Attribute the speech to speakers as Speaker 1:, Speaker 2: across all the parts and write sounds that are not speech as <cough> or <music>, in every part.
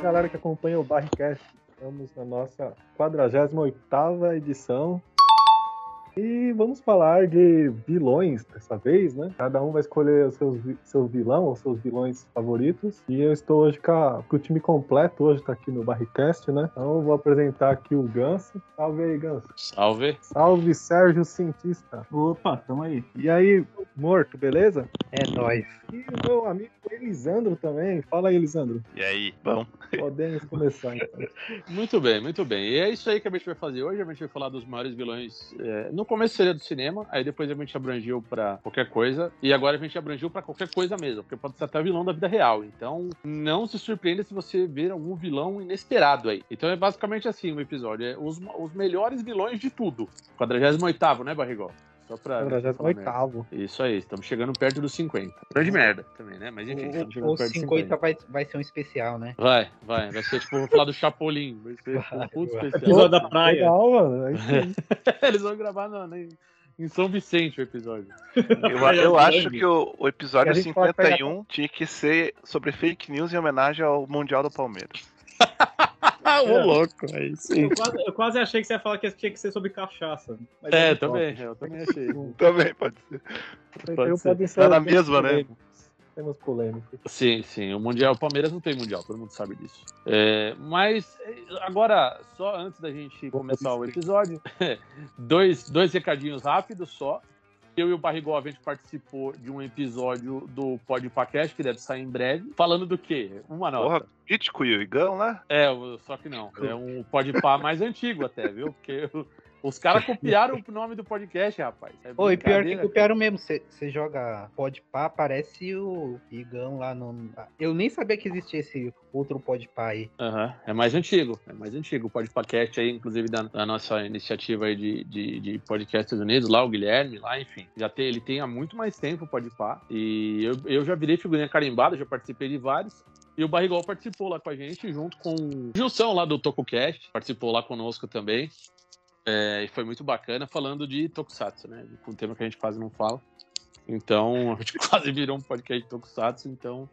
Speaker 1: galera que acompanha o Barricast. Estamos na nossa 48ª edição. E vamos falar de vilões dessa vez, né? Cada um vai escolher os seus, vi- seu vilão ou seus vilões favoritos. E eu estou hoje com, a- com o time completo, hoje tá aqui no Barricast, né? Então eu vou apresentar aqui o Ganso. Salve aí, Ganso.
Speaker 2: Salve.
Speaker 1: Salve, Sérgio Cientista.
Speaker 3: Opa, tamo aí.
Speaker 1: E aí, morto, beleza?
Speaker 4: É nóis.
Speaker 1: E o meu amigo Elisandro também. Fala aí, Elisandro.
Speaker 5: E aí? Bom,
Speaker 1: Podemos começar, então.
Speaker 2: Muito bem, muito bem. E é isso aí que a gente vai fazer hoje. A gente vai falar dos maiores vilões. é, no começo seria do cinema, aí depois a gente abrangiu pra qualquer coisa. E agora a gente abrangiu pra qualquer coisa mesmo, porque pode ser até vilão da vida real. Então não se surpreenda se você ver algum vilão inesperado aí. Então é basicamente assim o episódio: é os, os melhores vilões de tudo. 48, né, Barrigol? Só
Speaker 1: um
Speaker 2: pra. falar merda.
Speaker 1: 48.
Speaker 2: Isso aí, estamos chegando perto dos 50. Grande merda também, né? Mas enfim, estamos
Speaker 4: O,
Speaker 2: chegando
Speaker 4: o
Speaker 2: perto dos
Speaker 4: 50 vai, vai ser um especial, né?
Speaker 2: Vai, vai. Vai ser tipo, vou falar do Chapolin. Vai ser tipo, um puto
Speaker 4: Vai,
Speaker 2: especial.
Speaker 3: Episódio da praia.
Speaker 1: Legal, mano. É Aí sim.
Speaker 2: <laughs> Eles vão gravar na, na- em São Vicente o episódio. <laughs>
Speaker 5: eu,
Speaker 2: é um
Speaker 5: eu acho que o, o
Speaker 1: E
Speaker 5: episódio
Speaker 1: a gente pode
Speaker 5: 51 tinha que ser sobre fake news em homenagem ao Mundial do
Speaker 2: <laughs>
Speaker 5: Palmeiras.
Speaker 2: Ah,
Speaker 3: ô
Speaker 2: louco. É isso.
Speaker 3: Eu quase, eu quase achei que você ia falar que tinha que ser sobre cachaça. Mas
Speaker 2: É,
Speaker 3: eu-
Speaker 2: também. Eu também achei.
Speaker 5: Também pode ser.
Speaker 2: Pode
Speaker 1: Eu
Speaker 2: ser.
Speaker 1: um pode
Speaker 5: Tá
Speaker 1: ser
Speaker 5: na
Speaker 1: temos
Speaker 5: mesma, né?
Speaker 1: polêmicos. Temos polêmicos.
Speaker 2: Sim, sim. O Mundial, o Palmeiras não tem Mundial, todo mundo sabe disso. É, mas é, agora, só antes da gente começar o episódio, <laughs> dois, dois recadinhos rápidos só. Eu e o Barrigol, a gente participou de um episódio do Pod Podcast, que deve sair em breve. Falando do quê? Uma nota.
Speaker 5: Porra, Crítico e o Igão, né?
Speaker 2: É, o- só que não. É um podpar mais antigo até, viu? Porque o- os caras copiaram o nome do podcast, rapaz. É
Speaker 4: Oi, pior que
Speaker 2: brincadeira.
Speaker 4: copiaram mesmo. Você joga Podpah, aparece o Igão lá no. Eu nem sabia que existia esse outro Podpah aí.
Speaker 2: Aham, É mais antigo, é mais antigo. O podcast aí, inclusive, da, da nossa iniciativa aí de, de, de podcasts unidos, lá, o Guilherme, lá, enfim. Já tem, ele tem há muito mais tempo o Podpah. E eu, eu já virei figurinha carimbada, já participei de vários. E o Barrigol participou lá com a gente, junto com o Gilson lá do TocoCast, participou lá conosco também. É, e foi muito bacana falando de Tokusatsu, né? Com um tema que a gente quase não fala. Então, <laughs> a gente quase virou um podcast de Tokusatsu, então.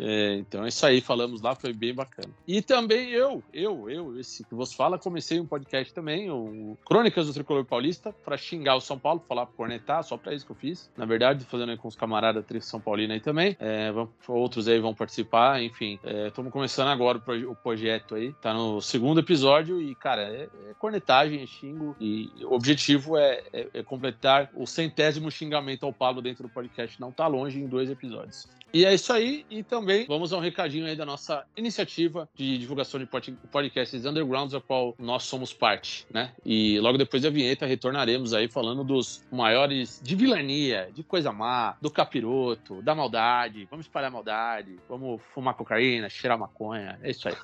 Speaker 2: é, então é isso aí, falamos lá, foi bem bacana. E também eu, eu, eu, esse que vos fala, comecei um podcast também, o Crônicas do Tricolor Paulista, pra xingar o São Paulo, falar, cornetar, só pra isso que eu fiz. Na verdade, fazendo aí com os camaradas tri São Paulino aí também. É, vão- outros aí vão participar, enfim. Estamos começando agora o, proje- o projeto aí. Tá no segundo episódio e, cara, é, é cornetagem, é xingo. E o objetivo é, é- é completar o centésimo xingamento ao Pablo dentro do podcast. Não tá longe em dois episódios. E é isso aí. E também vamos a um recadinho aí da nossa iniciativa de divulgação de pod- podcasts undergrounds, a qual nós somos parte, né? E logo depois da vinheta retornaremos aí falando dos maiores de vilania, de coisa má, do capiroto, da maldade. Vamos espalhar maldade, vamos fumar cocaína, cheirar maconha. É isso aí.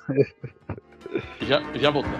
Speaker 2: já, já voltamos.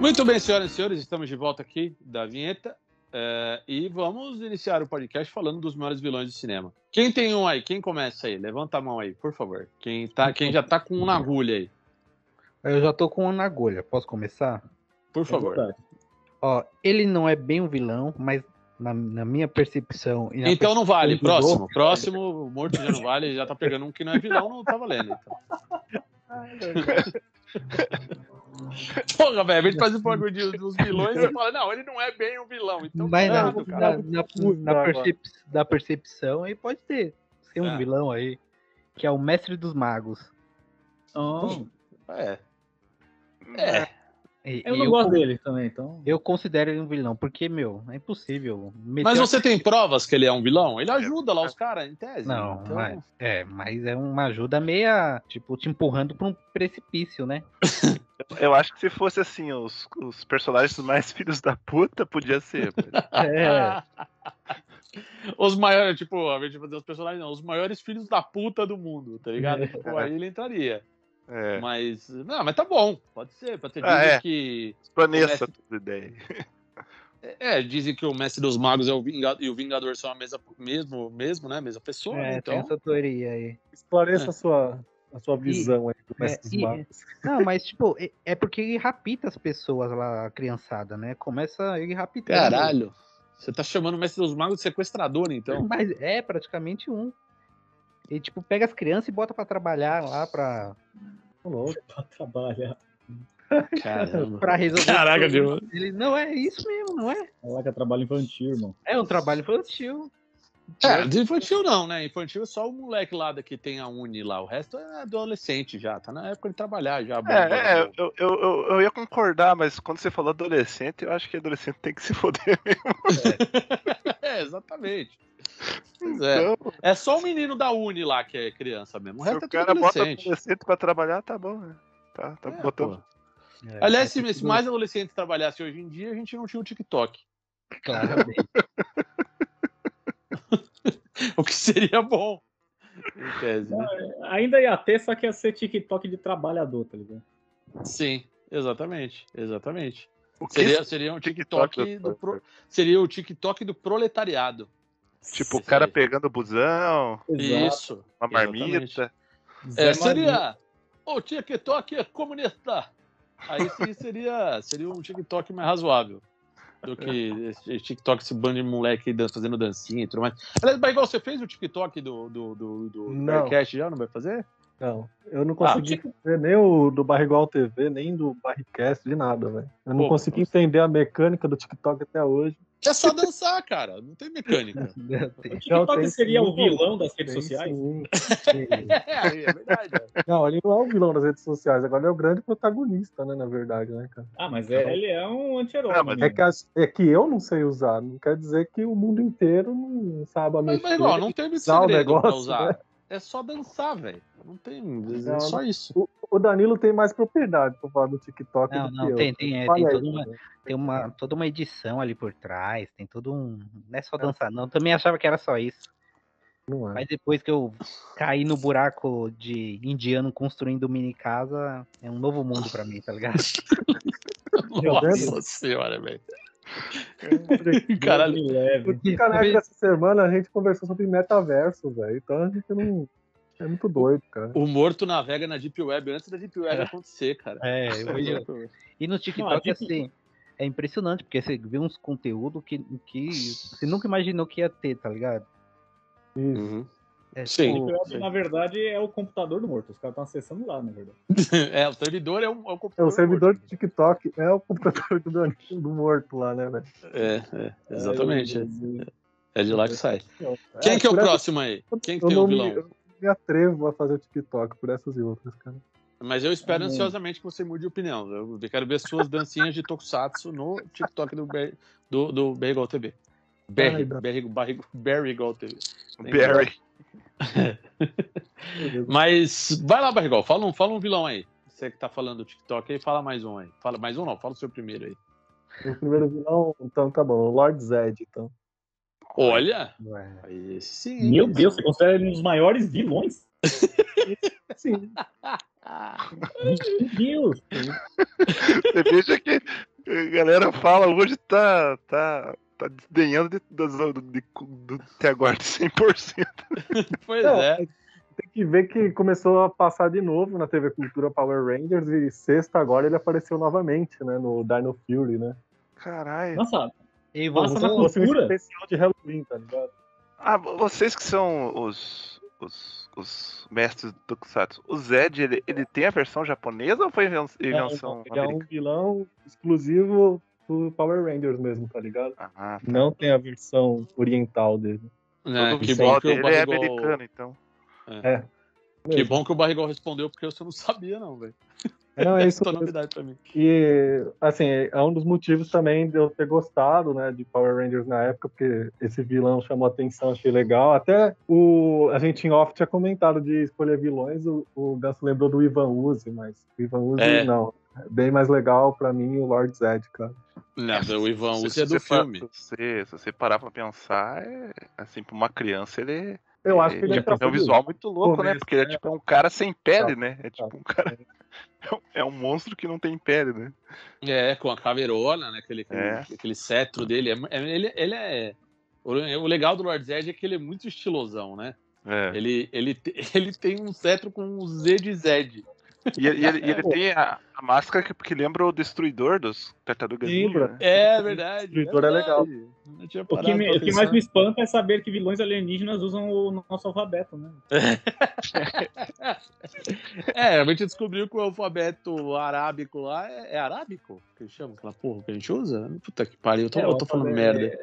Speaker 2: Muito bem, senhoras e senhores, estamos de volta aqui da vinheta eh, e vamos iniciar o podcast falando dos maiores vilões do cinema. Quem tem um aí? Quem começa aí? Levanta a mão aí, por favor. Quem, tá, quem já tá com um na agulha aí,
Speaker 4: Eu já tô com um na agulha. Posso começar?
Speaker 2: por favor.
Speaker 4: Ó, ele não é bem um vilão, mas na, na minha percepção. E na
Speaker 2: Então não vale,
Speaker 4: percepção do
Speaker 2: próximo. Próximo, o morto já não vale, já tá pegando um que não é vilão, não tá valendo. <laughs> então. Porra, velho, a gente faz um bagulho de- dos
Speaker 5: <laughs>
Speaker 2: vilões e fala, não, ele não é bem um vilão, então
Speaker 4: Mas na,
Speaker 2: pronto, cara.
Speaker 4: na, na-
Speaker 1: Puta
Speaker 4: na
Speaker 1: agora.
Speaker 4: percep- da percepção, aí pode ter. Tem um
Speaker 2: Ah.
Speaker 4: vilão aí, que é o mestre dos magos.
Speaker 3: Oh,
Speaker 2: É. É.
Speaker 4: E-
Speaker 3: Eu
Speaker 4: e
Speaker 3: não gosto
Speaker 4: con-
Speaker 3: dele também, então.
Speaker 4: Eu considero ele um vilão, porque, meu, é impossível. Meteu
Speaker 2: Mas
Speaker 4: a-
Speaker 2: você tem provas que ele é um vilão? Ele ajuda lá os caras, em tese.
Speaker 4: Não,
Speaker 2: Então,
Speaker 4: mas, é, mas é uma ajuda meia, tipo, te empurrando pra um precipício, né?
Speaker 5: Eu acho que se fosse assim, os, os personagens mais <laughs> filhos da puta, podia ser. mas-
Speaker 2: ah,
Speaker 4: É.
Speaker 2: <laughs> Os maiores, tipo, a gente vai fazer os personagens, não, os maiores filhos da puta do mundo, tá
Speaker 4: É.
Speaker 2: ligado? Tipo, aí ele entraria.
Speaker 5: É.
Speaker 2: Mas, não, mas tá bom, pode ser. Pode ser
Speaker 5: Ah,
Speaker 2: dizem
Speaker 5: é.
Speaker 2: que.
Speaker 5: Planeça tudo ideia.
Speaker 2: É, dizem que o Mestre dos Magos é o Vingado, e o Vingador são a mesma, mesmo, mesmo, né? Mesma pessoa, né?
Speaker 4: É,
Speaker 2: então.
Speaker 4: tem essa teoria aí.
Speaker 1: Esclareça
Speaker 2: É.
Speaker 1: a, sua, a sua visão aí do Mestre dos
Speaker 4: e-
Speaker 1: Magos.
Speaker 4: Não, mas, tipo, é, é porque ele rapita as pessoas lá, a criançada, né? Começa ele rapitando.
Speaker 2: Caralho. Você tá chamando o Mestre dos Magos de sequestrador,
Speaker 4: <laughs>
Speaker 2: então.
Speaker 4: Mas é praticamente um. Ele, tipo, pega as crianças e bota pra trabalhar lá, pra,
Speaker 1: Tô louco.
Speaker 3: Tá <laughs> Pra trabalhar.
Speaker 2: Caramba.
Speaker 4: pra resolver.
Speaker 2: Caraca,
Speaker 4: tudo.
Speaker 2: viu?
Speaker 4: Ele, não, é isso mesmo, não é?
Speaker 3: Caraca, trabalho infantil, irmão.
Speaker 4: É um trabalho infantil.
Speaker 2: É, de infantil não, né? Infantil é só o moleque lá da- que tem a Uni lá. O resto é adolescente já. Tá na época de trabalhar já. bom, bom,
Speaker 5: É, é
Speaker 2: bom.
Speaker 5: eu, eu, eu, eu ia concordar, mas quando você falou adolescente, eu acho que adolescente tem que se <laughs> foder mesmo.
Speaker 2: É, exatamente. Pois é.
Speaker 5: Então,
Speaker 2: É só o menino da Uni lá que é criança mesmo. O
Speaker 5: se
Speaker 2: resto
Speaker 5: o
Speaker 2: é tudo
Speaker 5: cara bota
Speaker 2: adolescente.
Speaker 5: adolescente pra trabalhar, tá bom, né? Tá, tá
Speaker 2: É,
Speaker 5: botando.
Speaker 2: pô.
Speaker 4: É,
Speaker 2: Aliás,
Speaker 4: é
Speaker 2: se, se
Speaker 4: tipo-
Speaker 2: mais adolescentes trabalhassem hoje em dia, a gente não tinha o TikTok.
Speaker 4: Claramente.
Speaker 2: <laughs> O que seria bom. Em tese, né?
Speaker 3: Ainda ia ter, só que ia ser TikTok de trabalhador, tá ligado?
Speaker 2: Sim, exatamente. Exatamente.
Speaker 5: O que
Speaker 2: Seria, seria um TikTok, do pro- seria o TikTok do proletariado.
Speaker 5: Tipo, o
Speaker 2: Isso
Speaker 5: cara
Speaker 2: aí.
Speaker 5: pegando busão,
Speaker 2: Isso.
Speaker 5: uma
Speaker 2: Exatamente. <laughs>
Speaker 5: marmita.
Speaker 2: É,
Speaker 3: Zé Maria.
Speaker 2: seria. O TikTok é comunista. Aí sim seria, seria um TikTok mais razoável do que
Speaker 1: É.
Speaker 2: esse TikTok, esse bando de moleque dan- fazendo dancinha e tudo mais. Aliás, Barrigol, você fez o TikTok do, do, do, do
Speaker 1: Não.
Speaker 2: Bearcast já? Não vai fazer?
Speaker 1: Não, eu não
Speaker 2: Ah,
Speaker 1: consegui ver nem o do Barrigual TV, nem do Barricast, de nada, velho. Eu não
Speaker 2: Pô,
Speaker 1: consegui
Speaker 2: nossa.
Speaker 1: entender a mecânica do TikTok até hoje. <laughs>
Speaker 2: É só dançar, cara. Não tem mecânica.
Speaker 3: O
Speaker 1: Não, tem
Speaker 3: TikTok seria
Speaker 1: sim,
Speaker 3: o vilão das redes
Speaker 1: Tem
Speaker 3: sociais?
Speaker 1: sim.
Speaker 2: É, é verdade.
Speaker 1: Não, ele não é o vilão das redes sociais, agora ele é o grande protagonista, né, na verdade, né, cara?
Speaker 3: Ah, mas é- ele é um anti-herói.
Speaker 5: Ah, mas
Speaker 1: É
Speaker 3: menino.
Speaker 1: que, as- é que eu não sei usar, não quer dizer que o mundo inteiro não sabe a
Speaker 2: Mas,
Speaker 1: mexer.
Speaker 2: Barrigol, não
Speaker 1: Dá
Speaker 2: teve
Speaker 1: o
Speaker 2: segredo pra
Speaker 1: negócio,
Speaker 2: usar.
Speaker 1: né?
Speaker 2: É só dançar, velho. Não tem. É
Speaker 1: Não.
Speaker 2: só isso. <laughs>
Speaker 1: O Danilo tem mais propriedade pra falar do TikTok
Speaker 4: Não,
Speaker 1: do
Speaker 4: não,
Speaker 1: que eu.
Speaker 4: tem, tem, é,
Speaker 1: Fala
Speaker 4: tem
Speaker 1: aí,
Speaker 4: toda uma,
Speaker 1: Danilo.
Speaker 4: tem uma, toda uma edição ali por trás, tem todo um. Não é só dançar, não. Eu também achava que era só isso.
Speaker 1: Não é.
Speaker 4: Mas depois que eu caí no buraco de indiano construindo mini casa, é um novo mundo pra mim, tá ligado?
Speaker 1: Meu Deus.
Speaker 2: Nossa senhora, velho.
Speaker 3: Deus
Speaker 2: Caralho.
Speaker 3: me leve.
Speaker 1: E, Caraca, essa semana a gente conversou sobre metaverso, velho. Então a gente não. É muito doido, cara.
Speaker 2: O morto navega na Deep Web antes da Deep Web acontecer, cara.
Speaker 4: É, eu vejo. E no
Speaker 3: Não, a
Speaker 4: TikTok,
Speaker 3: gente-
Speaker 4: assim, é impressionante, porque você vê uns conteúdos que, que você nunca imaginou que ia ter, tá ligado?
Speaker 2: Uhum.
Speaker 1: Isso.
Speaker 4: É,
Speaker 2: Sim.
Speaker 4: tipo,
Speaker 3: Web, na verdade, é o computador do morto. Os caras estão acessando lá, na verdade.
Speaker 2: <laughs> É, o servidor é um, é um
Speaker 1: É,
Speaker 2: computador.
Speaker 1: o servidor do
Speaker 2: morto.
Speaker 1: TikTok é o computador do, Danilo, do morto lá, né, velho?
Speaker 2: É, é, exatamente. É, é de lá que sai.
Speaker 1: É,
Speaker 2: Quem que é o
Speaker 1: por essa-
Speaker 2: próximo aí? Quem que
Speaker 1: eu
Speaker 2: tem o
Speaker 1: não me-
Speaker 2: vilão?
Speaker 1: eu não me atrevo a fazer o TikTok por essas e outras, cara.
Speaker 2: Mas eu espero
Speaker 3: Amém.
Speaker 2: ansiosamente que você mude de opinião. Eu quero ver suas dancinhas de Tokusatsu no TikTok do, Ber... do, do Berrigol TV. Berri,
Speaker 1: dá-
Speaker 2: Berrigol, Barrigol- Berrigol TV.
Speaker 5: Barry.
Speaker 1: Meu Deus.
Speaker 2: Mas vai lá, Barrigol, fala um, fala um vilão aí. Você que tá falando do TikTok aí, fala mais um aí. Fala mais um não, fala o seu primeiro aí.
Speaker 1: O primeiro vilão, então tá bom, o Lord Zed, então.
Speaker 2: Olha!
Speaker 4: ué,
Speaker 2: Aí sim.
Speaker 3: Meu
Speaker 2: esse-
Speaker 3: Deus, você considera ele um dos maiores vilões?
Speaker 1: Sim,
Speaker 2: Ah,
Speaker 3: Meu Deus!
Speaker 5: Você veja que a galera fala hoje tá, tá, tá desdenhando de, das- do, de- do- até agora de 100%.
Speaker 2: pois
Speaker 1: Não,
Speaker 2: é.
Speaker 1: tem que ver que começou a passar de novo na TV Cultura Power Rangers e sexta agora ele apareceu novamente, né, no Dino Fury, né?
Speaker 5: Caralho.
Speaker 3: Nossa,
Speaker 4: E
Speaker 3: Passa na
Speaker 4: voltou-
Speaker 1: Se fosse um
Speaker 3: Cultura?
Speaker 1: especial de Halloween, tá ligado?
Speaker 5: Ah, vocês que são os, os, os mestres do Tokusatsu, o Zed, ele, ele tem a versão japonesa ou foi inven- invenção
Speaker 1: ele é um
Speaker 5: americana?
Speaker 1: vilão exclusivo do Power Rangers mesmo, tá ligado?
Speaker 5: Ah, tá.
Speaker 1: Não tem a versão oriental
Speaker 2: <laughs>
Speaker 1: dele.
Speaker 2: Né,
Speaker 5: Todo
Speaker 2: que
Speaker 5: visual
Speaker 2: bom que o
Speaker 5: dele é
Speaker 2: Barrigol.
Speaker 5: americano, então.
Speaker 2: Que bom que o Barrigol respondeu, porque eu só não sabia, não, velho.
Speaker 1: Não, é isso
Speaker 2: Só
Speaker 1: mesmo.
Speaker 2: novidade pra mim.
Speaker 1: E, assim, é um dos motivos também de eu ter gostado, né, de Power Rangers na época, porque esse vilão chamou atenção, achei legal. Até o, a gente em off tinha comentado de escolher vilões, o, o Ganso lembrou do Ivan Uzi, mas o Ivan Uzi
Speaker 2: É.
Speaker 1: não. É Bem mais legal pra mim o Lord Zed, cara.
Speaker 2: Não, o Ivan
Speaker 5: Se-
Speaker 2: Uzi é
Speaker 5: se
Speaker 2: do
Speaker 5: você pa-
Speaker 2: filme.
Speaker 5: Se, você- se você parar pra pensar, é, assim, pra uma criança, ele,
Speaker 1: Eu acho que
Speaker 5: ele
Speaker 1: ele
Speaker 5: é, um
Speaker 1: atrapalhou.
Speaker 5: visual muito louco, né?
Speaker 1: Começo,
Speaker 5: Porque ele é
Speaker 1: né?
Speaker 5: tipo é um cara sem pele, né? É
Speaker 1: tá.
Speaker 5: tipo um cara. <laughs> é um- É um monstro que não tem pele, né?
Speaker 2: É, com a caveirona, né? Aquele, aquele-
Speaker 5: É.
Speaker 2: aquele cetro dele. É mu- é- ele, ele é. O o legal do Lord Zed é que ele é muito estilosão, né?
Speaker 5: É.
Speaker 2: Ele, ele, <laughs> te- ele tem um cetro com um Z de Zed.
Speaker 5: E, ele- e ele, e ele tem a, a máscara que, que lembra o destruidor dos tartarugas. Ninja,
Speaker 1: Lembra.
Speaker 5: né?
Speaker 2: É verdade.
Speaker 1: escritor é legal.
Speaker 2: verdade. Não tinha
Speaker 3: O
Speaker 2: parado
Speaker 3: que, me-
Speaker 2: pra
Speaker 3: o que mais
Speaker 2: pensar.
Speaker 3: me espanta é saber que vilões alienígenas usam o nosso alfabeto, né?
Speaker 2: É, a gente descobriu que o alfabeto arábico lá é, é arábico? Que chama aquela porra que a gente usa? Puta que pariu, eu tô,
Speaker 3: É,
Speaker 2: eu tô falando
Speaker 3: alfabeto,
Speaker 2: merda.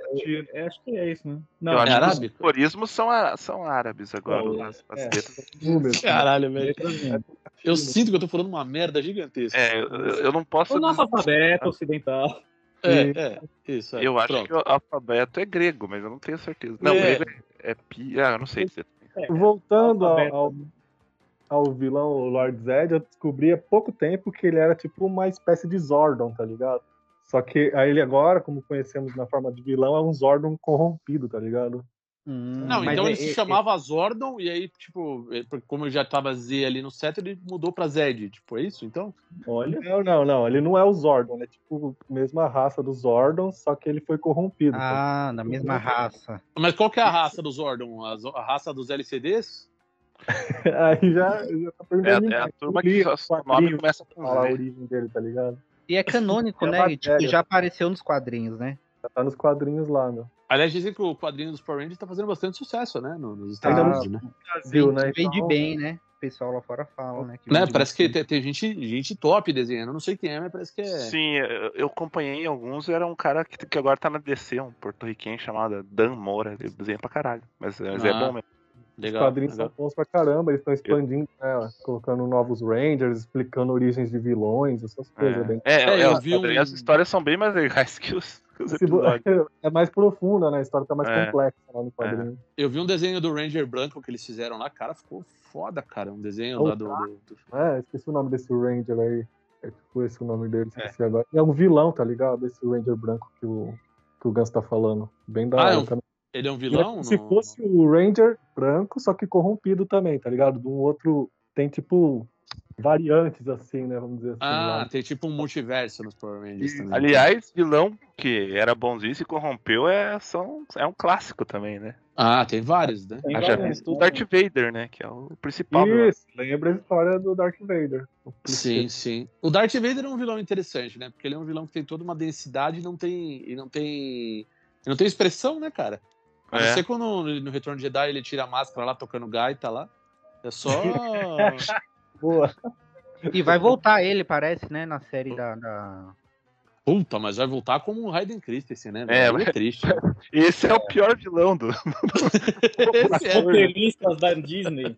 Speaker 3: É, é, acho que é isso, né?
Speaker 5: Eu
Speaker 3: Não,
Speaker 5: acho
Speaker 2: é
Speaker 5: que os
Speaker 2: arábico?
Speaker 5: Corismos são, á- são árabes agora, né?
Speaker 3: Não,
Speaker 5: as, as
Speaker 1: é.
Speaker 5: letras.
Speaker 1: Número.
Speaker 2: Caralho, velho.
Speaker 3: letras mesmo.
Speaker 2: Eu sinto que eu tô falando uma merda gigantesca.
Speaker 5: É, eu, eu não posso.
Speaker 3: O nosso
Speaker 5: dizer-
Speaker 3: alfabeto ocidental.
Speaker 2: É, é, isso. É.
Speaker 5: Eu acho
Speaker 2: Pronto.
Speaker 5: que o alfabeto é grego, mas eu não tenho certeza. Não,
Speaker 2: É.
Speaker 5: grego é, é pi. Ah, eu não sei dizer.
Speaker 1: Voltando
Speaker 3: Alfabeto.
Speaker 1: ao, ao, ao vilão o Lord Zed, eu descobri há pouco tempo que ele era tipo uma espécie de Zordon, tá ligado? Só que aí ele agora, como conhecemos na forma de vilão, é um Zordon corrompido, tá ligado?
Speaker 2: Não,
Speaker 4: Mas
Speaker 2: então
Speaker 4: é-
Speaker 2: ele se
Speaker 4: é-
Speaker 2: chamava Zordon e aí, tipo, é, porque como eu já tava Z ali no set, ele mudou pra Zed. Tipo, é isso então?
Speaker 3: Olha.
Speaker 1: Não, não, não. Ele não é o Zordon, ele é tipo a mesma raça do Zordon, só que ele foi corrompido. tá
Speaker 4: Ah, na mesma raça.
Speaker 2: Mas qual que é a raça do Zordon? A, zo- a raça dos LCDs?
Speaker 1: ligado? <laughs> aí já, já tá
Speaker 5: É,
Speaker 1: perguntando.
Speaker 5: é a
Speaker 1: demais.
Speaker 5: turma
Speaker 1: Li
Speaker 5: que só o nome
Speaker 1: quadrinho,
Speaker 5: começa com
Speaker 1: Falar a
Speaker 5: Z.
Speaker 1: origem dele, tá ligado?
Speaker 4: E é canônico,
Speaker 1: É
Speaker 4: né?
Speaker 1: matéria.
Speaker 4: E, tipo, já apareceu nos quadrinhos, né?
Speaker 1: Já tá nos quadrinhos lá, meu.
Speaker 2: Aliás, dizem que o quadrinho dos Power Rangers tá fazendo bastante sucesso, né? no- Nos Estados
Speaker 4: Tá.
Speaker 2: Unidos, né?
Speaker 1: Brasil, né?
Speaker 4: Vende
Speaker 1: Então,
Speaker 4: bem, né? O pessoal lá fora fala, né?
Speaker 2: Né,
Speaker 4: vende
Speaker 2: Parece que
Speaker 4: bastante.
Speaker 2: tem, tem gente, gente top desenhando. Eu Não sei quem é, mas parece que é.
Speaker 5: Sim, eu eu acompanhei alguns, era um cara que, que agora tá na DC, um porto-riquenho chamado Dan Moura, ele desenha pra caralho, mas, mas é
Speaker 2: Ah,
Speaker 5: bom mesmo.
Speaker 1: Os
Speaker 2: Legal.
Speaker 1: quadrinhos
Speaker 2: legal.
Speaker 1: são bons pra caramba, eles estão expandindo, né, colocando novos Rangers, explicando origens de vilões, essas coisas. Bem...
Speaker 5: É, é,
Speaker 2: É, eu
Speaker 5: os
Speaker 2: vi um-
Speaker 5: quadrinhos, as histórias são bem mais legais <laughs> que os, que os
Speaker 1: Se vo- <laughs>
Speaker 5: episódios.
Speaker 1: É mais profunda, né? A história tá mais
Speaker 5: É.
Speaker 1: complexa lá no quadrinho.
Speaker 2: Eu vi um desenho do Ranger branco que eles fizeram lá, cara, ficou foda, cara. Um desenho
Speaker 1: Oh,
Speaker 2: lá do, do- do-
Speaker 1: É, esqueci o nome desse Ranger aí. É tipo esse o nome dele, esqueci agora. E é um vilão, tá ligado? Esse Ranger branco que o, que o Gans tá falando. Bem da
Speaker 2: Ah,
Speaker 1: hora
Speaker 2: é um
Speaker 1: também.
Speaker 2: Ele é um
Speaker 1: Ele é
Speaker 2: vilão?
Speaker 1: como se
Speaker 2: No-
Speaker 1: fosse o Ranger branco, só que corrompido também, tá ligado? De um outro. Tem tipo variantes assim, né? Vamos dizer assim.
Speaker 2: Ah,
Speaker 1: lá.
Speaker 2: tem tipo um multiverso nos Power Rangers também.
Speaker 5: Aliás, vilão que era bonzinho e se corrompeu é, são, é um clássico também, né?
Speaker 2: Ah, tem vários, né?
Speaker 3: Tem
Speaker 5: Haja
Speaker 3: vários,
Speaker 5: visto o
Speaker 3: né?
Speaker 5: Darth Vader, né? Que é o principal. vilão.
Speaker 1: Isso, lembra a história do Darth Vader.
Speaker 2: Sim, sim. O Darth Vader é um vilão interessante, né? Porque ele é um vilão que tem toda uma densidade e não tem. E não tem. E não tem expressão, né, cara? A não
Speaker 5: É.
Speaker 2: ser quando no, no Retorno de Jedi ele tira a máscara lá tocando gaita lá. É
Speaker 5: <laughs>
Speaker 2: só.
Speaker 1: Boa.
Speaker 4: E vai voltar ele, parece, né? Na série da. da-
Speaker 2: Puta, mas vai voltar como um Hayden Christensen, né?
Speaker 5: É,
Speaker 2: velho?
Speaker 5: vai-
Speaker 2: é
Speaker 5: <laughs>
Speaker 2: triste. né?
Speaker 5: Esse é o pior vilão do.
Speaker 2: Esse é-
Speaker 3: Roteiristas da Disney.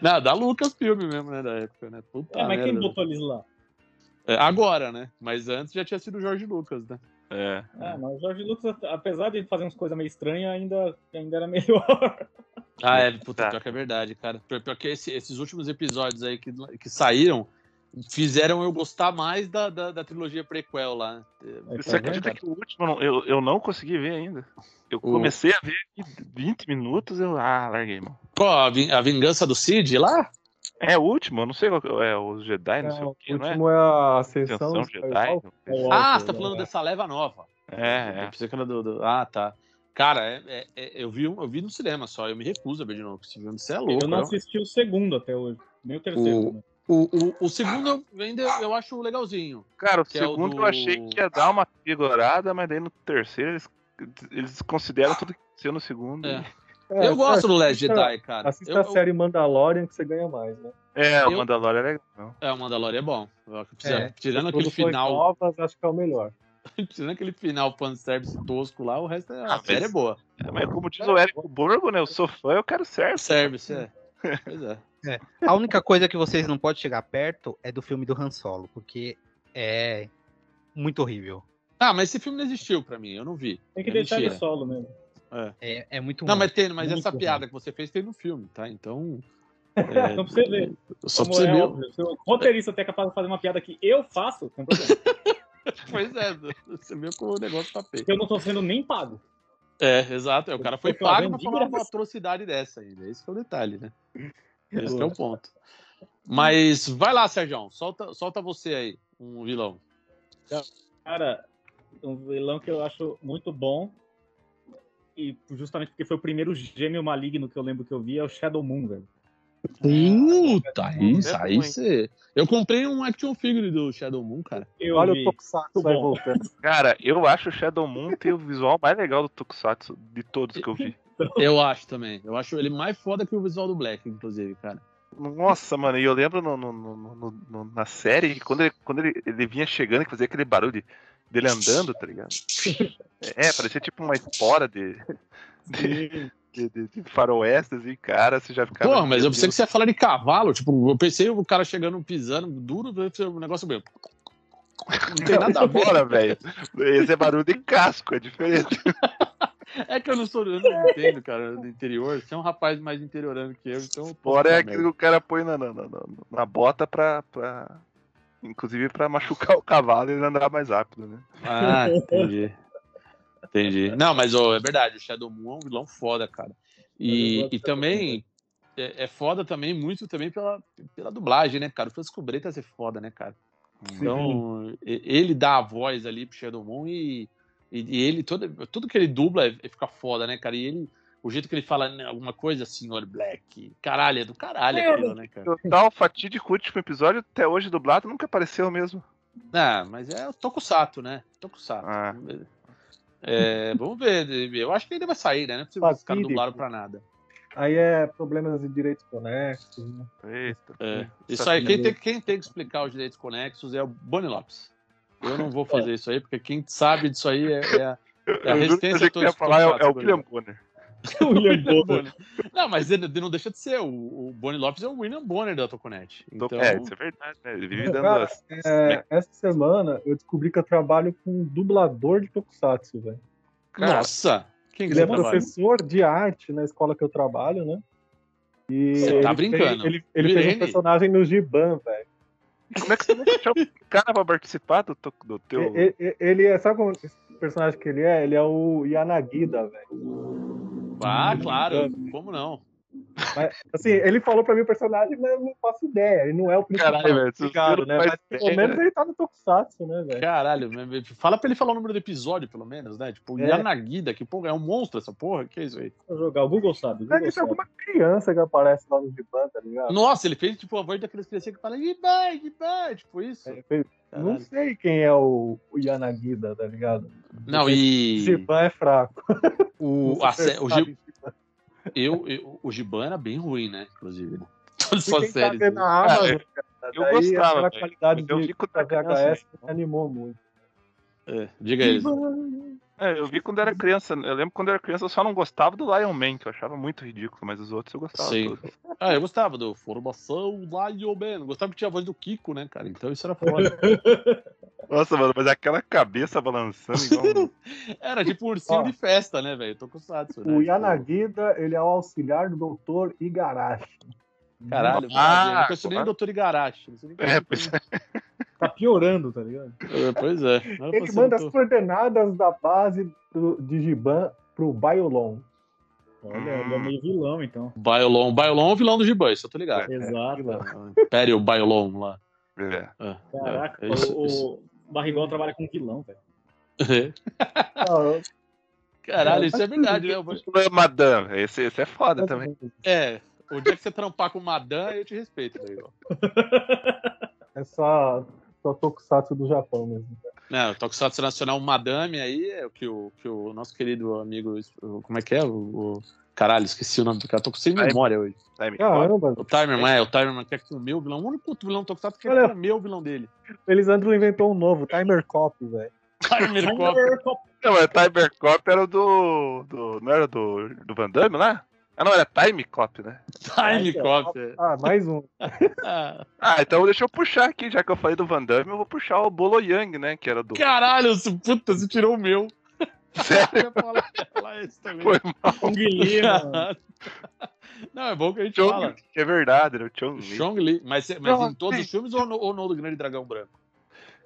Speaker 2: Não, da Lucas filme mesmo, né? Da época, né? Puta
Speaker 3: Ah, mas quem
Speaker 2: merda.
Speaker 3: botou eles lá?
Speaker 2: É, Agora, né? Mas antes já tinha sido o Jorge Lucas, né?
Speaker 5: É.
Speaker 3: Ah, mas o Jorge Lucas, apesar de fazer umas coisas meio estranhas, ainda, ainda era <laughs> melhor.
Speaker 2: Ah, é, puta,
Speaker 5: Tá.
Speaker 2: pior que é verdade, cara. Pior, pior que esse- esses últimos episódios aí que, que saíram fizeram eu gostar mais da, da, da trilogia prequel lá. né?
Speaker 5: Você acredita que o último eu não- eu, eu não consegui ver ainda? Eu comecei a ver em 20 minutos eu. Ah, larguei, mano.
Speaker 2: Qual, a, vin- a vingança do Cid lá?
Speaker 5: É o último, eu não sei qual que é. Os Jedi, não, sei o que,
Speaker 1: o
Speaker 5: não é?
Speaker 1: último é a Ascensão.
Speaker 5: Ascensão Jedi.
Speaker 2: ah, você tá falando dessa leva nova.
Speaker 5: É,
Speaker 2: Eu
Speaker 5: é.
Speaker 2: pensei que era do, do- Ah, tá. Cara, é- é- é- eu, vi, um- eu vi no cinema só, eu me recuso a ver de novo esse filme, você é louco.
Speaker 3: Eu não
Speaker 2: né?
Speaker 3: assisti o segundo até hoje. Nem o terceiro.
Speaker 2: O-
Speaker 3: né?
Speaker 2: O, um, o, o segundo eu ainda eu acho legalzinho.
Speaker 5: Cara, o
Speaker 2: Que é o
Speaker 5: segundo
Speaker 2: do-
Speaker 5: eu achei que ia dar uma figurada, mas daí no terceiro eles, eles consideram tudo que aconteceu no segundo.
Speaker 2: É.
Speaker 5: É,
Speaker 1: É,
Speaker 2: eu gosto do Last
Speaker 1: assista-
Speaker 2: Jedi, cara.
Speaker 1: Assista
Speaker 2: Eu-
Speaker 1: a
Speaker 2: eu-
Speaker 1: série Mandalorian que você ganha mais, né?
Speaker 5: o
Speaker 2: Eu-
Speaker 5: Mandalorian é legal. não.
Speaker 2: É, o Mandalorian é bom. Eu-
Speaker 4: É.
Speaker 2: Tirando aquele
Speaker 1: Produções
Speaker 2: final
Speaker 1: Novas, acho que é o melhor.
Speaker 2: Tirando aquele final fanservice tosco lá, o resto é.
Speaker 5: Ah,
Speaker 2: A série é
Speaker 5: mas-
Speaker 2: boa.
Speaker 5: É, mas como diz o Érico Borgo, né? Eu sou fã, eu quero certo.
Speaker 2: Service, é. <laughs> Pois é.
Speaker 4: A única coisa que vocês não podem chegar perto é do filme do Han Solo, porque é muito horrível.
Speaker 2: Ah, mas esse filme não existiu pra mim, eu não vi.
Speaker 3: Tem que
Speaker 2: É
Speaker 3: deixar
Speaker 2: mentira.
Speaker 3: de solo mesmo.
Speaker 2: É.
Speaker 4: É, é muito
Speaker 2: Não,
Speaker 4: ruim.
Speaker 2: mas tem, mas
Speaker 4: Muito
Speaker 2: essa
Speaker 4: ruim.
Speaker 2: piada que você fez tem no filme, tá? <laughs> Então. é,
Speaker 3: Então pra você ver.
Speaker 2: Só pra
Speaker 3: Como
Speaker 2: você
Speaker 3: é
Speaker 2: ver.
Speaker 3: óbvio, se o roteirista até é capaz de fazer uma piada que eu faço, não tem um problema.
Speaker 2: <laughs> Pois é, você viu como o negócio tá feio.
Speaker 3: eu não tô sendo nem pago.
Speaker 2: É, exato. é, O cara foi
Speaker 3: Eu tô fazendo
Speaker 2: pago pra
Speaker 3: de
Speaker 2: falar uma
Speaker 3: graça.
Speaker 2: atrocidade dessa ainda. Esse que é o detalhe, né? Esse que é o ponto. Mas vai lá, Sérgio. Solta, solta você aí, um vilão.
Speaker 3: Cara, um vilão que eu acho muito bom. E justamente porque foi o primeiro gêmeo maligno que eu lembro que eu vi é o Shadow Moon, velho.
Speaker 2: Puta,
Speaker 5: é
Speaker 2: isso aí
Speaker 5: ruim.
Speaker 2: você. Eu comprei um action figure do Shadow Moon, cara.
Speaker 3: Eu
Speaker 1: Olha
Speaker 3: vi.
Speaker 1: o Tokusatsu vai
Speaker 3: bom.
Speaker 1: voltando.
Speaker 5: Cara, eu acho o Shadow Moon ter o visual mais legal do Tokusatsu de todos que eu vi.
Speaker 2: Eu acho também. Eu acho ele mais foda que o visual do Black, inclusive, cara.
Speaker 5: Nossa, mano, e eu lembro no- no- no- no- no- no- na série que quando, ele, quando ele, ele vinha chegando que fazia aquele barulho de- dele andando, tá ligado? É, parecia tipo uma espora de,
Speaker 3: Sim.
Speaker 5: de, de, de faroeste, assim, cara, você já ficava.
Speaker 2: Porra, mas eu
Speaker 5: Meu
Speaker 2: pensei que
Speaker 5: Deus.
Speaker 2: você ia falar de cavalo. Tipo, eu pensei o cara chegando, pisando, duro, o negócio mesmo. Não tem nada a ver.
Speaker 5: Bora, velho. Esse é barulho de casco, é
Speaker 2: Tipo,
Speaker 5: diferente.
Speaker 2: É que eu não sou, eu não entendo, cara, do interior. Você é um rapaz mais interiorano que eu, então. eu posso <laughs>
Speaker 5: Bora é
Speaker 2: falar
Speaker 5: aquilo
Speaker 2: merda.
Speaker 5: que o cara põe na, na, na, na- na bota pra, pra. Inclusive pra machucar o cavalo e ele andar mais rápido, né?
Speaker 2: Ah, entendi. Entendi. Não, mas ô, é verdade, o Shadow Moon é um vilão foda, cara.
Speaker 3: Eu
Speaker 2: E,
Speaker 3: gosto
Speaker 2: e
Speaker 3: do Shadow
Speaker 2: também é, é foda também, muito também pela, pela dublagem, né, cara? O Francisco Bretas é foda, né, cara? Então, e- ele dá a voz ali pro Shadow Moon e, e, e ele, todo, tudo que ele dubla é- fica foda, né, cara? E ele, o jeito que ele fala né, alguma coisa, senhor Black, caralho, é do caralho aquilo, né, cara?
Speaker 5: Total fatídico último episódio, até hoje dublado, nunca apareceu mesmo.
Speaker 2: Ah, mas é o Tokusato, né? Tokusato.
Speaker 5: Ah.
Speaker 2: Vamos ver. É, vamos ver. Eu acho que ainda vai sair, né? Não é possível que os caras
Speaker 1: Fatídico.
Speaker 2: dublaram pra nada.
Speaker 1: Aí é problemas de direitos conexos, né?
Speaker 5: Eita.
Speaker 2: É. Isso aí, quem tem, quem tem que explicar os direitos conexos é o Boni Lopes. Eu não vou fazer isso aí, porque quem sabe disso aí é, é a- a
Speaker 5: Eu, eu juro que
Speaker 2: resistência
Speaker 5: eu achei que
Speaker 2: tô
Speaker 5: eu ia falar é, o- é o
Speaker 2: desconfiado,
Speaker 5: William Bonner.
Speaker 3: William
Speaker 2: William
Speaker 3: Bonner.
Speaker 2: Bonner. Não, mas ele não deixa de ser. O, o Boni Lopes é o William Bonner da Autoconnect. Então,
Speaker 5: É, isso é verdade, né? Ele vive dando
Speaker 1: Cara,
Speaker 5: as.
Speaker 1: É, essa semana eu descobri que eu trabalho com um dublador de Tokusatsu, velho.
Speaker 2: nossa! Quem
Speaker 1: Ele
Speaker 2: que você
Speaker 1: é
Speaker 2: trabalha?
Speaker 1: professor de arte na escola que eu trabalho, né? E
Speaker 2: Você tá
Speaker 1: ele tem-
Speaker 2: brincando.
Speaker 1: ele ele fez um
Speaker 2: Irene?
Speaker 1: personagem no Giban, velho.
Speaker 5: Como é que você nunca achou um cara pra participar do, to- do teu.
Speaker 1: E- e- e- Ele é, sabe como esse personagem que ele é? Ele é o Yanagida, velho.
Speaker 2: Ah, claro. Como não?
Speaker 1: Assim, ele falou pra mim o personagem, mas eu não faço ideia. Ele não é o principal.
Speaker 5: Caralho, velho, se você
Speaker 1: ligado,
Speaker 5: não
Speaker 1: né?
Speaker 5: faz
Speaker 1: Mas pelo
Speaker 5: ideia-
Speaker 1: menos ele tá no Tokusatsu, né, velho?
Speaker 2: Caralho, mas fala pra ele falar o número do episódio, pelo menos, né? Tipo,
Speaker 1: É.
Speaker 2: Yanagida, que porra, é um monstro essa porra? Que é isso aí?
Speaker 3: Vou jogar. O Google sabe. O
Speaker 1: Deve
Speaker 3: Google
Speaker 1: ter
Speaker 3: sabe.
Speaker 1: é alguma criança que aparece lá no Giban, tá ligado?
Speaker 2: Nossa, ele fez tipo a voz daqueles crianças que fala Gibai, Gibai, tipo isso.
Speaker 1: É, fez- Não
Speaker 2: Caralho.
Speaker 1: sei quem é o, o Yanagida, tá ligado?
Speaker 2: Não, e
Speaker 1: Giban é fraco.
Speaker 2: o,
Speaker 1: Não
Speaker 2: a,
Speaker 1: sei
Speaker 2: sé- o,
Speaker 1: sabe
Speaker 2: Gi- eu, eu- o Giban era bem ruim, né? Inclusive, <laughs> né? Todas
Speaker 1: Quem
Speaker 2: as
Speaker 1: tá
Speaker 2: séries.
Speaker 1: vendo
Speaker 2: né?
Speaker 1: a
Speaker 5: Cara,
Speaker 1: Amazon, cara,
Speaker 5: eu
Speaker 1: daí
Speaker 5: gostava,
Speaker 1: aquela
Speaker 5: velho,
Speaker 1: qualidade
Speaker 5: mas eu
Speaker 1: de
Speaker 5: fico
Speaker 1: da
Speaker 5: tacando
Speaker 1: VHS
Speaker 5: assim.
Speaker 2: né?
Speaker 1: me animou muito.
Speaker 2: Ah, É, diga ele.
Speaker 5: É, eu vi quando era criança. Eu lembro quando era criança eu só não gostava do Lion Man, que eu achava muito ridículo, mas os outros eu gostava.
Speaker 2: Sim.
Speaker 5: todos.
Speaker 2: Ah, eu gostava do Formação Lion Man. Gostava que tinha a voz do Kiko, né, cara? Então isso era foda.
Speaker 5: Nossa, mano, mas aquela cabeça balançando igual.
Speaker 2: <laughs>
Speaker 5: um-
Speaker 2: Era tipo um ursinho
Speaker 1: Ó.
Speaker 2: de festa, né, velho? Tô com satsu, né?
Speaker 1: O
Speaker 2: Tipo,
Speaker 1: Yanagida, ele é o auxiliar do doutor Igarashi.
Speaker 2: Caralho,
Speaker 5: Ah,
Speaker 2: maravilha. Eu não conheço nem o
Speaker 5: claro.
Speaker 2: Dr. Igarashi. não sei nem quem
Speaker 5: É, pois
Speaker 3: Tá piorando, tá ligado?
Speaker 2: É, Pois é. Não é
Speaker 1: Ele
Speaker 2: possível,
Speaker 1: manda
Speaker 2: tô-
Speaker 1: as coordenadas da base pro, de Giban pro Baiolon.
Speaker 3: Olha, ele é
Speaker 5: <laughs> Hum.
Speaker 3: meio vilão, então.
Speaker 2: Bailon. Bailon é o vilão do Giban, isso eu tô ligado.
Speaker 3: Exato.
Speaker 2: Império Bailon lá.
Speaker 5: é.
Speaker 2: É,
Speaker 3: Caraca,
Speaker 2: é, é isso,
Speaker 3: o,
Speaker 2: isso.
Speaker 3: o Barrigol trabalha com vilão, velho.
Speaker 2: <laughs> Caralho, isso é verdade, né? Eu-
Speaker 5: Não é Madame, esse, esse é foda também.
Speaker 2: É, o dia que você trampar com o Madan, eu te respeito, Daigo.
Speaker 1: É só, só Tokusatsu do Japão mesmo.
Speaker 2: Não, Né, o Tokusatsu Nacional Madame aí é o que o, que o nosso querido amigo. o- Como é que é? O, o- Caralho, esqueci o nome do cara. Tô com sem
Speaker 5: Ai.
Speaker 2: memória hoje.
Speaker 1: é,
Speaker 5: Time Cop.
Speaker 1: Caramba,
Speaker 2: O Timerman é, o Timerman quer comer o vilão. O único vilão do Tokusatsu que
Speaker 1: Olha.
Speaker 2: quer comer o vilão dele.
Speaker 1: Elisandro inventou um novo, Timer Cop, velho.
Speaker 2: Timer <laughs> Cop.
Speaker 5: Não, mas Timer Cop era o do, do. Não era do, do Van Damme lá? Ah, não, era Time Cop, né?
Speaker 2: Time Cop.
Speaker 1: Ah, mais um.
Speaker 2: Ah,
Speaker 5: Ah, então deixa eu puxar aqui, já que eu falei do Van Damme, eu vou puxar o Bolo Yang, né? Que era do. <laughs>
Speaker 2: Caralho, isso- puta, você tirou o meu.
Speaker 5: Sério,
Speaker 2: Eu ia falar- falar esse também.
Speaker 5: foi mal.
Speaker 3: Kung Lee, mano.
Speaker 2: <laughs> Não, é bom que a gente
Speaker 5: Chong,
Speaker 2: fala.
Speaker 5: que é verdade, era o Chong Li.
Speaker 2: Chong Li. Mas, mas
Speaker 5: Chong
Speaker 2: em todos
Speaker 5: Li.
Speaker 2: os filmes ou no, ou no do Grande Dragão Branco?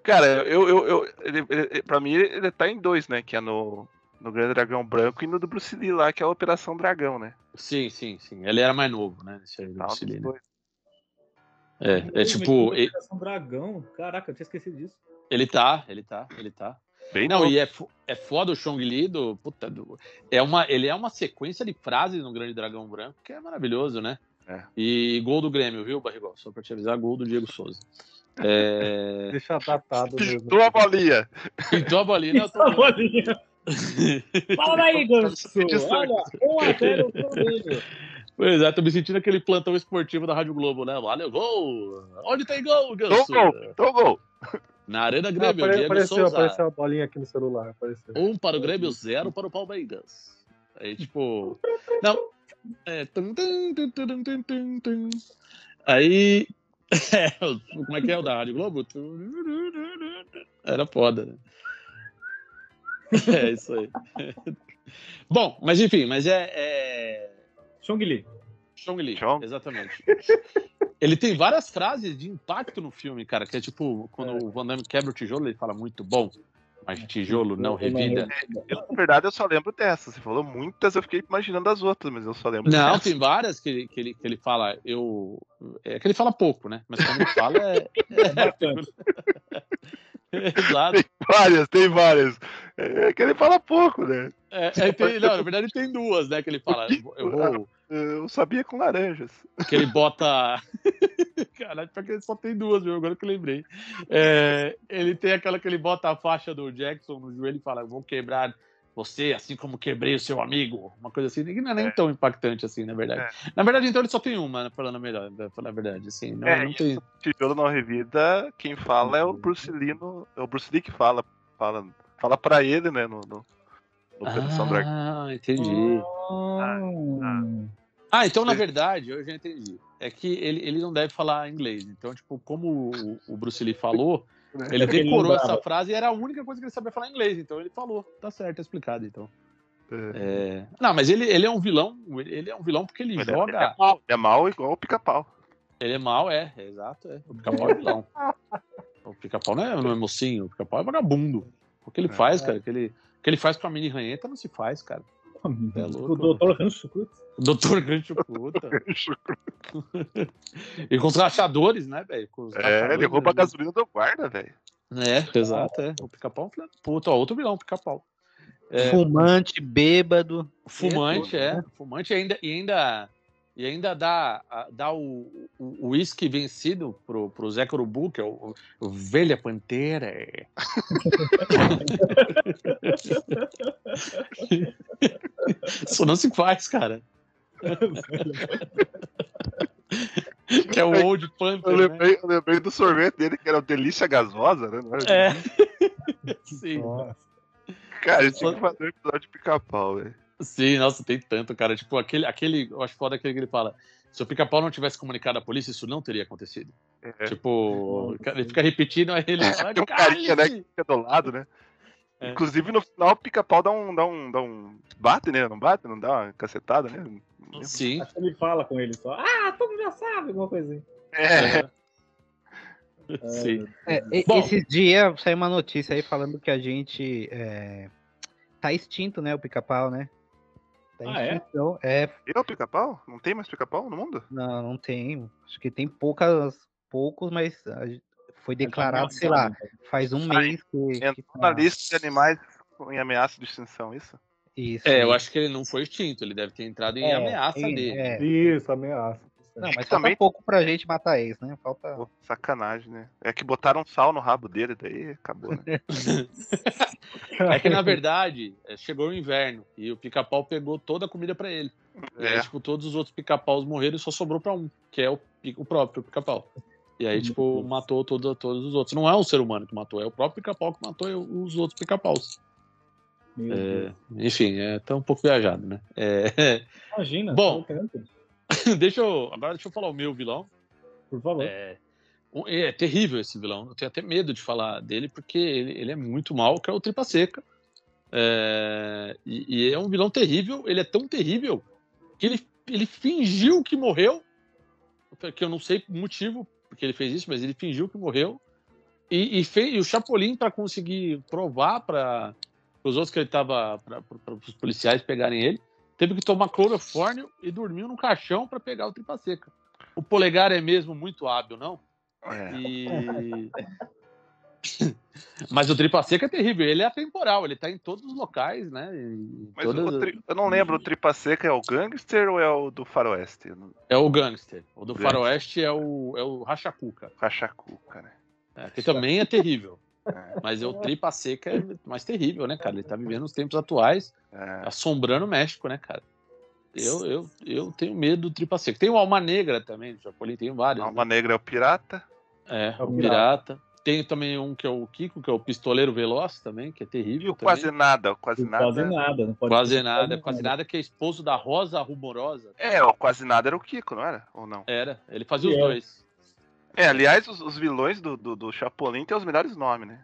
Speaker 5: Cara, eu, eu, eu ele, ele- pra mim ele, ele tá em dois, né? Que é no, no Grande Dragão Branco e no do Bruce Lee lá, que é a Operação Dragão, né?
Speaker 2: Sim, sim, sim. Ele era mais novo, né? Esse aí do
Speaker 5: Tá, um dos
Speaker 2: Bruce Lee, né?
Speaker 5: dois.
Speaker 2: É, é
Speaker 3: Mas
Speaker 2: tipo,
Speaker 3: que
Speaker 2: e-
Speaker 3: Operação Um dragão. Caraca, eu tinha esquecido disso.
Speaker 2: ele tá, ele tá, ele tá.
Speaker 5: Bem
Speaker 2: Não,
Speaker 5: novo.
Speaker 2: e é, fo- é foda o Chong Li do. Puta, do- é uma, ele é uma sequência de frases no Grande Dragão Branco, que é maravilhoso, né?
Speaker 5: É.
Speaker 2: E gol do Grêmio, viu, Barrigol? Só pra te avisar, gol do Diego Souza.
Speaker 5: <laughs>
Speaker 2: É...
Speaker 1: Deixa datado mesmo.
Speaker 5: Pintou a bolinha.
Speaker 2: Pintou a bolinha. eu tô-
Speaker 5: é
Speaker 3: Fala aí, Ganso. Olha, 1 a 0
Speaker 2: Pois é, tô me sentindo aquele plantão esportivo da Rádio Globo, né? Valeu, gol! Onde tem gol, Ganso?
Speaker 5: Toma gol, toma gol.
Speaker 2: Na Arena
Speaker 1: Ah,
Speaker 2: Grêmio,
Speaker 1: apare-
Speaker 2: Diego
Speaker 1: apareceu,
Speaker 2: Souza.
Speaker 1: apareceu a bolinha aqui no celular. Apareceu.
Speaker 2: Um para o Grêmio, zero para o Palmeiras. Aí, tipo. Não. É. tum, tum, tum, tum, tum, tum, tum. Aí. <laughs> é, como é que é o da Rádio Globo? Era foda, né? <laughs> É isso aí. <laughs> Bom, mas enfim, mas é. é...
Speaker 3: Chong Li.
Speaker 2: Chong Li,
Speaker 5: Chong.
Speaker 2: exatamente. Ele tem várias frases de impacto no filme, cara, que é tipo, quando o Van Damme quebra o tijolo, ele fala muito bom, mas tijolo não revida.
Speaker 5: Eu, na verdade, eu só lembro dessa. Você falou muitas, eu fiquei imaginando as outras, mas eu só lembro
Speaker 2: Não,
Speaker 5: dessa.
Speaker 2: tem várias que, ele- que, ele, que ele fala, eu. É que ele fala pouco, né? Mas quando ele fala é.
Speaker 3: Bastante.
Speaker 2: é <laughs> Exato.
Speaker 5: <laughs> Várias, tem várias. É que ele fala pouco, né?
Speaker 2: É, é, tem- não, na verdade tem duas, né? Que ele fala. Eu vou.
Speaker 5: Eu sabia com laranjas.
Speaker 2: Que ele bota. <laughs> Caralho, pior que ele só tem duas, viu? Agora que eu lembrei. É, ele tem aquela que ele bota a faixa do Jackson no joelho e fala: Eu vou quebrar você, assim como quebrei o seu amigo. Uma coisa assim, que não é nem tão impactante assim, na verdade. Na verdade, então ele só tem uma, né, falando melhor, pra falar a verdade. Assim, não,
Speaker 5: É,
Speaker 2: não
Speaker 5: e
Speaker 2: tem.
Speaker 5: Tijolo não revida, quem fala é o Bruce Lee. no- é o Bruce Lee que fala. Fala, fala pra ele, né? No, no, no Operação Dragão.
Speaker 2: Ah, entendi. Ah, então, na verdade, eu já entendi. É que ele, ele não deve falar inglês. Então, tipo, como o, o Bruce Lee falou,
Speaker 5: É.
Speaker 2: ele
Speaker 3: Ele
Speaker 2: decorou
Speaker 3: lembrava.
Speaker 2: essa frase e era a única coisa que ele sabia falar inglês. Então, ele falou. Tá certo, tá explicado, então.
Speaker 5: É.
Speaker 2: É, Não, mas ele, ele é um vilão. Ele é um vilão porque ele
Speaker 5: Ele é-
Speaker 2: joga...
Speaker 5: é mal, é mal igual o pica-pau.
Speaker 2: Ele é mau, é, é exato, é. O pica-pau é
Speaker 5: <laughs>
Speaker 2: vilão. O pica-pau não é, não é mocinho, o pica-pau é vagabundo. O que ele faz,
Speaker 5: É.
Speaker 2: cara, o que ele, o que ele faz com a mini ranheta não se faz, cara. É louco,
Speaker 3: O doutor Rancho Cruz.
Speaker 2: O Doutor Gancho Puta. <laughs> e com os rachadores, né, velho? Com os
Speaker 5: É,
Speaker 2: rachadores,
Speaker 5: ele rouba a
Speaker 2: né?
Speaker 5: gasolina do guarda, velho.
Speaker 2: É, exato, é. O pica-pau é um filho da puta, ó, outro vilão, o pica-pau. É,
Speaker 4: Fumante, bêbado.
Speaker 2: Fumante, é. Fumante e ainda, e ainda, e ainda dá, a- dá o o uísque vencido pro, pro Zé Corubu, que é o, o Velha Pantera. é. <laughs> Isso não se faz, cara. que é o Old
Speaker 5: Eu
Speaker 2: Panther, né?
Speaker 5: lembrei, eu lembrei do sorvete dele, que era o Delícia Gasosa, né? Não era-
Speaker 2: É.
Speaker 3: É.
Speaker 2: Sim.
Speaker 3: Nossa.
Speaker 5: Cara, ele tinha que fazer um episódio de pica-pau, velho.
Speaker 2: Sim, nossa, tem tanto, cara. Tipo, aquele, aquele, eu acho foda aquele que ele fala. Se o pica-pau não tivesse comunicado à polícia, isso não teria acontecido.
Speaker 5: É.
Speaker 2: Tipo, cara, ele fica repetindo, aí
Speaker 4: <laughs>
Speaker 2: ele fala,
Speaker 5: Tem um carinha, né,
Speaker 2: "Cálice!"
Speaker 5: que fica do lado, né?
Speaker 2: É.
Speaker 5: Inclusive, no final, o pica-pau dá um, dá, um, dá um... Bate, né? Não bate? Não dá uma cacetada, né?
Speaker 2: Sim.
Speaker 3: Acho que ele fala com ele só. Ah, todo mundo já sabe, alguma coisa assim.
Speaker 5: É,
Speaker 2: Sim.
Speaker 4: É, e-
Speaker 2: Bom.
Speaker 4: Esses dias saiu uma notícia aí falando que a gente é, tá extinto, né? O pica-pau, né? Tá em
Speaker 3: Ah, é?
Speaker 4: extinção. é?
Speaker 5: é o pica-pau? Não tem mais pica-pau no mundo?
Speaker 4: não, não tem. Acho que tem poucas, poucos, mas a gente- foi declarado, sei lá, faz um
Speaker 5: Ah,
Speaker 4: mês que. que
Speaker 5: Entrou
Speaker 4: tá.
Speaker 5: na lista de animais em ameaça de extinção, isso?
Speaker 4: Isso.
Speaker 2: É, eu
Speaker 4: né?
Speaker 2: acho que ele não foi extinto, ele deve ter entrado em
Speaker 4: É,
Speaker 2: ameaça
Speaker 4: tem,
Speaker 2: dele.
Speaker 4: é.
Speaker 1: Isso, ameaça.
Speaker 4: Não, mas
Speaker 5: Também-
Speaker 4: falta pouco pra gente matar eles, né? Falta.
Speaker 5: Pô, sacanagem, né? É que botaram sal no rabo dele, daí acabou,
Speaker 2: <laughs>
Speaker 5: né?
Speaker 2: É
Speaker 1: <laughs>
Speaker 3: <laughs>
Speaker 2: que, na verdade, é, chegou o inverno e o pica-pau pegou toda a comida pra ele. E aí,
Speaker 5: É.
Speaker 2: tipo, todos os outros pica-paus morreram e só sobrou pra um, que é o, pi- o próprio pica-pau. E aí, tipo, matou todo, todos os outros. Não é um ser humano que matou, é o próprio pica-pau que matou e os outros pica-paus.
Speaker 3: Meu
Speaker 2: É,
Speaker 3: Deus.
Speaker 2: enfim, é tá um pouco viajado, né? É, <laughs>
Speaker 3: Imagina.
Speaker 2: Bom.
Speaker 3: tá loucando.
Speaker 2: deixa eu. Agora deixa eu falar o meu vilão.
Speaker 3: Por favor.
Speaker 2: É, um- é terrível esse vilão. Eu tenho até medo de falar dele, porque ele, ele é muito mal, que é o Tripa Seca. É, e, e é um vilão terrível, ele é tão terrível que ele, ele fingiu que morreu, que eu não sei o motivo porque ele fez isso, mas ele fingiu que morreu. E, e fez, e o Chapolin, para conseguir provar para os outros que ele estava, para os policiais pegarem ele, teve que tomar clorofórmio e dormiu no caixão para pegar o Tripa Seca. O polegar é mesmo muito hábil, não?
Speaker 5: É.
Speaker 2: E- <laughs> Mas o tripa seca é terrível, ele é atemporal, ele tá em todos os locais, né? em
Speaker 5: Mas
Speaker 2: todas-
Speaker 5: o tri- eu não lembro, o Tripa Seca é o gangster ou é o do faroeste? Eu não-
Speaker 2: É o gangster. O do
Speaker 5: Gangster.
Speaker 2: faroeste é o, é o rachacuca,
Speaker 5: Cachacuca, né?
Speaker 2: né, que também é terrível.
Speaker 5: É.
Speaker 2: Mas é o tripa seca é mais terrível, né, cara? Ele tá vivendo os tempos atuais,
Speaker 5: É.
Speaker 2: assombrando o México, né, cara? Eu, eu, eu tenho medo do tripa seca. Tem o Alma Negra também, do Chapolin, tem vários. né?
Speaker 5: Alma Negra é o pirata.
Speaker 2: É,
Speaker 3: É o
Speaker 2: o pirata. Tem também um que é o Kiko, que é o pistoleiro veloz também, que é terrível.
Speaker 5: E o
Speaker 2: também.
Speaker 5: quase nada, o quase nada.
Speaker 3: Quase nada. Não pode
Speaker 2: Quase
Speaker 3: ser
Speaker 2: nada, quase nada, que é esposo da Rosa Rumorosa.
Speaker 5: É, o quase nada era o Kiko, não era? Ou não?
Speaker 2: Era, ele fazia os
Speaker 3: E é.
Speaker 2: dois.
Speaker 5: É, aliás, os, os vilões do, do, do Chapolin têm os melhores nomes, né?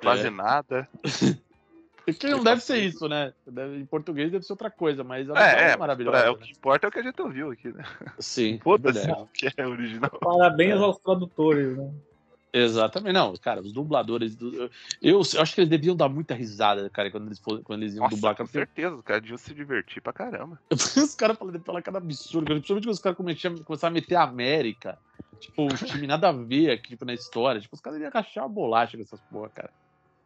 Speaker 5: Quase
Speaker 2: É.
Speaker 5: nada.
Speaker 2: Que não
Speaker 5: Ele
Speaker 2: deve
Speaker 5: fazia
Speaker 2: ser
Speaker 5: isso.
Speaker 2: isso, né? Deve- em português deve ser outra coisa, mas a
Speaker 5: É,
Speaker 2: é,
Speaker 5: é,
Speaker 2: é maravilhosa.
Speaker 5: pra- o que
Speaker 2: né?
Speaker 5: importa é o que a gente ouviu aqui, né?
Speaker 2: Sim,
Speaker 5: Foda-se
Speaker 2: é verdade.
Speaker 5: o que é original.
Speaker 3: Parabéns aos tradutores, né?
Speaker 2: Exatamente, não, cara, os dubladores. do- eu- Eu, eu acho que eles deviam dar muita risada, cara, quando eles, fo- quando eles iam
Speaker 5: Nossa,
Speaker 2: dublar.
Speaker 5: com
Speaker 2: Cara,
Speaker 5: certeza, os caras deviam se divertir pra caramba.
Speaker 2: porque <laughs> os caras falaram falar cada absurdo, cara, principalmente quando os caras cometiam- começaram a meter a América. Tipo, um time nada a ver aqui tipo, na história. Tipo, os caras iam achar a bolacha dessas porra, cara.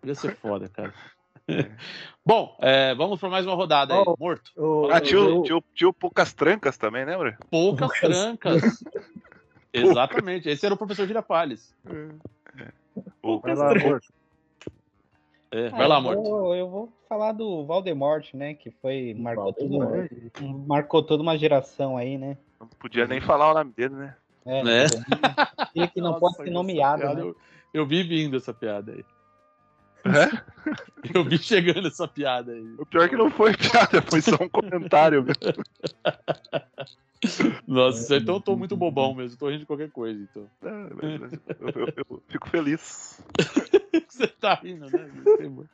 Speaker 2: Ia ser foda, cara. <laughs> Bom, é, vamos para mais uma rodada aí.
Speaker 1: Bom,
Speaker 2: Morto.
Speaker 1: O-
Speaker 5: Ah, tinha, o-
Speaker 1: eu-
Speaker 5: tinha, o- tinha o Poucas Trancas também, lembra?
Speaker 2: Poucas trancas. Exatamente. Esse era o professor Girafales.
Speaker 5: O,
Speaker 1: Vai lá, amor.
Speaker 2: É,
Speaker 4: Ah,
Speaker 2: vai lá,
Speaker 4: eu
Speaker 2: Morto.
Speaker 4: vou- Eu vou falar do Valdemort, né? Que foi. Marcou toda, uma,
Speaker 1: Valdemort.
Speaker 4: marcou toda uma geração aí, né?
Speaker 5: não podia nem falar o nome dele, né?
Speaker 4: É.
Speaker 2: Né?
Speaker 4: <laughs> ele que não
Speaker 2: Nossa,
Speaker 4: pode ser
Speaker 2: essa
Speaker 4: nomeado.
Speaker 2: piada
Speaker 4: né?
Speaker 2: Eu, eu vi vindo essa piada aí.
Speaker 5: É?
Speaker 2: Eu vi <laughs> chegando essa piada aí.
Speaker 5: O pior é que não foi <laughs> piada, foi só
Speaker 2: <laughs>
Speaker 5: um comentário. meu.
Speaker 2: Nossa, isso aí, então eu tô muito bobão mesmo. Tô rindo de qualquer coisa, então.
Speaker 5: Ah, mas- mas Eu, eu- eu fico feliz.
Speaker 2: <laughs> Você tá rindo, né? Não sei, mano.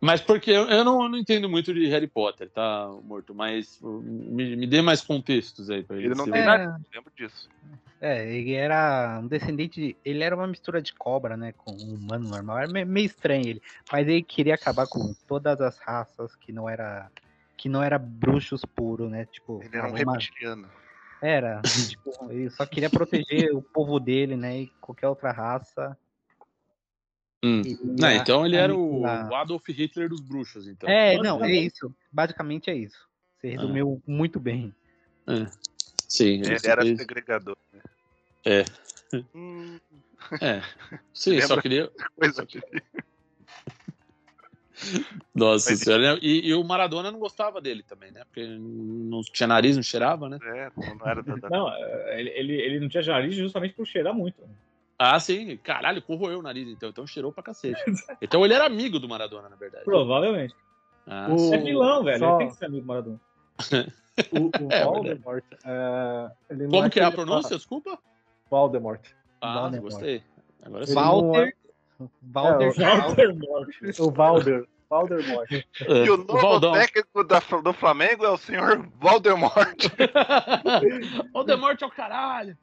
Speaker 2: Mas porque eu, eu não, eu não entendo muito de Harry Potter, tá, Morto? Mas uh, me, me dê mais contextos aí pra ele.
Speaker 5: Ele não
Speaker 2: ser-
Speaker 5: tem
Speaker 4: É.
Speaker 5: nada, lembro disso.
Speaker 4: É, ele era um descendente. de- Ele era uma mistura de cobra, né? Com um humano normal. Era me- meio estranho ele. Mas ele queria acabar com todas as raças que não era. Que não era bruxos puro, né? Tipo,
Speaker 5: Ele era um
Speaker 4: uma-
Speaker 5: reptiliano.
Speaker 4: era. tipo, ele só queria proteger o povo dele, né? E qualquer outra raça.
Speaker 2: Hum.
Speaker 4: E
Speaker 2: Não,
Speaker 4: a-
Speaker 2: então ele era o,
Speaker 4: aniquilar.
Speaker 2: o Adolf Hitler dos bruxos, então.
Speaker 4: É,
Speaker 3: Pode
Speaker 4: não,
Speaker 3: ser.
Speaker 4: é isso. Basicamente é isso. Você
Speaker 2: Ah.
Speaker 4: resumiu muito bem.
Speaker 2: Sim,
Speaker 5: Ele
Speaker 2: isso-
Speaker 5: era
Speaker 2: isso-
Speaker 5: segregador. né?
Speaker 2: É.
Speaker 5: Hum,
Speaker 2: Sim, só
Speaker 5: Lembra?
Speaker 2: queria.
Speaker 5: coisa de-
Speaker 2: Nossa
Speaker 5: Mas-
Speaker 2: senhora, né? e, e o Maradona não gostava dele também, né? Porque não tinha nariz, não cheirava, né?
Speaker 5: É, não não era da, da-
Speaker 3: Não, é, ele, ele, ele não tinha nariz justamente por cheirar muito. né?
Speaker 2: Ah, sim, caralho, corroeu o nariz, então. Então cheirou pra
Speaker 4: <laughs>
Speaker 2: cacete. Então ele era amigo do Maradona, na verdade.
Speaker 3: Provavelmente.
Speaker 2: Ah,
Speaker 1: O-
Speaker 2: sim.
Speaker 3: É vilão, velho.
Speaker 1: Só-
Speaker 3: Ele tem que ser amigo do Maradona.
Speaker 1: O, o
Speaker 2: <laughs> É,
Speaker 1: Valdemort. é, ele não
Speaker 2: Como que é a
Speaker 1: aquele-
Speaker 2: pronúncia? Desculpa?
Speaker 1: Valdemort.
Speaker 2: Ah,
Speaker 4: Valdemort.
Speaker 2: gostei. Agora sim.
Speaker 1: Ele não é-
Speaker 4: Walter. É, Walter.
Speaker 3: Walter Morte.
Speaker 1: O Valder.
Speaker 2: <laughs>
Speaker 1: Valdemort.
Speaker 2: É,
Speaker 5: E o
Speaker 2: o
Speaker 5: novo
Speaker 2: Valdão.
Speaker 5: técnico da- do Flamengo é o senhor
Speaker 2: <laughs>
Speaker 5: Valdemort.
Speaker 2: Valdemort é o caralho.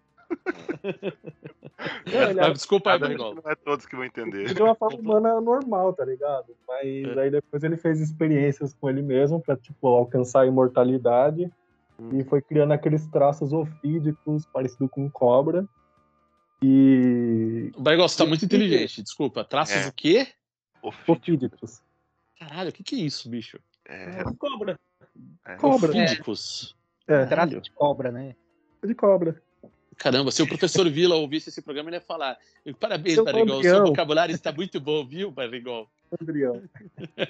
Speaker 1: Não, ele
Speaker 2: Mas
Speaker 1: é-
Speaker 2: desculpa aí,
Speaker 5: Cada vez que
Speaker 2: Barrigol.
Speaker 5: não é todos que vão entender.
Speaker 1: de uma forma humana normal, tá ligado? Mas
Speaker 2: É.
Speaker 1: aí depois ele fez experiências com ele mesmo pra, tipo, alcançar a imortalidade.
Speaker 2: Hum.
Speaker 1: E foi criando aqueles traços ofídicos, parecido com cobra. E.
Speaker 2: O Barrigol, você tá muito inteligente, desculpa. Traços
Speaker 5: É.
Speaker 2: o quê?
Speaker 5: O filho,
Speaker 1: Ofídicos.
Speaker 2: Caralho, o que, que é isso, bicho?
Speaker 5: é,
Speaker 3: Cobra.
Speaker 5: é.
Speaker 1: Cobra.
Speaker 2: Ofídicos.
Speaker 1: É,
Speaker 4: um Traço de cobra, né?
Speaker 1: de cobra.
Speaker 2: Caramba, se o professor Vila ouvisse esse programa, ele ia falar: Parabéns,
Speaker 1: Seu
Speaker 2: Barrigol, seu
Speaker 1: Mandrião."
Speaker 2: vocabulário está muito bom, viu, <laughs> Barrigol?
Speaker 1: Andrião.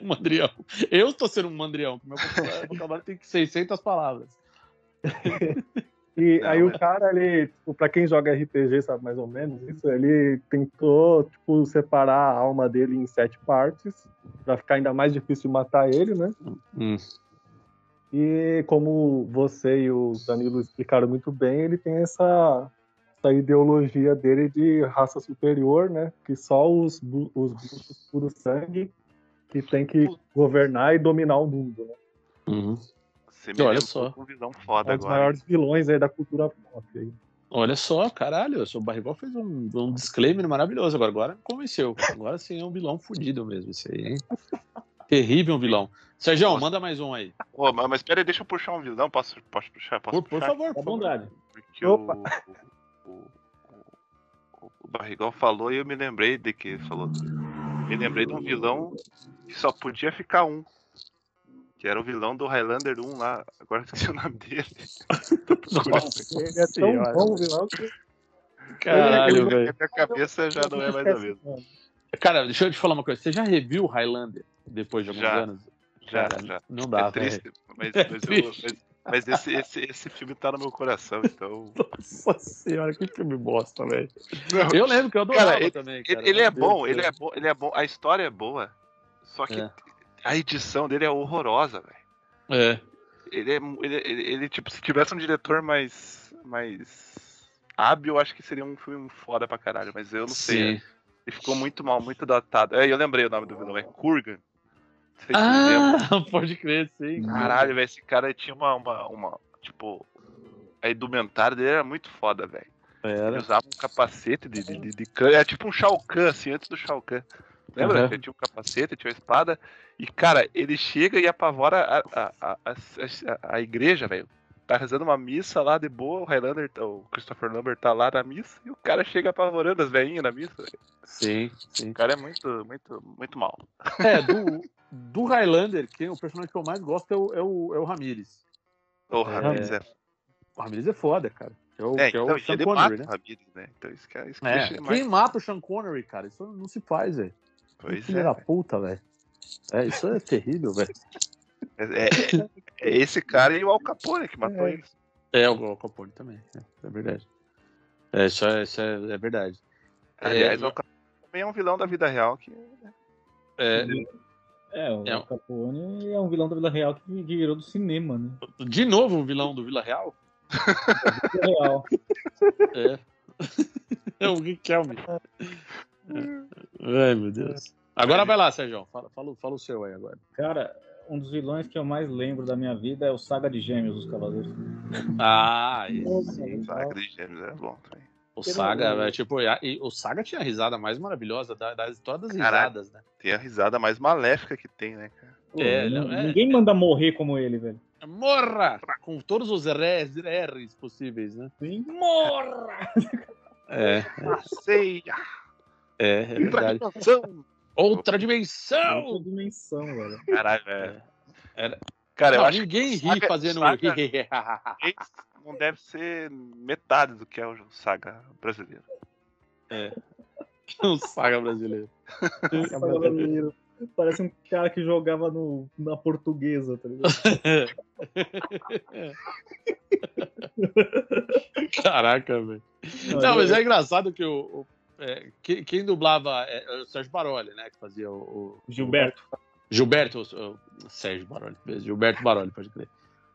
Speaker 2: Mandrião. um Eu estou sendo um mandrião, porque meu vocabulário- vocabulário tem 600 palavras.
Speaker 1: E
Speaker 5: Não,
Speaker 1: aí
Speaker 5: é.
Speaker 1: o cara, ele, tipo, pra quem joga RPG sabe mais ou menos
Speaker 5: Uhum.
Speaker 1: isso, ele tentou, tipo, separar a alma dele em sete partes, pra ficar ainda mais difícil de matar ele, né?
Speaker 2: Hum.
Speaker 1: E como você e o Danilo explicaram muito bem, ele tem essa, essa ideologia dele de raça superior, né? Que só os, bu- os bruxos puro sangue que tem que governar e dominar o mundo, né?
Speaker 2: Uhum.
Speaker 5: Você
Speaker 2: Olha
Speaker 5: lembrou
Speaker 2: só.
Speaker 5: com visão
Speaker 1: É
Speaker 5: foda
Speaker 1: um dos
Speaker 5: agora.
Speaker 1: maiores vilões aí da cultura pop. Aí.
Speaker 2: Olha só, caralho, o seu Barrigol fez um, um disclaimer maravilhoso agora. Agora me convenceu. Agora sim é um vilão fudido mesmo, isso aí, hein? Terrível um vilão. Sérgio,
Speaker 5: Nossa.
Speaker 2: manda mais um aí.
Speaker 5: Ô, mas, mas pera aí, deixa eu puxar um vilão. Posso, posso puxar? Posso
Speaker 2: Por, por
Speaker 5: puxar?
Speaker 2: favor,
Speaker 3: Fica
Speaker 2: por
Speaker 3: à
Speaker 2: favor.
Speaker 3: vontade.
Speaker 5: Porque o, o, o- o Barrigol falou e eu me lembrei de que ele falou. Me lembrei de um vilão que só podia ficar um. Que era o vilão do Highlander 1 lá. Agora eu esqueci o nome dele. <laughs>
Speaker 1: Ele é tão bom vilão que
Speaker 2: Caralho, velho.
Speaker 5: Minha cabeça já não é mais a mesma.
Speaker 2: Cara, deixa eu te falar uma coisa. Você já reviu Highlander depois de alguns
Speaker 5: Já.
Speaker 2: anos?
Speaker 5: Já,
Speaker 2: Cara,
Speaker 5: já.
Speaker 2: Não
Speaker 5: É
Speaker 2: dá, velho.
Speaker 5: triste, mas,
Speaker 2: É
Speaker 5: mas, eu-
Speaker 2: triste.
Speaker 5: mas- mas esse, esse, esse filme tá no meu coração, então.
Speaker 2: Nossa senhora, que filme bosta, velho.
Speaker 5: Não,
Speaker 2: <laughs> Eu lembro que eu adorava
Speaker 5: Cara, ele-
Speaker 2: também.
Speaker 5: Ele,
Speaker 2: Cara.
Speaker 5: ele
Speaker 2: Meu
Speaker 5: é
Speaker 2: Deus
Speaker 5: bom,
Speaker 2: do
Speaker 5: ele
Speaker 2: céu.
Speaker 5: é bom, ele é bom. A história é boa, só que
Speaker 2: É.
Speaker 5: a edição dele é horrorosa, velho.
Speaker 2: É.
Speaker 5: Ele, é, mu- ele, ele, ele, tipo, se tivesse um diretor mais, mais hábil, eu acho que seria um filme foda pra caralho, mas eu não sei. né?
Speaker 2: Sim.
Speaker 5: Ele ficou muito mal, muito datado. É, eu lembrei o nome do vilão, é Kurgan. Não sei se vocês lembram.
Speaker 2: Ah, <laughs> pode crer, sim.
Speaker 5: Caralho, velho, esse cara tinha uma, uma, uma, tipo, a indumentária dele era muito foda, velho. Ele
Speaker 2: Era.
Speaker 5: usava um capacete de, de, de, de cã- era tipo um Shao Kahn, assim, antes do Shao Kahn. Lembra?
Speaker 2: Aham.
Speaker 5: Que ele tinha um capacete, tinha uma espada. E, cara, ele chega e apavora a, a, a, a- a- a igreja, velho. Tá rezando uma missa lá de boa, o Highlander, o Christopher Lambert tá lá na missa e o cara chega apavorando as velhinhas na missa. velho.
Speaker 2: Sim, sim.
Speaker 5: O cara é muito, muito, muito mal.
Speaker 2: É, do, do Highlander, que o personagem que eu mais gosto é o, é o, é o Ramirez.
Speaker 5: O Ramirez é,
Speaker 2: O Ramirez é foda, cara. Que é o,
Speaker 5: é,
Speaker 2: que é o
Speaker 5: então,
Speaker 2: Sean
Speaker 5: ele mata
Speaker 2: Connery,
Speaker 5: o
Speaker 2: né?
Speaker 5: Ramirez, né? Então isso que é, isso que
Speaker 2: É.
Speaker 5: deixa ele mais-
Speaker 2: Quem mata o Sean Connery, cara? Isso não se faz, velho. Que
Speaker 5: Pois
Speaker 2: Filho
Speaker 5: é.
Speaker 2: da puta, velho. É, isso é terrível, velho.
Speaker 5: É, é- é esse cara e o Al Capone que matou ele.
Speaker 2: É, o Al Capone também. É, é verdade. É, isso é, isso é, é verdade.
Speaker 5: Aliás,
Speaker 2: É,
Speaker 5: o Al Capone também é um vilão da vida real que
Speaker 2: É,
Speaker 3: É, o
Speaker 2: É, o-
Speaker 3: Capone é um vilão da Vila Real que que virou do cinema, né?
Speaker 2: de novo o vilão do Vila Real?
Speaker 3: Vila <laughs> Real.
Speaker 2: É. É o Riquelme. Ai, meu Deus. Agora vai lá, Sérgio. Fala, fala, o- fala o seu aí agora.
Speaker 3: Cara, um dos vilões que eu mais lembro da minha vida é o Saga de Gêmeos dos Cavaleiros.
Speaker 2: Ah, esse sim.
Speaker 1: Sim.
Speaker 5: Saga de Gêmeos é bom também.
Speaker 2: O Saga, velho, tipo, e a- e o Saga tinha a risada mais maravilhosa da, das todas as
Speaker 5: Caralho.
Speaker 2: risadas, né?
Speaker 5: Tem a risada mais maléfica que tem, né, cara?
Speaker 3: Pô,
Speaker 2: É,
Speaker 3: não-
Speaker 2: não, é-
Speaker 3: Ninguém manda morrer como ele, velho.
Speaker 2: Morra! Com todos os R's, R's possíveis, né?
Speaker 3: Morra!
Speaker 2: É,
Speaker 5: Sei, ah,
Speaker 2: é, é verdade.
Speaker 5: tradição.
Speaker 2: Outra
Speaker 3: Outra
Speaker 2: dimensão!
Speaker 3: dimensão, velho.
Speaker 5: Caralho, é.
Speaker 2: Era-
Speaker 5: Cara, eu
Speaker 2: Não,
Speaker 5: acho que
Speaker 2: ninguém ri
Speaker 5: Saga-
Speaker 2: fazendo. <laughs>
Speaker 5: Saga- esse não deve ser metade do que é o Saga brasileiro.
Speaker 2: o um Saga brasileiro.
Speaker 3: Parece um cara que jogava no, na portuguesa, tá ligado?
Speaker 2: Caraca, velho. <laughs> Não, mas é engraçado que o. o- é, que- quem dublava é, é o Sérgio Baroli, né? Que fazia o, o-
Speaker 3: Gilberto.
Speaker 2: Gilberto. o- o Sérgio Baroli, beleza, Gilberto Baroli, pode crer.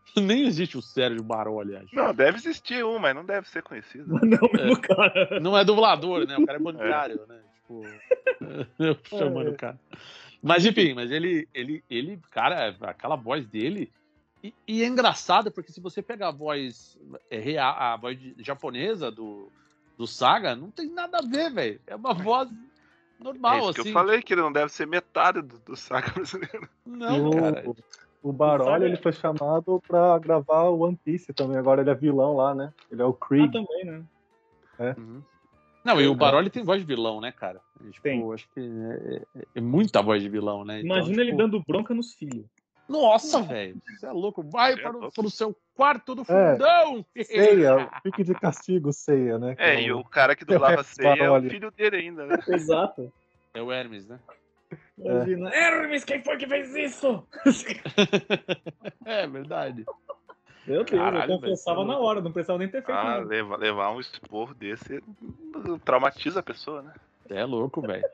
Speaker 2: <laughs> Nem existe o Sérgio Baroli, acho.
Speaker 5: Não, deve existir um, mas não deve ser conhecido.
Speaker 3: Não, mesmo cara.
Speaker 2: Não é dublador, né? O
Speaker 5: <laughs>
Speaker 2: cara é bancário, né? Tipo, <laughs> É. eu tô chamando o cara. Mas enfim, mas ele, ele, ele, cara, aquela voz dele. E, e é engraçado, porque se você pegar a voz é, real, a voz de- japonesa do, do Saga, não tem nada a ver, velho. É uma voz
Speaker 5: é
Speaker 2: normal,
Speaker 5: isso que
Speaker 2: assim.
Speaker 5: eu falei, que ele não deve ser metade do, do Saga brasileiro.
Speaker 2: Não,
Speaker 1: E o-
Speaker 2: cara.
Speaker 1: O Baroli, ele foi chamado pra gravar o One Piece também. Agora ele é vilão lá, né? Ele é o
Speaker 3: Ah,
Speaker 1: Krieg.
Speaker 3: também, né?
Speaker 5: Uhum.
Speaker 2: Não, e o Baroli tem voz de vilão, né, cara? Tipo,
Speaker 3: Tem.
Speaker 2: acho que é, é- é muita voz de vilão, né? Então,
Speaker 3: Imagina ele
Speaker 2: tipo,
Speaker 3: dando bronca nos filhos.
Speaker 2: Nossa, velho, você é louco. Vai
Speaker 5: Você é
Speaker 2: para o,
Speaker 5: louco.
Speaker 2: pro seu quarto do
Speaker 1: É.
Speaker 2: fundão.
Speaker 1: Ceia, fique de castigo, ceia, né?
Speaker 5: É, e o
Speaker 2: <laughs>
Speaker 5: cara que dublava a ceia é o
Speaker 1: Baroli.
Speaker 5: filho dele ainda, né?
Speaker 3: Exato.
Speaker 2: É o Hermes, né?
Speaker 3: <laughs> Imagina. Hermes, quem foi que fez isso?
Speaker 2: É verdade.
Speaker 3: Meu Deus,
Speaker 5: Caralho,
Speaker 3: eu confessava
Speaker 2: velho.
Speaker 3: na hora, não precisava nem ter feito
Speaker 5: Ah,
Speaker 3: nada.
Speaker 5: leva- levar um esporro desse traumatiza a pessoa, né?
Speaker 2: Você é louco, velho.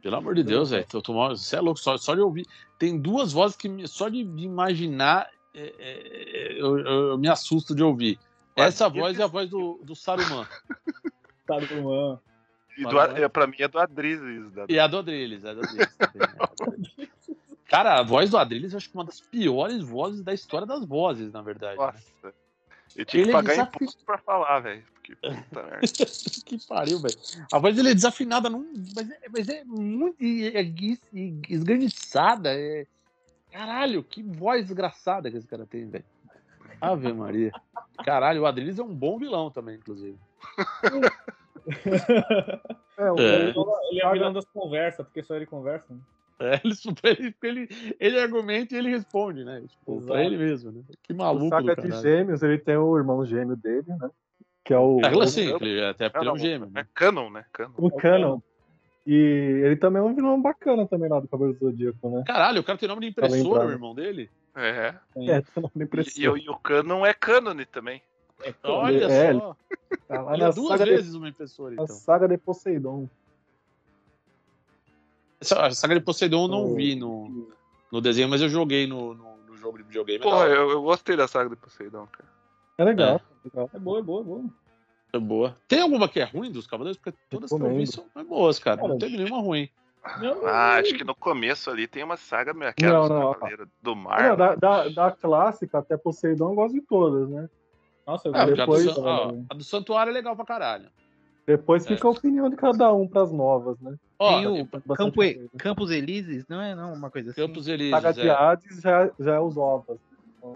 Speaker 2: Pelo amor de Deus, velho. Você é louco. Só, só de ouvir. Tem duas vozes que me- só de, de imaginar é, é, é, eu, eu- eu me assusto de ouvir. Essa
Speaker 5: Mas-
Speaker 2: voz é a voz do, do Saruman.
Speaker 3: Tá, Luan.
Speaker 5: E
Speaker 2: Mas
Speaker 5: do,
Speaker 2: não
Speaker 5: Ad-
Speaker 2: é.
Speaker 5: é, pra mim é do Adriles. Da...
Speaker 2: E a do Adriles. é A do Adriles também, né? <laughs> Cara, a voz do Adriles eu acho que é uma das piores vozes da história das vozes, na verdade. né?
Speaker 5: Nossa. Eu tinha
Speaker 2: Ele
Speaker 5: que
Speaker 2: é
Speaker 5: pagar
Speaker 2: desafi-
Speaker 5: imposto pra falar, velho. Porque puta
Speaker 2: <laughs>
Speaker 5: merda.
Speaker 2: que pariu, velho. A voz dele é desafinada, não, mas, é, mas é muito e- é guis- e esganiçada. É... Caralho, que voz desgraçada que esse cara tem, velho. Ave Maria. Caralho, o Adriles é um bom vilão também, inclusive.
Speaker 1: É, o-
Speaker 2: É.
Speaker 3: Ele é o vilão das conversas, porque só ele conversa. né?
Speaker 2: É, ele, super- ele, ele, ele argumenta e ele responde, né? Tipo, pra
Speaker 3: Exato.
Speaker 2: ele mesmo, né? Que
Speaker 1: O é
Speaker 2: maluco do
Speaker 1: Saga de
Speaker 2: caralho.
Speaker 1: Gêmeos, ele tem o irmão gêmeo dele, né? Que é o,
Speaker 2: É, ele, assim, ele, até porque ele é um gêmeo.
Speaker 5: É
Speaker 2: Né?
Speaker 5: canon, né? Canon.
Speaker 1: o, o Canon. E ele também é um vilão bacana também lá do Cavaleiro do Zodíaco, né?
Speaker 2: Caralho, o cara tem nome de
Speaker 1: Tá bem
Speaker 2: impressora,
Speaker 1: bravo.
Speaker 2: o irmão dele?
Speaker 5: É.
Speaker 1: <laughs> É, tá na impressão.
Speaker 5: E, e o- e o canon é canon também.
Speaker 2: Olha
Speaker 1: É,
Speaker 2: só.
Speaker 1: Tá lá
Speaker 2: Ele é
Speaker 1: na
Speaker 2: duas
Speaker 1: saga de-
Speaker 2: vezes uma impressora,
Speaker 1: na
Speaker 2: então.
Speaker 1: saga de Poseidon.
Speaker 2: Essa- A saga de Poseidon eu não
Speaker 1: Oh.
Speaker 2: vi no, no desenho, mas eu joguei no, no, no jogo de videogame.
Speaker 5: Porra,
Speaker 2: é,
Speaker 5: eu, eu gostei da saga do Poseidon, cara.
Speaker 1: É legal. legal.
Speaker 3: É boa, é boa, é boa.
Speaker 2: é boa. Tem alguma que é ruim dos Cavaleiros? Porque todas que eu vi
Speaker 1: Recomendo.
Speaker 2: são são boas, cara. Não
Speaker 1: Cara,
Speaker 2: teve nenhuma ruim.
Speaker 3: Não,
Speaker 5: Ah, acho que no começo ali tem uma saga meio aquela
Speaker 1: Não,
Speaker 5: dos
Speaker 1: não, ó.
Speaker 5: Cavaleiros do
Speaker 1: Não,
Speaker 5: Mar.
Speaker 1: da, da, da clássica até Poseidon eu gosto de todas, né?
Speaker 3: Nossa, eu
Speaker 2: Ah, porque
Speaker 1: depois- né?
Speaker 2: a, do, San- ó, a do Santuário é legal pra caralho.
Speaker 1: Depois
Speaker 2: É.
Speaker 1: fica a opinião de cada um pras novas, né?
Speaker 2: Ó,
Speaker 4: Tem o
Speaker 1: bastante
Speaker 4: Campo,
Speaker 1: coisa.
Speaker 4: Campos Elíseos, não é não, uma coisa assim?
Speaker 2: Campos Elíseos.
Speaker 1: Saga de
Speaker 2: É.
Speaker 1: Hades já, já é os ovas.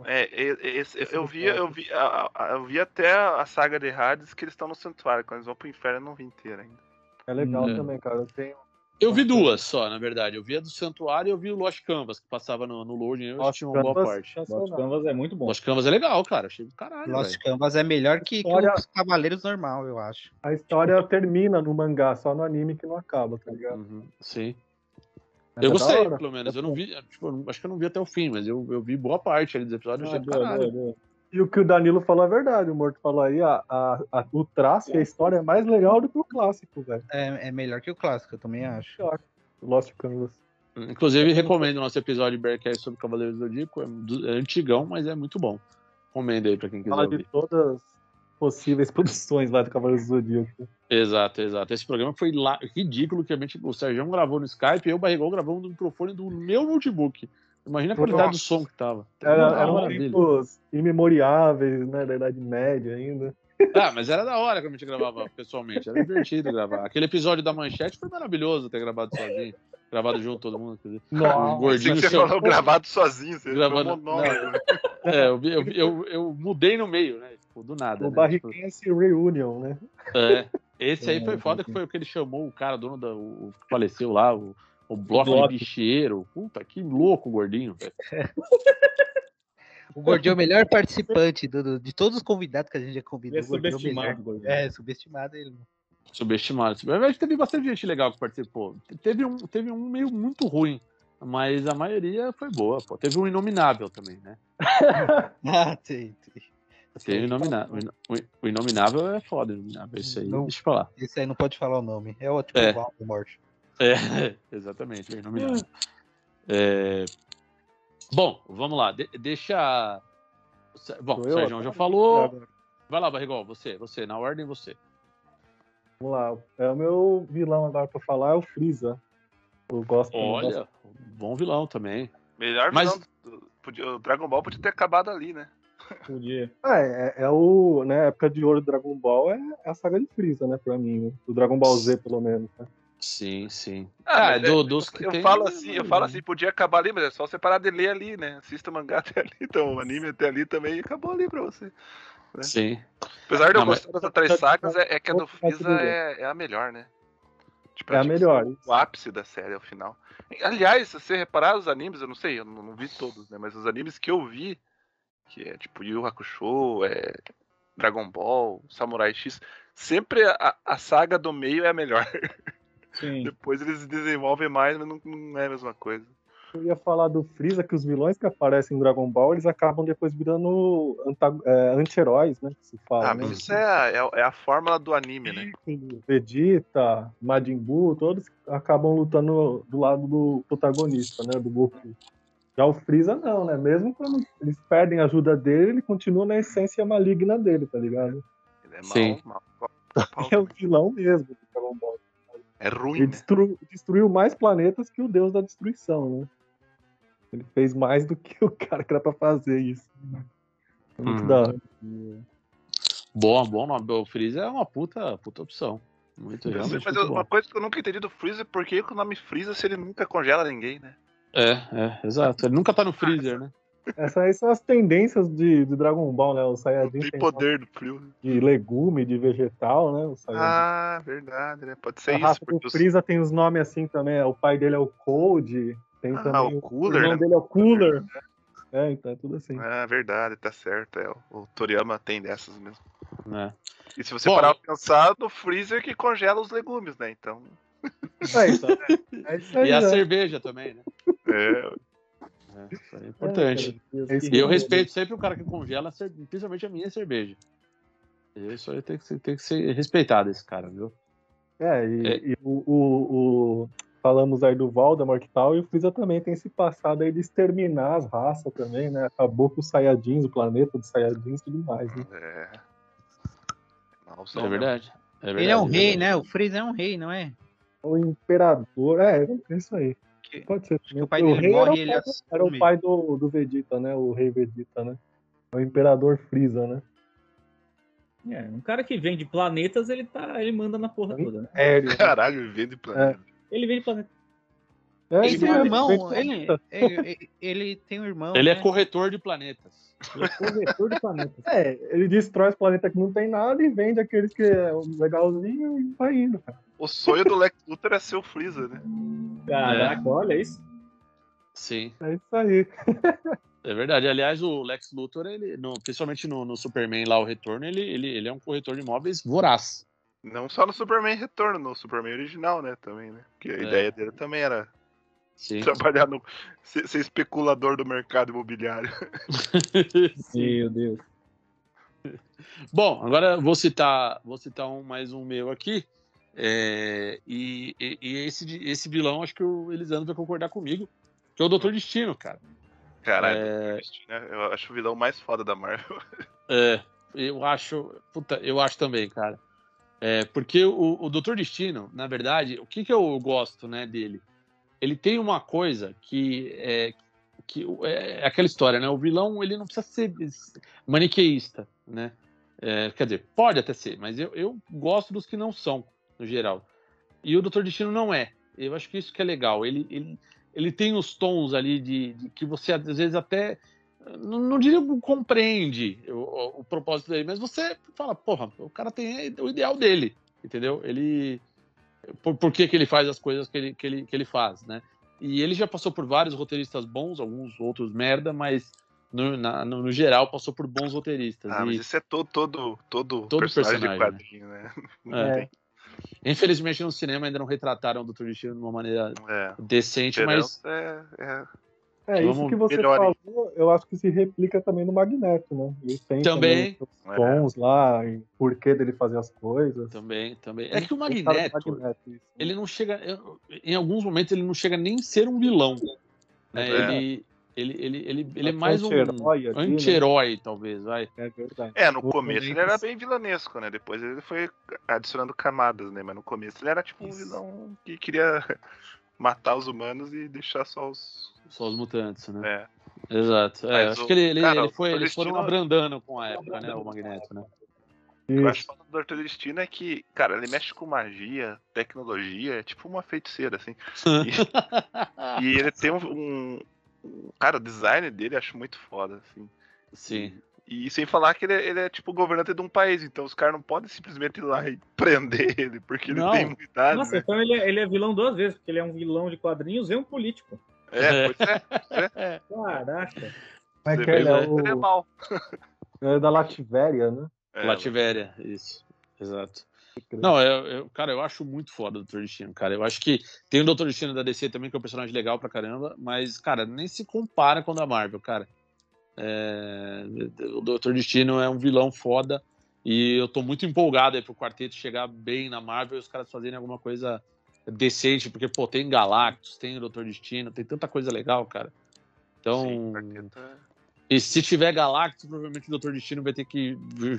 Speaker 5: É, e- e- esse-
Speaker 1: Esse
Speaker 5: eu
Speaker 1: do
Speaker 5: vi, eu vi, a- a- eu vi até a saga de Hades que eles estão no santuário. Quando eles vão pro inferno, eu não vi inteira ainda.
Speaker 1: É legal
Speaker 2: É.
Speaker 1: também, cara. Eu tenho
Speaker 2: Eu vi duas só, na verdade. Eu vi a do Santuário e eu vi o Lost Canvas, que passava no, no Loading. Eu
Speaker 1: Lost
Speaker 2: assisti uma boa
Speaker 1: Canvas,
Speaker 2: parte.
Speaker 3: Lost
Speaker 1: sensacional.
Speaker 3: Canvas é muito bom.
Speaker 2: Lost Canvas é legal, cara. Achei do caralho,
Speaker 4: Lost
Speaker 2: velho.
Speaker 4: Canvas é melhor que, que
Speaker 1: Olha-
Speaker 4: os Cavaleiros normal, eu acho.
Speaker 1: A história termina no mangá, só no anime que não acaba, tá ligado?
Speaker 2: Uhum, sim.
Speaker 1: Mas
Speaker 2: Eu
Speaker 1: é da
Speaker 2: gostei,
Speaker 1: hora.
Speaker 2: pelo menos. Eu não vi, tipo, acho que eu não vi até o fim, mas eu, eu vi boa parte ali dos episódios.
Speaker 3: Ah,
Speaker 2: achei do
Speaker 3: boa,
Speaker 2: caralho.
Speaker 3: boa, boa.
Speaker 1: E o que o Danilo falou é verdade. O Morto falou aí, a, a- a- o traço e a história é mais legal do que o clássico, velho.
Speaker 4: É, é melhor que o clássico, eu também acho.
Speaker 1: Lost Canvas.
Speaker 2: Inclusive,
Speaker 5: Então,
Speaker 2: recomendo o nosso episódio de Bearcast sobre Cavaleiros do Zodíaco. É, do- é antigão, mas é muito bom. Recomendo aí pra quem quiser
Speaker 1: Fala de
Speaker 2: ouvir.
Speaker 1: todas as possíveis <laughs> produções lá do Cavaleiro do Zodíaco.
Speaker 2: Exato, exato. Esse programa foi lá, ridículo que a gente, o Sérgio gravou no Skype e eu, Barrigol, gravamos no microfone do meu notebook. Imagina a qualidade do
Speaker 5: Nossa.
Speaker 2: som que tava.
Speaker 1: Era,
Speaker 2: Uma
Speaker 1: eram
Speaker 2: maravilha.
Speaker 1: tempos imemoriáveis, né? Da Idade Média ainda.
Speaker 2: Ah, mas era da hora que a gente gravava pessoalmente. Era divertido gravar. Aquele episódio da manchete foi maravilhoso ter gravado sozinho. Gravado junto todo mundo. inclusive. O
Speaker 5: Assim
Speaker 2: gordinho
Speaker 5: que você
Speaker 2: chamou-
Speaker 5: falou gravado sozinho, você
Speaker 2: Gravando-
Speaker 5: foi monólogo. né?
Speaker 2: <laughs> É, eu, vi- eu, vi- eu, eu mudei no meio, né? Tipo, do nada.
Speaker 1: O
Speaker 2: né? Tipo,
Speaker 1: Barriquense Reunion, né?
Speaker 2: é. Esse aí foi foda que foi o que ele chamou o cara, dono da. O, o que faleceu lá, o, o bloco
Speaker 3: Bloco.
Speaker 2: de bicheiro. Puta, que louco, gordinho. velho.
Speaker 4: O Gordinho é
Speaker 1: <laughs>
Speaker 4: o melhor participante do- do- de todos os convidados que a gente já
Speaker 3: Ele
Speaker 4: convidou.
Speaker 3: é
Speaker 4: o Gordinho o
Speaker 3: subestimado, Gordinho.
Speaker 4: melhor. É, subestimado ele. <laughs>
Speaker 2: Subestimado. Na verdade, teve bastante gente legal que participou. Teve um, teve um meio muito ruim. Mas a maioria foi boa, pô. Teve um inominável também, né?
Speaker 4: Ah, tem, tem.
Speaker 2: Teve o inominável. O inominável é foda, o inominável. Isso aí,
Speaker 4: Não.
Speaker 2: deixa eu falar.
Speaker 4: Esse aí não pode falar o nome. É ótimo,
Speaker 2: É.
Speaker 4: igual o Morte.
Speaker 2: É, <laughs> exatamente, o inominável. É, Bom, vamos lá. de- deixa. Bom, o
Speaker 1: Sou eu, tá?
Speaker 2: Sérgio já
Speaker 1: Otávio?
Speaker 2: falou. Vai lá, Barrigol, você, você, na ordem você.
Speaker 1: Vamos lá. É, o meu vilão agora pra falar é o Freeza. Eu gosto eu gosto-
Speaker 2: Olha, Um bom vilão também.
Speaker 5: Melhor
Speaker 2: Mas-
Speaker 5: vilão do- podia- O Dragon Ball podia ter acabado ali, né?
Speaker 3: Podia.
Speaker 1: Ah, é, é o. Na época de ouro do Dragon Ball é, é a saga de Freeza, né? Pra mim. né? Do Dragon Ball Z, pelo menos. né?
Speaker 2: Sim, sim.
Speaker 5: Ah,
Speaker 2: Ah, é
Speaker 5: mas
Speaker 2: do, dos que
Speaker 5: Eu
Speaker 2: tem,
Speaker 5: falo assim, eu
Speaker 2: né?
Speaker 5: falo assim, podia acabar ali, mas é só você parar de ler ali, né? Assista o mangá <laughs> até ali, então o anime até ali também e acabou ali pra você. né?
Speaker 2: Sim.
Speaker 5: Apesar de eu
Speaker 2: Não, mas-
Speaker 5: gostar das outras
Speaker 1: Tá-
Speaker 5: sagas, é, é que a do Freeza
Speaker 1: tudo bem.
Speaker 5: é, é a melhor, né? Tipo,
Speaker 1: É a
Speaker 5: acho que
Speaker 1: melhor.
Speaker 5: O ápice da série é o final. Aliás, se você reparar os animes, eu não sei, eu não, não vi todos, né? Mas os animes que eu vi, que é tipo Yu Yu Hakusho, é Dragon Ball, Samurai X, sempre a, a saga do meio é a melhor.
Speaker 3: Sim.
Speaker 5: Depois eles desenvolvem mais, mas não, não é a mesma coisa.
Speaker 1: Eu ia falar do Freeza, que os vilões que aparecem em Dragon Ball, eles acabam depois virando anta- é, anti-heróis, né? Que se fala,
Speaker 5: Ah,
Speaker 1: né?
Speaker 5: mas isso é, a- é, a- é a fórmula do anime, né?
Speaker 1: Vegeta, Majin Buu, todos acabam lutando do lado do protagonista, né? Do Goku. Já o Freeza não, né? Mesmo quando eles perdem a ajuda dele, ele continua na essência maligna dele, tá ligado?
Speaker 5: Ele é
Speaker 2: Sim.
Speaker 5: mal,
Speaker 2: <laughs>
Speaker 5: mal. mal-
Speaker 1: É o vilão mesmo do Dragon Ball.
Speaker 5: É ruim,
Speaker 1: Ele
Speaker 5: né?
Speaker 1: destru- destruiu mais planetas que o deus da destruição, né? Ele fez mais do que <laughs> o cara que era pra fazer isso. É Muito
Speaker 2: Hum.
Speaker 1: da hora.
Speaker 2: Bom, bom nome. O Freeza é uma puta, puta opção. Muito,
Speaker 5: Eu sei,
Speaker 2: realmente
Speaker 5: mas
Speaker 2: é muito
Speaker 5: eu-
Speaker 2: bom.
Speaker 5: uma coisa que eu nunca entendi do Freeza é por que que o nome Freeza se ele nunca congela ninguém, né?
Speaker 2: É, é, exato. Ele nunca tá no freezer, né?
Speaker 1: Essas aí são as tendências de, de Dragon Ball, né? O
Speaker 2: É,
Speaker 5: Não
Speaker 1: Saiyajin
Speaker 5: tem
Speaker 1: tem
Speaker 5: poder do frio.
Speaker 1: de legume, de vegetal, né? O Saiyajin.
Speaker 5: Ah, verdade, né? Pode ser
Speaker 1: a
Speaker 5: isso.
Speaker 1: raça do
Speaker 5: Porque os...
Speaker 1: Freeza tem os nomes assim também. O pai dele é o Cold. Tem
Speaker 5: Ah,
Speaker 1: também
Speaker 5: o Cooler,
Speaker 1: O irmão
Speaker 5: né?
Speaker 1: dele é o Cooler. É, então é tudo assim.
Speaker 5: Ah, verdade, tá certo. É, o Toriyama tem dessas mesmo.
Speaker 2: É.
Speaker 5: E se você
Speaker 2: Bom,
Speaker 5: parar
Speaker 2: eu-
Speaker 5: pra pensar, no freezer que congela os legumes, né? Então.
Speaker 1: É isso, é isso aí,
Speaker 2: E a
Speaker 1: né?
Speaker 2: cerveja também, né?
Speaker 5: É,
Speaker 2: É, isso aí é importante.
Speaker 1: É isso
Speaker 2: E
Speaker 1: mesmo.
Speaker 2: eu respeito sempre o cara que congela, a cer- principalmente a minha cerveja. Isso aí tem que ser, tem que ser respeitado, esse cara, viu?
Speaker 1: É, e,
Speaker 2: É.
Speaker 1: e o, o- o- Falamos aí do Valdemar e tal, e o Freeza também tem esse passado aí de exterminar as raças também, né? Acabou com os Saiyajins, o planeta dos Saiyajins e tudo mais, né?
Speaker 5: é. Malzão,
Speaker 2: É
Speaker 5: né?
Speaker 2: verdade. É verdade
Speaker 4: Ele é um
Speaker 2: é
Speaker 4: rei,
Speaker 2: verdade.
Speaker 4: né? O Freeza é um rei, não é?
Speaker 1: O Imperador, é, é isso aí.
Speaker 4: Que-
Speaker 1: Pode ser.
Speaker 4: Acho que o pai
Speaker 1: rei
Speaker 4: dele
Speaker 1: era o
Speaker 4: morre e ele
Speaker 1: pai- Era o
Speaker 4: assume.
Speaker 1: pai do, do Vegeta, né? O rei Vegeta, né? É O Imperador Freeza, né?
Speaker 3: É, um cara que vende planetas, ele, tá, ele manda na porra toda, né?
Speaker 2: É,
Speaker 1: Sério.
Speaker 5: Caralho, vivendo de planeta.
Speaker 3: Ele vende planeta.
Speaker 1: É,
Speaker 4: Ele tem um
Speaker 1: é,
Speaker 4: irmão,
Speaker 1: é,
Speaker 4: ele, ele, ele- ele tem um irmão.
Speaker 2: Ele é
Speaker 4: né?
Speaker 2: corretor de planetas.
Speaker 3: Ele é corretor de planetas.
Speaker 1: É, ele destrói os planetas que não tem nada e vende aqueles que é legalzinho e vai indo. cara.
Speaker 5: O sonho do Lex Luthor é ser o Freezer, né?
Speaker 3: Caraca, olha isso.
Speaker 2: É. Sim,
Speaker 1: É isso aí.
Speaker 2: é verdade. Aliás, o Lex Luthor, ele, no- principalmente no, no Superman lá, o Retorno, ele, ele, ele é um corretor de imóveis voraz.
Speaker 5: Não só no Superman Retorno, no Superman original, né? Também, né? Porque a
Speaker 2: É.
Speaker 5: ideia dele também era
Speaker 2: Sim.
Speaker 5: trabalhar no. ser, ser especulador do mercado imobiliário.
Speaker 2: É.
Speaker 3: Meu Deus.
Speaker 2: Bom, agora eu vou citar, vou citar um, mais um meu aqui. É, e, e- e esse, de- esse vilão, acho que o Elisandro vai concordar comigo, que é o Doutor Destino, cara.
Speaker 5: Caralho,
Speaker 2: É,
Speaker 5: né? eu acho o vilão mais foda da Marvel.
Speaker 2: é, eu acho, puta, eu acho também, cara. É, porque o, o Doutor Destino, na verdade, o que, que eu gosto né, dele? Ele tem uma coisa que é, que o- é aquela história, né? O vilão ele não precisa ser maniqueísta, né? É, quer dizer, pode até ser, mas eu, eu gosto dos que não são, no geral. E o Dr. Destino não é. Eu acho que isso que é legal. Ele, ele, ele tem os tons ali de, de que você às vezes até não, não diria que compreende o, o- o propósito dele, mas você fala, porra, o cara tem o ideal dele, entendeu? Ele por, por que, que ele faz as coisas que ele, que ele, que ele faz, né? E ele já passou por vários roteiristas bons, alguns outros merda, mas no, na- no, no geral passou por bons roteiristas.
Speaker 5: Ah,
Speaker 2: E-
Speaker 5: mas isso é todo, todo, todo,
Speaker 2: Todo
Speaker 5: personagem,
Speaker 2: personagem,
Speaker 5: de quadrinho, né?
Speaker 2: É.
Speaker 5: Não tem.
Speaker 2: Infelizmente no cinema ainda não retrataram o Dr. Destino de uma maneira
Speaker 5: É.
Speaker 2: decente, mas
Speaker 5: Esperança é- é-
Speaker 1: É
Speaker 2: Vamos
Speaker 1: isso que você
Speaker 5: melhorem.
Speaker 1: falou, eu acho que se replica também no Magneto, né? Ele tem
Speaker 2: Também.
Speaker 1: os
Speaker 5: É.
Speaker 1: tons lá, e por que dele fazer as coisas.
Speaker 2: também, também. É que o
Speaker 1: Ele fala do
Speaker 2: Magneto,
Speaker 1: Magneto, isso. né?
Speaker 2: ele não chega. eu- Em alguns momentos ele não chega nem a ser um vilão. né?
Speaker 5: É.
Speaker 2: Ele, ele, ele, ele, ele é
Speaker 1: Tá
Speaker 2: mais um
Speaker 1: anti-herói ali, né?
Speaker 2: anti-herói, talvez, vai.
Speaker 1: É verdade.
Speaker 5: É, no
Speaker 1: Outro
Speaker 5: começo ele
Speaker 1: momento,
Speaker 5: era bem vilanesco, né? Depois ele foi adicionando camadas, né? Mas no começo ele era tipo um vilão que queria <laughs> matar os humanos e deixar só os.
Speaker 2: Só os mutantes, né?
Speaker 5: né?
Speaker 2: Exato. É,
Speaker 5: Mas
Speaker 2: acho
Speaker 5: o-
Speaker 2: que ele, ele,
Speaker 5: cara,
Speaker 2: ele
Speaker 5: o
Speaker 2: foi, eles
Speaker 5: Palestino-
Speaker 2: foram abrandando com a época, né? O Magneto, né?
Speaker 5: O que eu
Speaker 1: Isso.
Speaker 5: acho foda do Doutor Destino é que, cara, ele mexe com magia, tecnologia, é tipo uma feiticeira, assim.
Speaker 2: né?
Speaker 5: <laughs> E ele tem um. um- um- cara, o design dele eu acho muito foda, assim.
Speaker 2: Sim.
Speaker 5: E sem falar que ele, é- ele é tipo governante de um país, então os caras não podem simplesmente ir lá e <laughs> prender ele, porque ele
Speaker 2: Não.
Speaker 5: tem imunidade.
Speaker 3: Nossa,
Speaker 5: né?
Speaker 3: então ele é, ele é vilão duas vezes, porque ele é um vilão de quadrinhos e um político.
Speaker 5: É, pois é.
Speaker 3: Caraca.
Speaker 1: Como é que ele
Speaker 5: Ele é,
Speaker 1: é,
Speaker 5: ele é
Speaker 1: o,
Speaker 5: mal.
Speaker 1: é da Lativéria, né?
Speaker 5: É,
Speaker 2: Lativéria, isso. Exato. Não, eu, eu- cara, eu acho muito foda o Doutor Destino, cara. Eu acho que tem o Doutor Destino da DC também, que é um personagem legal pra caramba, mas, cara, nem se compara com o da Marvel, cara. É, o Doutor Destino é um vilão foda e eu tô muito empolgado aí pro quarteto chegar bem na Marvel e os caras fazerem alguma coisa decente, porque, pô, tem Galactus, tem o Doutor Destino, tem tanta coisa legal, cara. Então,
Speaker 5: quarteto é-
Speaker 2: e se tiver Galactus, provavelmente o Doutor Destino vai ter que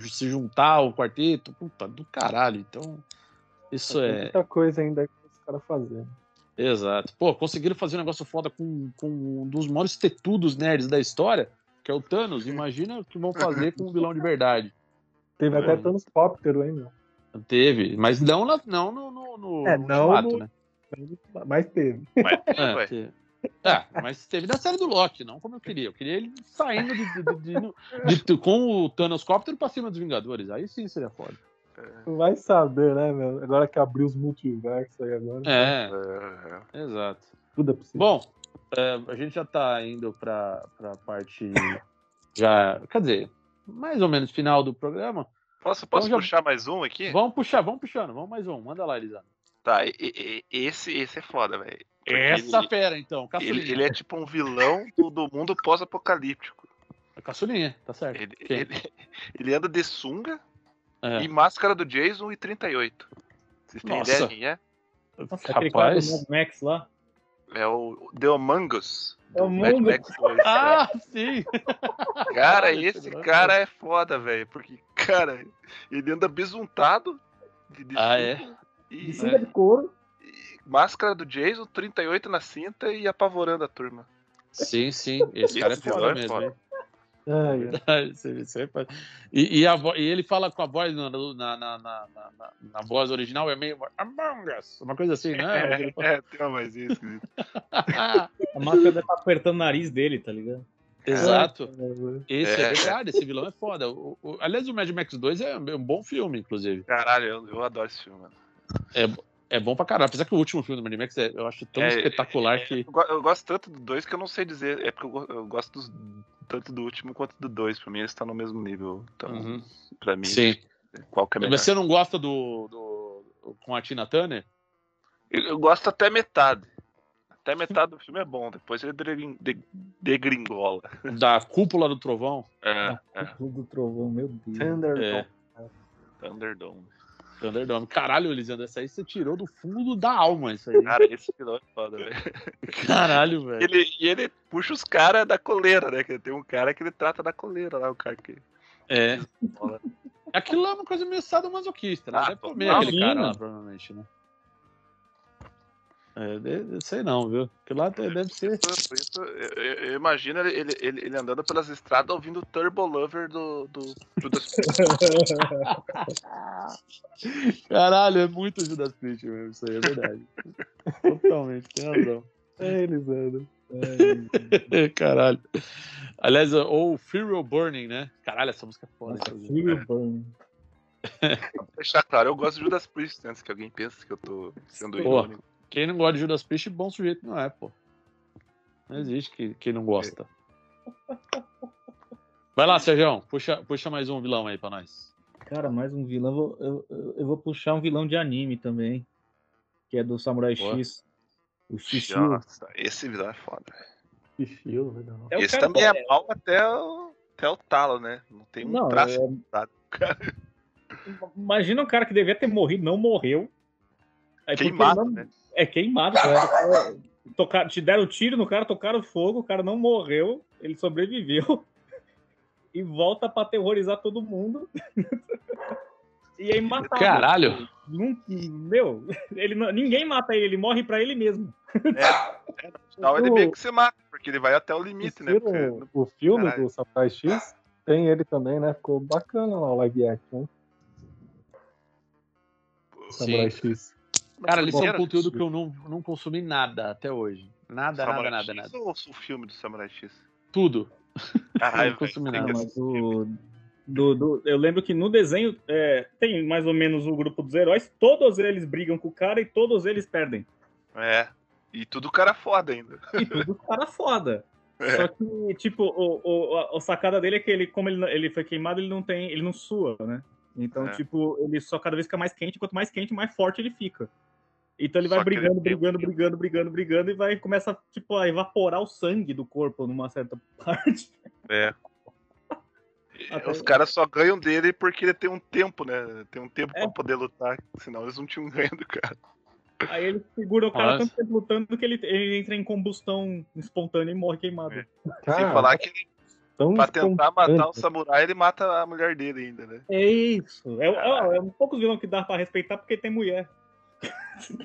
Speaker 2: se juntar ao quarteto. Puta do caralho. Então, isso
Speaker 1: Tem
Speaker 2: é.
Speaker 1: muita coisa ainda que os caras fazendo.
Speaker 2: Exato. Pô, conseguiram fazer um negócio foda com, com um dos maiores tetudos nerds da história, que é o Thanos. Imagina o que vão fazer com um vilão de verdade.
Speaker 1: Teve
Speaker 2: É.
Speaker 1: até Thanos Cóptero, hein, meu?
Speaker 2: Teve, mas não, na- não no, no, no
Speaker 1: É,
Speaker 2: no
Speaker 1: não
Speaker 2: ultimato,
Speaker 1: no-
Speaker 2: né?
Speaker 1: Mas teve.
Speaker 5: Mas tem,
Speaker 2: É,
Speaker 5: ué.
Speaker 2: teve. É, mas teve da série do Loki, não como eu queria. Eu queria ele saindo de, de- de- de- de- com o Thanos Cóptero pra cima dos Vingadores. Aí sim seria foda.
Speaker 1: Vai saber, né, meu? Agora que abriu os multiversos aí agora,
Speaker 2: É,
Speaker 5: É,
Speaker 2: exato.
Speaker 1: tudo é possível.
Speaker 2: Bom, é, a gente já tá indo pra, pra parte <laughs> já, quer dizer, mais ou menos final do programa.
Speaker 5: Posso, posso
Speaker 2: já-
Speaker 5: puxar mais um aqui?
Speaker 2: Vamos puxar, vamos puxando, vamos mais um, manda lá, Elisandro.
Speaker 5: Tá, e- e- e- esse, esse é foda, velho. Porque
Speaker 2: Essa
Speaker 5: ele-
Speaker 2: fera, então, caçulinha.
Speaker 5: Ele, ele é tipo um vilão do, do mundo pós-apocalíptico.
Speaker 2: Caçulinha, tá certo.
Speaker 5: é- Ele,
Speaker 2: Quem?
Speaker 5: ele- ele anda de sunga
Speaker 2: É.
Speaker 5: e máscara do Jason e 38. Vocês têm
Speaker 2: Nossa.
Speaker 5: ideia quem é?
Speaker 3: Nossa, aquele cara do
Speaker 2: Rapaz.
Speaker 3: Mad Max lá.
Speaker 5: É o The Omangus.
Speaker 3: É o
Speaker 5: do Mad
Speaker 3: Mungus.
Speaker 5: Max 2, cara.
Speaker 2: Ah, sim!
Speaker 5: Cara,
Speaker 2: Caralho,
Speaker 5: esse
Speaker 2: cara.
Speaker 5: cara é foda, velho. Porque, cara, ele anda besuntado de, de
Speaker 2: Ah,
Speaker 5: sunga
Speaker 2: é?
Speaker 5: e,
Speaker 2: sunga
Speaker 1: de couro.
Speaker 5: e máscara do Jason, 38 na cinta e apavorando a turma.
Speaker 2: Sim, sim, esse cara é
Speaker 5: Esse vilão
Speaker 2: foda
Speaker 5: é
Speaker 2: mesmo.
Speaker 5: foda.
Speaker 2: hein? <laughs>
Speaker 1: Ai, é ai.
Speaker 2: Isso- isso aí faz- E, e a vo- e ele fala com a voz na, na, na, na, na- na- na voz original, é meio Among Us, uma coisa assim, <laughs> né? Ah,
Speaker 5: É, tem uma vozinha esquisita.
Speaker 3: A máscara deve estar apertando o nariz dele, tá ligado?
Speaker 2: Exato. Esse é.
Speaker 5: É.
Speaker 2: verdade, esse vilão é foda. O- o- aliás, o Mad Max 2 é um bom filme, inclusive.
Speaker 5: Caralho, eu, eu adoro esse filme, mano.
Speaker 2: É bom pra caralho. Apesar que o último filme do Mad Max é- eu acho tão
Speaker 5: É,
Speaker 2: espetacular que.
Speaker 5: Eu, go- eu gosto tanto do dois que eu não sei dizer. É porque eu, go- eu gosto dos- tanto do último quanto do dois. Pra mim, eles estão no mesmo nível. Então,
Speaker 2: Uhum.
Speaker 5: pra mim,
Speaker 2: Sim.
Speaker 5: qual que é melhor?
Speaker 2: Você não gosta do, do- com a Tina Turner?
Speaker 5: Eu, eu gosto até metade. Até metade do filme é bom. Depois ele degring- de- degringola.
Speaker 2: Da Cúpula do Trovão?
Speaker 5: É,
Speaker 3: Do trovão, meu Deus.
Speaker 1: Thunderdome.
Speaker 2: É.
Speaker 5: Thunderdome.
Speaker 2: Thunderdome. É, Caralho, Elisandro, essa aí você tirou do fundo da alma, isso aí.
Speaker 5: Cara, esse vilão é foda, velho.
Speaker 2: Caralho, velho.
Speaker 5: <laughs> Ele, e ele puxa os caras da coleira, né? Que tem um cara que ele trata da coleira lá, o cara que.
Speaker 2: É. Aquilo lá é uma coisa meio sadomasoquista, né?
Speaker 5: Ah,
Speaker 2: Deve comer
Speaker 5: não,
Speaker 2: aquele cara
Speaker 3: sim,
Speaker 2: lá,
Speaker 3: mano.
Speaker 2: provavelmente, né? É, de- eu sei não, viu? Aquilo lá de- deve ser.
Speaker 5: Por isso, eu, eu- eu imagino ele, ele- ele- ele andando pelas estradas ouvindo o Turbo Lover do, do Judas Priest.
Speaker 2: Caralho, é muito Judas Priest mesmo, isso aí, é <laughs> verdade. Totalmente, tem razão.
Speaker 1: É,
Speaker 5: <laughs>
Speaker 1: Elisandro.
Speaker 2: É, Caralho. Aliás, é, ou Funeral Burning, né? Caralho, essa música é foda.
Speaker 3: Nossa,
Speaker 2: inclusive.
Speaker 3: Fury Burn.
Speaker 5: <laughs> deixar Tá claro, eu gosto de Judas Priest, antes que alguém pense que eu tô sendo
Speaker 2: Pô.
Speaker 5: irônico.
Speaker 2: Quem não gosta de Judas Priest, bom sujeito não é, pô. Não existe que, quem não <laughs> gosta. Vai lá, Sérgio, puxa, puxa mais um vilão aí pra nós.
Speaker 3: Cara, mais um vilão. vou- Eu, eu- eu vou puxar um vilão de anime também. Que é do Samurai
Speaker 2: Boa.
Speaker 3: X. O Shishio.
Speaker 5: Nossa, esse vilão é foda. velho.
Speaker 1: Que estilo, não.
Speaker 3: É o
Speaker 5: esse
Speaker 3: cara-
Speaker 5: também é mal até o, até o talo, né? Não tem um
Speaker 3: Não,
Speaker 5: traço.
Speaker 3: é- Imagina um cara que devia ter morrido, não morreu. Aí porque
Speaker 5: Queimado,
Speaker 3: não-
Speaker 5: né?
Speaker 3: É queimado. cara. É, tocar- te deram tiro no cara, tocaram fogo, o cara não morreu, ele sobreviveu. <laughs> E volta pra aterrorizar todo mundo. <laughs> E aí mata.
Speaker 2: Caralho.
Speaker 3: Meu, ele não- ninguém mata ele, ele morre pra ele mesmo.
Speaker 5: No final ele meio que se mata, porque ele vai até o limite, né? Porque
Speaker 1: Assistiram o filme
Speaker 5: Caralho.
Speaker 1: do Samurai X tem ele também, né? Ficou bacana lá o live action. hein? Samurai X.
Speaker 2: Cara, eles são
Speaker 5: Era-
Speaker 2: conteúdo que eu não, não consumi nada até hoje. Nada,
Speaker 5: Samurai
Speaker 2: nada, nada,
Speaker 5: X
Speaker 2: nada.
Speaker 5: Ou o filme do Samurai X?
Speaker 2: Tudo.
Speaker 5: Caralho,
Speaker 2: Não consumi
Speaker 5: velho, tem
Speaker 2: nada,
Speaker 5: que
Speaker 3: Ah, mas o- do- do- eu lembro que no desenho é, tem mais ou menos o grupo dos heróis, todos eles brigam com o cara e todos eles perdem.
Speaker 5: É. E tudo cara foda ainda.
Speaker 3: E tudo cara foda.
Speaker 5: É.
Speaker 3: Só que, tipo, o, o, a, a sacada dele é que ele, como ele, não- ele foi queimado, ele não tem. Ele não sua, né? Então,
Speaker 5: É.
Speaker 3: tipo, ele só cada vez fica mais quente, quanto mais quente, mais forte ele fica. Então ele
Speaker 5: Só
Speaker 3: vai
Speaker 5: que ele
Speaker 3: brigando,
Speaker 5: tem-
Speaker 3: brigando, brigando, brigando, brigando, e vai começa, tipo, a evaporar o sangue do corpo numa certa <laughs> parte.
Speaker 5: É.
Speaker 3: Até-
Speaker 5: Os caras só ganham dele porque ele tem um tempo, né? Tem um tempo
Speaker 3: É.
Speaker 5: pra poder lutar, senão eles não tinham <laughs> ganho do cara.
Speaker 3: Aí ele segura o cara
Speaker 2: Nossa.
Speaker 3: tanto tempo lutando que ele, ele entra em combustão espontânea e morre queimado.
Speaker 5: É.
Speaker 1: Cara,
Speaker 5: Sem falar que
Speaker 3: é
Speaker 1: tão
Speaker 5: pra tentar matar o
Speaker 1: espontâneo.
Speaker 5: samurai, ele mata a mulher dele ainda, né?
Speaker 3: É isso. É, é, é um pouco vilão que dá pra respeitar porque tem mulher.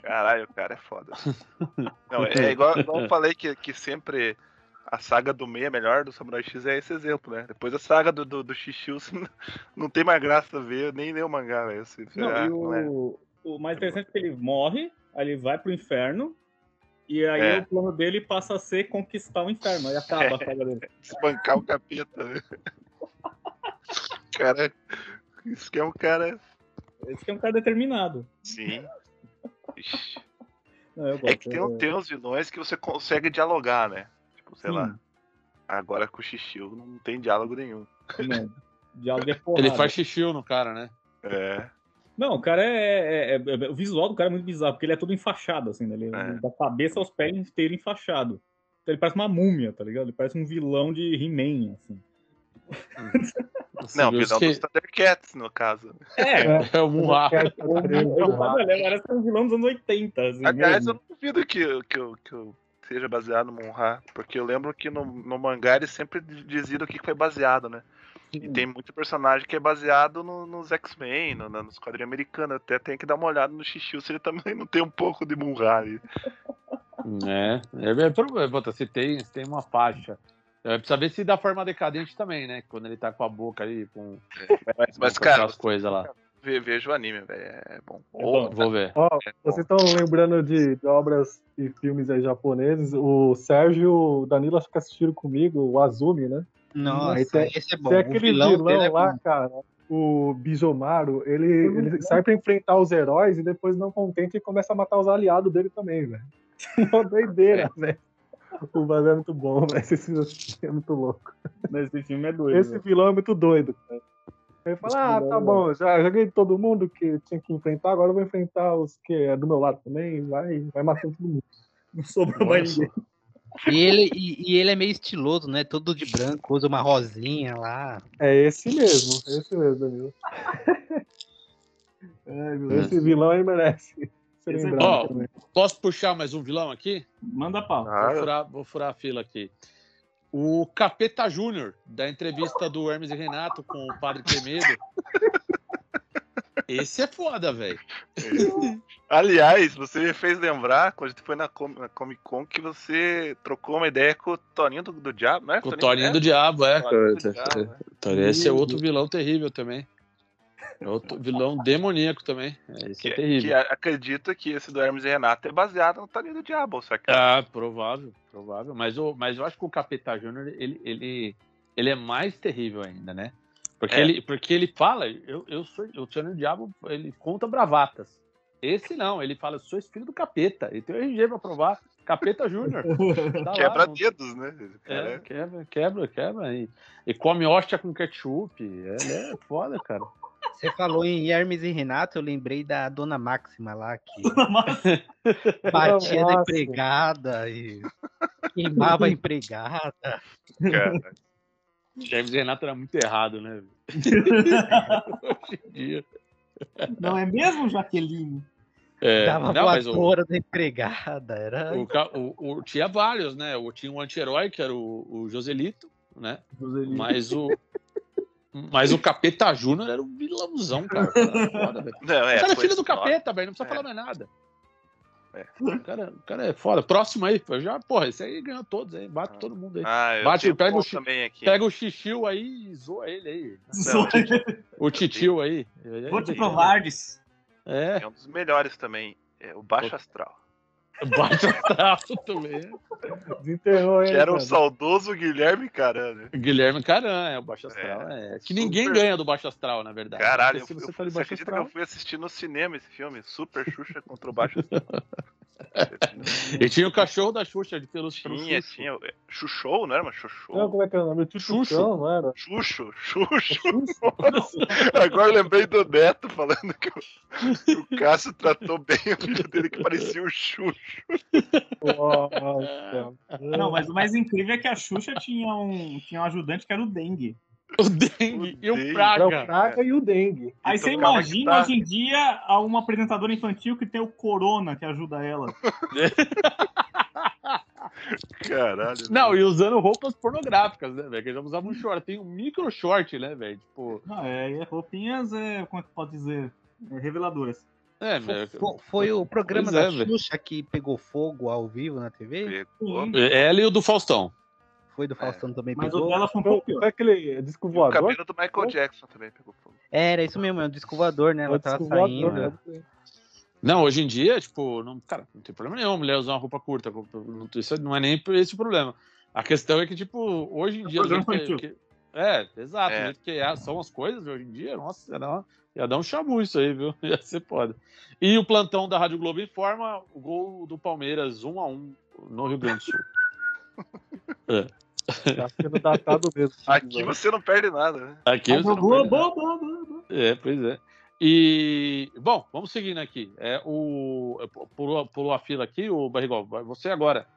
Speaker 5: Caralho, o cara é
Speaker 3: <laughs>
Speaker 5: foda. Não, é igual, igual eu falei que, que sempre a saga do meia melhor do Samurai X é esse exemplo, né? Depois a saga do, do, do Shishio você não, <laughs> não tem mais graça a ver, nem ler o mangá, velho. Você-
Speaker 3: Não,
Speaker 5: ah,
Speaker 3: e
Speaker 5: não é.
Speaker 3: o, o mais interessante é que ele morre, aí ele vai pro inferno, e aí
Speaker 5: É.
Speaker 3: o plano dele passa a ser conquistar o inferno. Aí
Speaker 5: <laughs>
Speaker 3: acaba a saga dele.
Speaker 5: Espancar o capeta, né? <laughs> cara, isso que é um cara.
Speaker 3: Esse que é um cara determinado.
Speaker 5: Sim. Ixi.
Speaker 3: Não, eu
Speaker 5: É
Speaker 3: gosto,
Speaker 5: que tem,
Speaker 3: eu-
Speaker 5: um- tem uns vilões que você consegue dialogar, né? Tipo, sei
Speaker 3: Sim.
Speaker 5: lá. Agora com o Shishio não tem diálogo nenhum.
Speaker 3: Não, diálogo é porrada.
Speaker 2: Ele faz xixi no cara, né?
Speaker 5: É.
Speaker 3: Não, o cara é, é- é- é- O visual do cara é muito bizarro, porque ele é todo enfaixado, assim, né? Ele,
Speaker 5: É.
Speaker 3: Da cabeça aos pés inteiro enfaixado. Então ele parece uma múmia, tá ligado? Ele parece um vilão de He-Man, assim.
Speaker 2: Assim,
Speaker 5: Não, o
Speaker 2: eu
Speaker 5: vilão
Speaker 2: esque-
Speaker 5: dos Thundercats, no caso.
Speaker 3: É,
Speaker 2: <laughs> É o
Speaker 1: né?
Speaker 2: Munra. <laughs>
Speaker 3: Eu
Speaker 1: tá
Speaker 3: falo, olha, parece um vilão dos anos 80. Assim,
Speaker 5: Aliás,
Speaker 3: mesmo.
Speaker 5: eu não duvido que, eu- que, eu- que eu seja baseado no Monra, porque eu lembro que no, no mangá eles sempre di- diziam do que que foi baseado, né? E tem muito personagem que é baseado no- nos X-Men, no, na- nos quadrinhos americanos. Até tem que dar uma olhada no Xixiu se ele também <laughs> não tem um pouco de Monra ali.
Speaker 2: É, é, é problema. Puta, Se tem, se tem uma faixa. É, precisa ver se dá forma decadente também, né? Quando ele tá com a boca ali, com,
Speaker 5: É, Mas, mas,
Speaker 2: com
Speaker 5: cara,
Speaker 2: as coisas lá.
Speaker 5: ve- veja o anime, velho. É bom. é
Speaker 3: bom.
Speaker 2: Vou ver.
Speaker 1: Ó, vocês estão lembrando de, de obras e filmes aí japoneses? O Sérgio e o Danilo acho que assistiram comigo, o Azumi, né?
Speaker 4: Nossa,
Speaker 1: Esse é-
Speaker 4: esse é bom.
Speaker 1: Tem
Speaker 4: O
Speaker 1: aquele vilão,
Speaker 4: vilão dele é
Speaker 1: lá,
Speaker 4: bom.
Speaker 1: cara, o Bijomaru, ele, ele sai pra enfrentar os heróis e depois não contente ele começa a matar os aliados dele também, velho. <laughs> É Uma doideira,
Speaker 4: É.
Speaker 1: velho. O bagulho é muito bom, velho. Esse filme é muito louco.
Speaker 3: Mas Esse filme é doido.
Speaker 1: Esse
Speaker 3: velho.
Speaker 1: vilão é muito doido, cara. Ele fala, ah,
Speaker 3: vilão, é
Speaker 1: tá bom, já joguei todo mundo que tinha que enfrentar, agora eu vou enfrentar os que é do meu lado também, vai, vai matando todo mundo.
Speaker 3: Não sobrou mais ninguém.
Speaker 4: E ele, e, e ele é meio estiloso, né? Todo de branco, usa uma rosinha lá.
Speaker 1: É esse mesmo, é esse mesmo,
Speaker 3: <laughs>
Speaker 1: Danilo. Ai, meu Deus, esse vilão aí merece ser
Speaker 3: Esse é
Speaker 1: lembrado
Speaker 2: bom.
Speaker 1: também.
Speaker 2: Posso puxar mais um vilão aqui?
Speaker 3: Manda pau.
Speaker 2: Vou,
Speaker 5: Claro.
Speaker 2: furar, vou furar a fila aqui. O Capeta Júnior, da entrevista do Hermes e Renato com o Padre Temedo. Esse é foda, velho.
Speaker 5: <laughs> Aliás, você me fez lembrar quando a gente foi na, Com- na Comic Con que você trocou uma ideia com o Toninho do, do Diabo, né?
Speaker 2: Com o Torinho do Diabo, é.
Speaker 5: Toninho do Diabo, né?
Speaker 2: Torinho, Esse é outro vilão terrível também. É outro vilão demoníaco também. É, Esse
Speaker 5: Que,
Speaker 2: é terrível.
Speaker 5: que a- acredito que esse do Hermes e Renato é baseado no Toninho do Diabo, só que
Speaker 2: Ah, provável, provável. Mas, o, mas eu acho que o Capeta Júnior, ele, ele, ele é mais terrível ainda, né? Porque,
Speaker 5: É.
Speaker 2: ele, porque ele fala, eu, eu sou o Senhor Diabo, ele conta bravatas. Esse não, ele fala, eu sou esse filho do capeta. Ele tem o RG pra provar. Capeta Júnior. Tá lá,
Speaker 5: é quebra
Speaker 2: não-
Speaker 5: dedos, né?
Speaker 2: É,
Speaker 5: Cara,
Speaker 2: quebra, quebra, quebra. E, e come hóstia com ketchup. Ele é foda, cara.
Speaker 4: Você falou em Hermes e Renato, eu lembrei da Dona Máxima lá, que batia
Speaker 1: Máxima.
Speaker 4: na empregada e queimava a empregada.
Speaker 5: cara.
Speaker 2: James Renato era muito errado, né? <laughs> Hoje em dia.
Speaker 3: Não é mesmo, Jaqueline?
Speaker 2: É,
Speaker 4: Dava
Speaker 2: não, mas o-
Speaker 4: voadora da empregada. Era...
Speaker 2: O, ca- o- o- tinha vários, né? O, tinha um anti-herói, que era o, o Joselito, né? Mas o. Mas o Capeta Júnior era um vilãozão, cara. O cara era foda, velho.
Speaker 5: Não, <laughs> é,
Speaker 2: O cara é
Speaker 5: foi
Speaker 2: filho do
Speaker 5: foda.
Speaker 2: capeta, velho. Não precisa
Speaker 5: É.
Speaker 2: falar mais nada.
Speaker 5: É.
Speaker 2: O cara, o cara é foda. Próximo aí. eu Já, porra, esse aí ganhou todos aí. Bate todo mundo aí.
Speaker 5: Ah, eu
Speaker 2: Bate,
Speaker 5: tenho
Speaker 2: pega
Speaker 5: um
Speaker 2: o chi-
Speaker 5: também aqui.
Speaker 2: Pega o Xixiu aí e zoa ele aí.
Speaker 5: Não,
Speaker 2: O Titil aí.
Speaker 6: Vou te provar, diz.
Speaker 2: É, <laughs>
Speaker 5: é um dos melhores também. É o Baixo Astral.
Speaker 2: bate o traço também.
Speaker 6: é
Speaker 1: Desenterrou,
Speaker 5: Que
Speaker 1: hein?
Speaker 5: era o
Speaker 1: cara?
Speaker 5: saudoso Guilherme Carano.
Speaker 2: Guilherme Caran é o Baixo Astral. É. Que ninguém
Speaker 5: Super.
Speaker 2: ganha do Baixo Astral, na verdade.
Speaker 5: Caralho, eu,
Speaker 2: Porque se
Speaker 5: eu,
Speaker 2: você
Speaker 5: você tá
Speaker 2: tá de Baixo
Speaker 5: acredita que
Speaker 2: Astral.
Speaker 5: <laughs> eu fui assistir no cinema esse filme? Super Xuxa contra o Baixo Astral.
Speaker 2: E tinha o cachorro da Xuxa de pelo
Speaker 5: Tinha,
Speaker 2: Xuxa.
Speaker 5: tinha. Xuxou, não era? Mas Xuxou.
Speaker 1: Não, como é que era o nome?
Speaker 2: Xuxo.
Speaker 1: Chuchuchão, não
Speaker 3: <laughs>
Speaker 1: era?
Speaker 5: Xuxo, Xuxo. <laughs> Agora eu lembrei do Neto falando que o, o Cássio tratou bem o filho dele que parecia um Xuxo.
Speaker 1: Nossa.
Speaker 6: Ah, Não, <laughs> mas o mais incrível é que a Xuxa tinha um, tinha um ajudante que era o dengue.
Speaker 2: <laughs> O dengue e
Speaker 5: dengue.
Speaker 2: o
Speaker 1: Era É o
Speaker 2: praga.
Speaker 1: Praga e o Dengue.
Speaker 6: Aí você
Speaker 5: tocava
Speaker 6: imagina
Speaker 5: guitarra.
Speaker 6: hoje em dia a uma apresentadora infantil que tem o Corona que ajuda ela.
Speaker 5: Caralho.
Speaker 2: Não, e usando roupas pornográficas, né, velho? Que eles usavam um shortinho, um micro short, né, velho? Tipo,
Speaker 6: Não, é, e roupinhas, é, como é que pode dizer? É, reveladoras.
Speaker 2: é,
Speaker 4: Fo-
Speaker 2: velho.
Speaker 4: fo- Foi o programa
Speaker 2: Pois é,
Speaker 4: da
Speaker 2: velho.
Speaker 4: Xuxa que pegou fogo ao vivo na TV?
Speaker 5: Pegou.
Speaker 2: Ela e é, o do Faustão.
Speaker 4: Foi
Speaker 2: É,
Speaker 4: do Faustão também
Speaker 6: Mas o
Speaker 4: pegou.
Speaker 6: dela foi um
Speaker 1: Foi,
Speaker 6: pouco pior.
Speaker 1: foi Então, aquele disco
Speaker 5: E o
Speaker 1: voador?
Speaker 5: cabelo do Michael Jackson também pegou fogo.
Speaker 4: Era isso mesmo, é um disco voador, né? Ela
Speaker 1: Foi
Speaker 5: tá
Speaker 4: tava
Speaker 1: disco
Speaker 4: saindo.
Speaker 1: voador, né?
Speaker 2: Não, hoje em dia, tipo, não, cara, não tem problema nenhum a mulher usar uma roupa curta. não- Isso não é nem esse o problema. A questão é que, tipo, hoje em dia. do
Speaker 6: programa
Speaker 2: jeito que- que- é, exato.
Speaker 5: É.
Speaker 2: Do jeito que é- são as coisas hoje em dia, nossa, ia dar, uma- ia dar um chamu isso aí, viu? <laughs> Ia ser foda. E o plantão da Rádio Globo informa o gol do Palmeiras 1 a 1 no Rio Grande do Sul.
Speaker 1: Tá sendo datado mesmo.
Speaker 5: né? Aqui você não perde nada, né?
Speaker 2: Aqui
Speaker 6: Mas
Speaker 2: você
Speaker 6: o
Speaker 2: não
Speaker 6: boa,
Speaker 2: perde nada.
Speaker 6: boa, boa, boa, boa.
Speaker 2: É, pois é. E, bom, vamos seguindo aqui. É, o, pulou, pulou a fila aqui, o Barrigol, vai você agora.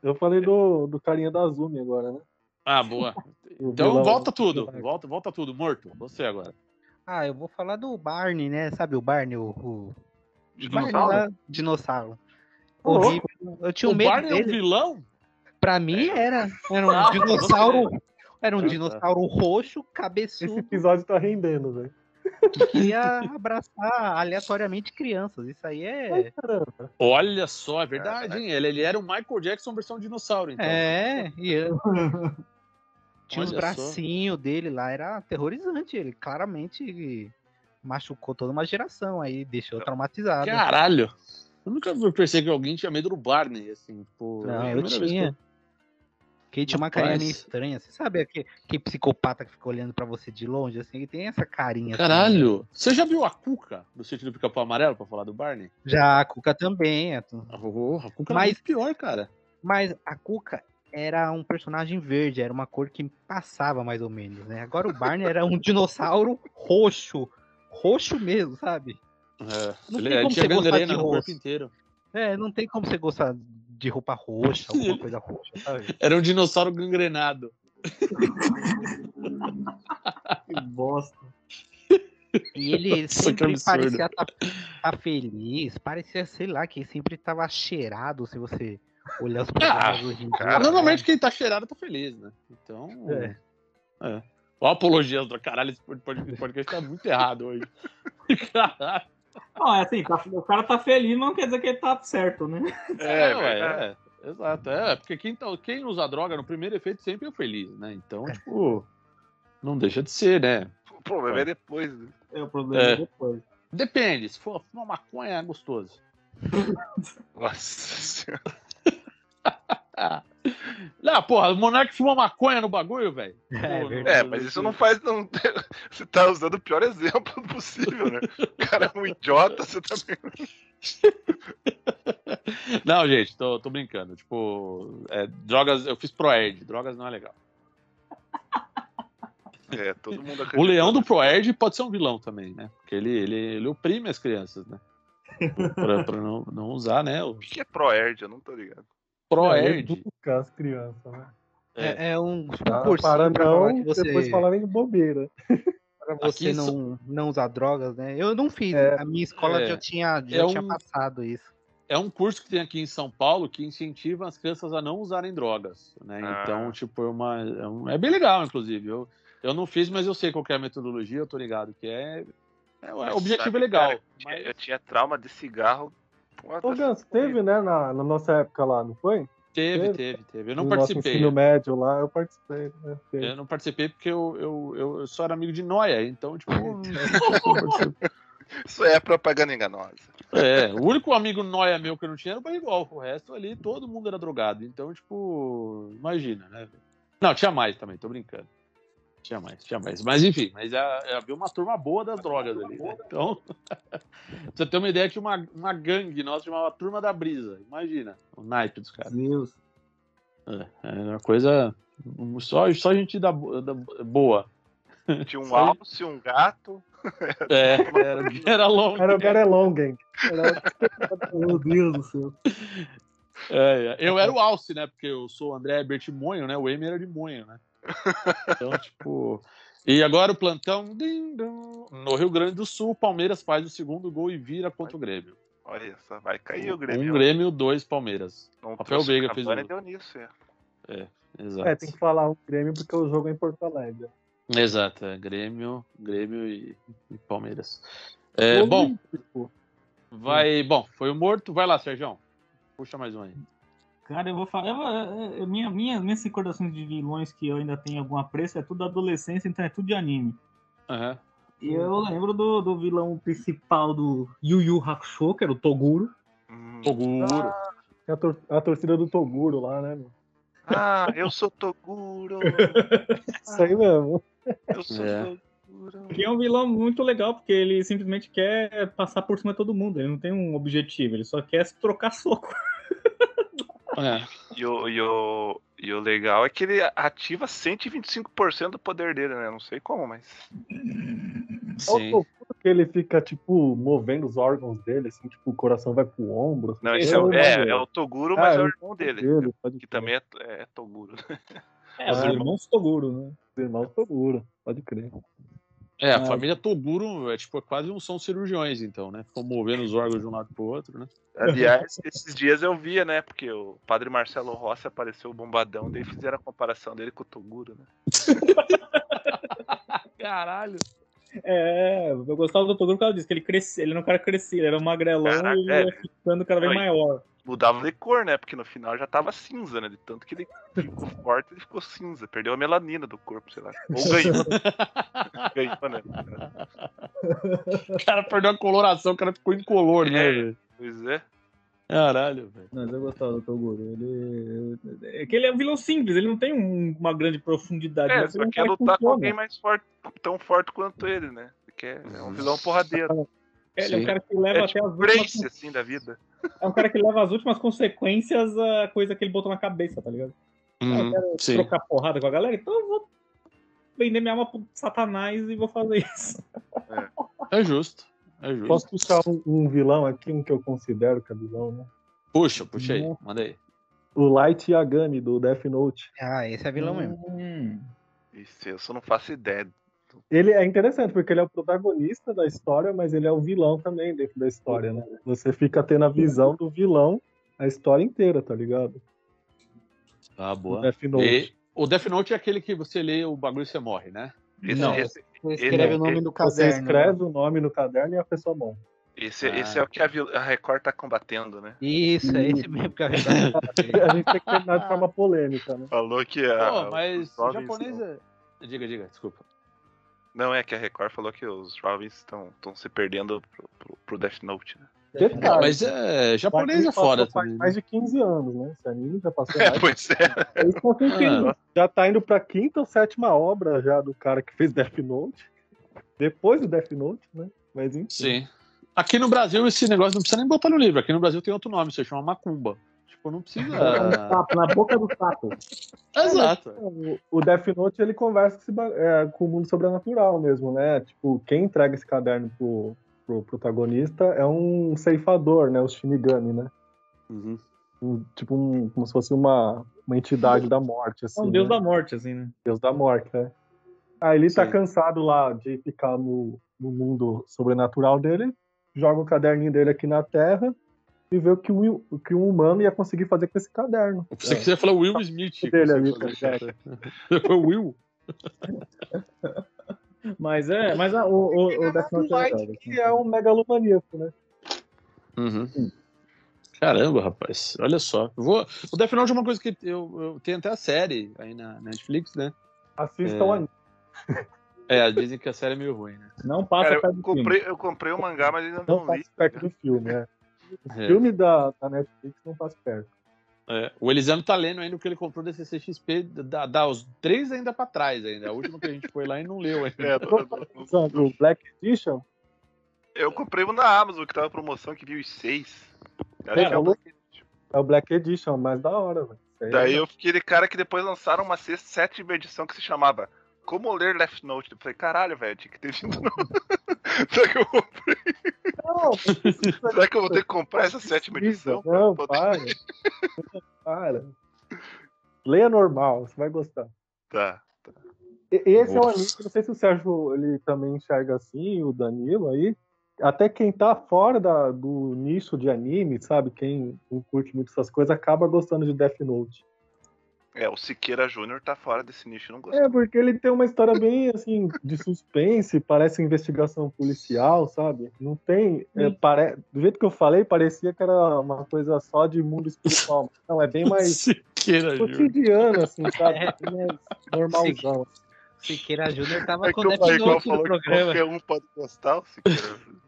Speaker 1: Eu falei do, do carinha da Zumi agora, né?
Speaker 2: Ah, boa.
Speaker 1: O
Speaker 2: Então
Speaker 1: vilão-
Speaker 2: volta tudo. Volta, volta tudo, morto. Você agora.
Speaker 4: Ah, eu vou falar do Barney, né? Sabe o Barney, o, o- o Barney
Speaker 5: Dinossauro?
Speaker 4: lá, dinossauro.
Speaker 1: Ô,
Speaker 4: Horrível. Eu tinha um
Speaker 2: o
Speaker 4: medo
Speaker 2: Barney é um
Speaker 4: dele.
Speaker 2: vilão?
Speaker 4: Pra mim era, era
Speaker 2: Ah,
Speaker 4: um dinossauro, era um
Speaker 2: Ah, tá.
Speaker 4: dinossauro roxo,
Speaker 1: Esse
Speaker 4: cabeçudo,
Speaker 1: episódio tá rendendo, velho.
Speaker 4: que ia abraçar aleatoriamente crianças. Isso aí é,
Speaker 1: Ai, caramba.
Speaker 2: Olha só, é verdade, hein? Ele, ele era o Michael Jackson versão dinossauro, então.
Speaker 4: é, e
Speaker 2: <laughs>
Speaker 4: eu- tinha os
Speaker 2: Olha só.
Speaker 4: bracinhos dele lá, era aterrorizante. Ele claramente machucou toda uma geração aí, deixou traumatizado.
Speaker 2: Caralho. Eu nunca pensei que alguém tinha medo do Barney, assim. Tipo, é a
Speaker 4: Não, eu
Speaker 2: primeira vez que
Speaker 4: tinha. Que tinha uma carinha meio
Speaker 2: Rapaz.
Speaker 4: estranha. Você sabe aquele, aquele psicopata que fica olhando pra você de longe, assim, ele tem essa carinha. assim, né?
Speaker 2: Caralho. Você já viu a Cuca do sítio do Pica-Pau Amarelo, pra falar do Barney?
Speaker 4: Já a Cuca também. é tu-
Speaker 2: Porra, a Cuca
Speaker 4: Mas-
Speaker 2: era muito pior, cara.
Speaker 4: Mas a Cuca era um personagem verde, era uma cor que passava mais ou menos, né? Agora o Barney era um <laughs> dinossauro roxo. Roxo mesmo, sabe?
Speaker 2: É,
Speaker 4: Não
Speaker 2: ele,
Speaker 4: tem
Speaker 2: ele
Speaker 4: como
Speaker 2: tinha
Speaker 4: você gostar
Speaker 2: gangrena
Speaker 4: de
Speaker 2: no corpo
Speaker 4: rosto.
Speaker 2: inteiro.
Speaker 4: É, não tem como você gostar de roupa roxa,
Speaker 2: <laughs>
Speaker 4: alguma coisa roxa, sabe?
Speaker 2: Era um dinossauro gangrenado.
Speaker 6: Que bosta.
Speaker 2: <laughs>
Speaker 4: E ele
Speaker 2: Nossa, que
Speaker 4: sempre
Speaker 2: absurdo.
Speaker 4: parecia estar feliz, parecia, sei lá, que sempre tava cheirado, se você olhar
Speaker 2: Ah,
Speaker 4: os personagens hoje em dia,
Speaker 5: cara,
Speaker 4: né?
Speaker 2: Normalmente quem tá cheirado tá feliz, né? Então.
Speaker 4: É.
Speaker 2: É. Ó, apologias do caralho, esse pod- pod- podcast tá muito errado hoje. Caralho.
Speaker 6: Não, é assim, tá- o cara tá feliz, não quer dizer que ele tá certo, né?
Speaker 5: É,
Speaker 2: ué,
Speaker 5: verdade.
Speaker 2: é. Exato, é. Porque quem, tá- quem usa droga no primeiro efeito sempre é feliz, né? Então, tipo. Não deixa de ser, né?
Speaker 5: O problema é depois, né?
Speaker 6: É o problema
Speaker 2: É.
Speaker 6: depois.
Speaker 2: Depende, se for uma maconha é gostoso.
Speaker 5: Nossa senhora.
Speaker 2: Não, porra, o Monark fumou maconha no bagulho, velho.
Speaker 4: É
Speaker 2: Pô,
Speaker 4: verdade.
Speaker 5: É, mas isso não faz. Não... <laughs> Você tá usando o pior exemplo <laughs> possível, né? O cara é um idiota, você tá
Speaker 2: Não, gente, tô, tô brincando. Tipo, é, drogas, eu fiz Proerd, drogas não é legal.
Speaker 5: É, todo <laughs> mundo acredita.
Speaker 2: O leão do Proerd pode ser um vilão também, né? Porque ele, ele, ele oprime as crianças, né? Pra, pra não, não usar, né? O
Speaker 5: O que é ProErd? Eu não tô ligado. é
Speaker 2: Proerd.
Speaker 1: Educa as crianças, né?
Speaker 4: É, é um tipo um
Speaker 1: Tá,
Speaker 4: cursinho
Speaker 1: para
Speaker 4: pra
Speaker 6: né,
Speaker 4: falar
Speaker 1: não
Speaker 4: que você,
Speaker 1: depois falarem de bobeira.
Speaker 4: pra você
Speaker 2: Aqui só-
Speaker 4: não, não usar drogas, né? Eu não fiz,
Speaker 1: É.
Speaker 4: a minha escola
Speaker 2: É.
Speaker 4: já, tinha, já
Speaker 2: É
Speaker 4: tinha
Speaker 2: um-
Speaker 4: passado isso.
Speaker 2: É um curso que tem aqui em São Paulo que incentiva as crianças a não usarem drogas, né?
Speaker 5: Ah.
Speaker 2: Então, tipo, é, uma, é, um- é bem legal, inclusive. Eu, eu não fiz, mas eu sei qual que é a metodologia, eu tô ligado, que é... é o
Speaker 5: Mas
Speaker 2: objetivo
Speaker 5: sabe,
Speaker 2: é legal.
Speaker 5: cara, Eu tinha, eu tinha trauma de cigarro. com
Speaker 6: Tá
Speaker 5: a-
Speaker 1: Ô, Gans, teve, né, na, na nossa época lá, não foi?
Speaker 2: Teve,
Speaker 1: teve-
Speaker 2: teve, teve. Eu não
Speaker 1: no nosso
Speaker 2: participei.
Speaker 1: ensino médio lá, eu participei. Né? Teve.
Speaker 2: Eu não participei porque eu, eu, eu, eu só era amigo de Noia, então, tipo.
Speaker 5: <laughs>
Speaker 2: não-
Speaker 5: Isso é
Speaker 2: <laughs>
Speaker 5: propaganda enganosa.
Speaker 2: é, o único amigo Noia meu que eu não tinha era o Barrigol. O resto ali, todo mundo era drogado. Então, tipo, imagina, né? Não, tinha mais também, tô brincando. Tinha mais, tinha mais. Mas enfim, mas já- havia uma turma boa das drogas ali, né? Então, <laughs> pra você ter uma ideia, tinha uma, uma gangue nossa chamava Turma da Brisa. Imagina, o naipe dos caras.
Speaker 6: Deus.
Speaker 2: É, Era uma coisa. Só, só gente da, bo- da boa.
Speaker 5: Tinha um
Speaker 2: Foi.
Speaker 5: alce, um gato.
Speaker 2: É, era, era longo.
Speaker 1: Era o Garelon Gang. Era-
Speaker 6: <laughs> Meu Deus do céu.
Speaker 2: É, é.
Speaker 1: <laughs>
Speaker 2: Eu era o Alce, né? Porque eu sou o André Bertimonho, né? O M era de Monho, né?
Speaker 1: <laughs>
Speaker 2: Então, tipo. E agora o plantão. ding, dong. No Rio Grande do Sul, o Palmeiras faz o segundo gol e vira contra o Grêmio.
Speaker 5: Olha só, vai cair o Grêmio.
Speaker 1: é
Speaker 2: Um Grêmio, dois Palmeiras.
Speaker 5: Não
Speaker 2: Rafael
Speaker 5: trouxe o
Speaker 2: Veiga fez um-
Speaker 5: Cavani,
Speaker 2: o-
Speaker 5: deu nisso, é.
Speaker 2: Exato.
Speaker 1: É, tem que falar o Grêmio porque o jogo é em Porto Alegre.
Speaker 2: Exato. é. Grêmio, Grêmio e, e Palmeiras. É,
Speaker 1: Gol do
Speaker 2: bom,
Speaker 1: Olímpico.
Speaker 2: vai. Bom, foi o morto. Vai lá, Sérgio. Puxa mais um aí.
Speaker 6: Cara, eu vou falar. eu vou- eu- eu- minha, minha, minhas recordações de vilões que eu ainda tenho alguma apreço é tudo da adolescência, então é tudo de anime.
Speaker 2: Aham.
Speaker 6: E eu lembro do, do vilão principal do Yu Yu Hakusho, que era o Toguro.
Speaker 5: Hum.
Speaker 2: Toguro.
Speaker 1: Tem a, tor- a torcida do Toguro lá, né? meu?
Speaker 5: Ah, eu
Speaker 2: <laughs>
Speaker 5: sou Toguro.
Speaker 6: Ah.
Speaker 1: Isso aí mesmo.
Speaker 5: Eu sou
Speaker 2: É.
Speaker 5: Toguro.
Speaker 3: Que é um vilão muito legal, porque ele simplesmente quer passar por cima de todo mundo. Ele não tem um objetivo, ele só quer se trocar soco. <laughs>
Speaker 2: É.
Speaker 5: E o, e, o, e o legal é que ele ativa 125% do poder dele, né? Não sei como, mas.
Speaker 1: É o
Speaker 2: Sim.
Speaker 1: Toguro que ele fica, tipo, movendo os órgãos dele, assim, tipo, o coração vai pro ombro. assim,
Speaker 5: Não,
Speaker 1: eu
Speaker 5: esse é, o-
Speaker 1: não
Speaker 5: é,
Speaker 1: lembro.
Speaker 5: é o Toguro, mas
Speaker 1: Ah,
Speaker 5: é
Speaker 1: eu
Speaker 5: o irmão dele.
Speaker 1: Dele, pode
Speaker 5: Que
Speaker 1: crer.
Speaker 5: também é, é Toguro.
Speaker 3: É, os
Speaker 1: Ah,
Speaker 3: irmãos Toguro, né?
Speaker 1: Os irmãos Toguro, pode crer.
Speaker 2: É, a
Speaker 3: Ah.
Speaker 2: família Toguro é tipo é quase um são cirurgiões, então, né? Ficam movendo os órgãos de um lado pro outro, né?
Speaker 5: <laughs> Aliás, esses dias eu via, né? Porque o padre Marcelo Rossi apareceu bombadão, daí fizeram a comparação dele com o Toguro, né?
Speaker 2: Caralho!
Speaker 3: É, eu gostava do Toguro por causa disso, que ele crescia, ele não era crescido, ele era um magrelão
Speaker 5: Caraca,
Speaker 3: e ele ia
Speaker 5: é.
Speaker 3: ficando cada vez
Speaker 5: Não, e-
Speaker 3: maior.
Speaker 5: Mudava de cor, né? Porque no final já tava cinza, né? De tanto que ele ficou forte, ele ficou cinza. Perdeu a melanina do corpo, sei lá. Ou <laughs> ganhou. ganhou, né?
Speaker 2: <laughs> O cara perdeu a coloração, o cara ficou incolor, né?
Speaker 5: É.
Speaker 2: velho?
Speaker 5: Pois é.
Speaker 2: Caralho, velho.
Speaker 3: Mas eu gostava do Toguro. Ele... É que ele é um vilão simples, ele não tem um- uma grande profundidade.
Speaker 5: É,
Speaker 3: mas ele é
Speaker 5: só
Speaker 3: um
Speaker 5: quer
Speaker 3: cara
Speaker 5: lutar com
Speaker 3: funciona.
Speaker 5: alguém mais forte, tão forte quanto ele, né? Porque é um vilão porradeiro.
Speaker 3: Ele é um
Speaker 2: Sim.
Speaker 3: cara que leva
Speaker 5: É
Speaker 3: até
Speaker 5: tipo
Speaker 3: as últimas
Speaker 5: Grace, assim, da vida.
Speaker 3: É um cara que leva as últimas consequências a coisa que ele botou na cabeça, tá ligado?
Speaker 2: Uhum, sim.
Speaker 3: Trocar porrada com a galera, então eu vou vender minha alma pro satanás e vou fazer isso.
Speaker 2: É justo. É justo.
Speaker 1: Posso puxar um, um vilão aqui, um que eu considero que é vilão, né?
Speaker 2: Puxa, puxa aí. Manda aí.
Speaker 1: O Light Yagami, do Death Note.
Speaker 4: Ah, esse é vilão mesmo.
Speaker 5: Isso, eu só não faço ideia.
Speaker 1: Ele é interessante, porque ele é o protagonista da história, mas ele é o vilão também dentro da história, né? Você fica tendo a visão do vilão a história inteira, tá ligado?
Speaker 2: Ah,
Speaker 1: Do
Speaker 2: boa.
Speaker 1: Death Note.
Speaker 2: o Death Note é aquele que você lê o bagulho e você morre, né?
Speaker 5: Esse,
Speaker 4: Não.
Speaker 5: esse,
Speaker 4: Você
Speaker 5: Ele- é
Speaker 4: escreve o nome
Speaker 5: ele-
Speaker 4: do
Speaker 1: Você
Speaker 4: caderno.
Speaker 1: escreve o nome no caderno e a pessoa
Speaker 2: <laughs>
Speaker 1: morre.
Speaker 5: esse,
Speaker 2: Ah.
Speaker 5: esse é o que a, vil- a Record tá combatendo, né?
Speaker 4: Isso, é esse mesmo que eu
Speaker 1: <laughs> A gente tem que terminar de forma polêmica, né?
Speaker 5: Falou que a.
Speaker 2: Pô, mas
Speaker 5: os jovens
Speaker 2: japonês é. Diga, diga, desculpa.
Speaker 5: Não, não, é que a Record falou que os jovens estão se perdendo pro, pro, pro Death Note, né?
Speaker 1: Detalhe,
Speaker 2: Mas é, japonês
Speaker 1: Aqui
Speaker 2: é
Speaker 1: passou
Speaker 2: foda
Speaker 1: faz
Speaker 2: também. né?
Speaker 1: mais de 15 anos, né? Esse anime já
Speaker 2: <laughs>
Speaker 1: passou mais
Speaker 5: É,
Speaker 1: de
Speaker 5: pois é.
Speaker 1: É isso que eu tô
Speaker 2: Ah.
Speaker 1: entendendo. Já tá indo pra quinta ou sétima obra já do cara que fez Death Note. Depois do Death Note, né? Mas enfim.
Speaker 2: Sim. Aqui no Brasil, esse negócio não precisa nem botar no livro. Aqui no Brasil tem outro nome, se chama Macumba. Tipo,
Speaker 1: <laughs>
Speaker 2: não precisa.
Speaker 6: Sapo, na boca do sapo.
Speaker 2: Exato.
Speaker 1: O- O Death Note ele conversa com, esse ba- é, com o mundo sobrenatural mesmo, né? Tipo, quem entrega esse caderno pro, pro protagonista é um ceifador, né? O Shinigami, né?
Speaker 2: Uhum.
Speaker 1: Um- tipo, um, como se fosse uma, uma entidade da morte. Assim,
Speaker 3: É um deus
Speaker 1: né?
Speaker 3: da morte, assim, né?
Speaker 1: Deus da morte, né? Aí ele tá
Speaker 2: Sim.
Speaker 1: cansado lá de ficar no, no mundo sobrenatural dele, joga o caderninho dele aqui na Terra e vê o que, um, o que um humano ia conseguir fazer com esse caderno.
Speaker 2: Eu pensei que você ia falar Will Smith.
Speaker 1: Tá. Dele
Speaker 2: que
Speaker 1: ali, tá
Speaker 2: você ia
Speaker 1: cara.
Speaker 2: fazer. Você foi <laughs> o Will?
Speaker 3: Mas é, mas a- o, o, o Death Note é legal,
Speaker 1: Light,
Speaker 3: Death
Speaker 1: que
Speaker 3: Note
Speaker 1: é um megalomaníaco, né? Uhum.
Speaker 2: Caramba, rapaz. Olha só. Eu Vou... O Death Note é uma coisa que eu, eu tenho até a série aí na na Netflix, né?
Speaker 1: Assistam
Speaker 2: É.
Speaker 1: anime.
Speaker 2: É, dizem que a série é meio ruim, né?
Speaker 3: Não passa
Speaker 5: Cara,
Speaker 3: perto do
Speaker 5: eu,
Speaker 3: filme.
Speaker 5: comprei, eu comprei o
Speaker 2: Então
Speaker 5: mangá,
Speaker 2: tá
Speaker 5: mas ainda
Speaker 1: Não
Speaker 5: não
Speaker 1: faz
Speaker 5: li.
Speaker 1: perto do <laughs> filme, né? O
Speaker 2: É.
Speaker 1: filme da, da Netflix não faz perto.
Speaker 2: É, o Elisandro tá lendo ainda o que ele comprou da CCXP, dá, dá os três ainda pra trás ainda. A última que a gente foi lá e não leu ainda.
Speaker 5: É, não- não- não-
Speaker 1: Sandro, o Black Edition?
Speaker 5: Eu comprei um na Amazon que tava em promoção que viu os seis. Eu acho
Speaker 1: É,
Speaker 5: que é o
Speaker 1: o- É o Black Edition, mais da hora, velho. Isso aí
Speaker 5: Daí
Speaker 1: é-
Speaker 5: eu fiquei aquele cara que depois lançaram uma sexta, sétima edição que se chamava Como Ler Left Note. Eu falei, caralho, velho, tinha que ter vindo. <laughs> Será, que eu, vou-
Speaker 1: Não, <laughs> é
Speaker 5: será que eu vou ter que comprar essa sétima edição?
Speaker 1: Não,
Speaker 5: pra
Speaker 1: para.
Speaker 5: <laughs>
Speaker 1: para. Leia normal, você vai gostar.
Speaker 5: Tá.
Speaker 1: E- Esse é um
Speaker 2: Nossa.
Speaker 1: anime, que não sei se o Sérgio ele também enxerga assim, o Danilo aí. Até quem tá fora da- do nicho de anime, sabe? Quem não curte muito essas coisas acaba gostando de Death Note.
Speaker 5: É, o Siqueira Júnior tá fora desse nicho, não gosto.
Speaker 1: É, porque ele tem uma história bem assim, de suspense, parece investigação policial, sabe? Não tem. é, pare- Do jeito que eu falei, parecia que era uma coisa só de mundo espiritual. mas Não, é bem mais
Speaker 2: Siqueira, Júnior.
Speaker 1: cotidiano, assim, sabe?
Speaker 4: É.
Speaker 1: É normalzão.
Speaker 4: Siqueira Júnior tava
Speaker 5: É
Speaker 4: com
Speaker 5: que o
Speaker 4: Death
Speaker 5: Barrigol
Speaker 4: Note no
Speaker 5: falou que
Speaker 4: programa.
Speaker 5: qualquer um pode gostar, o Siqueira Júnior.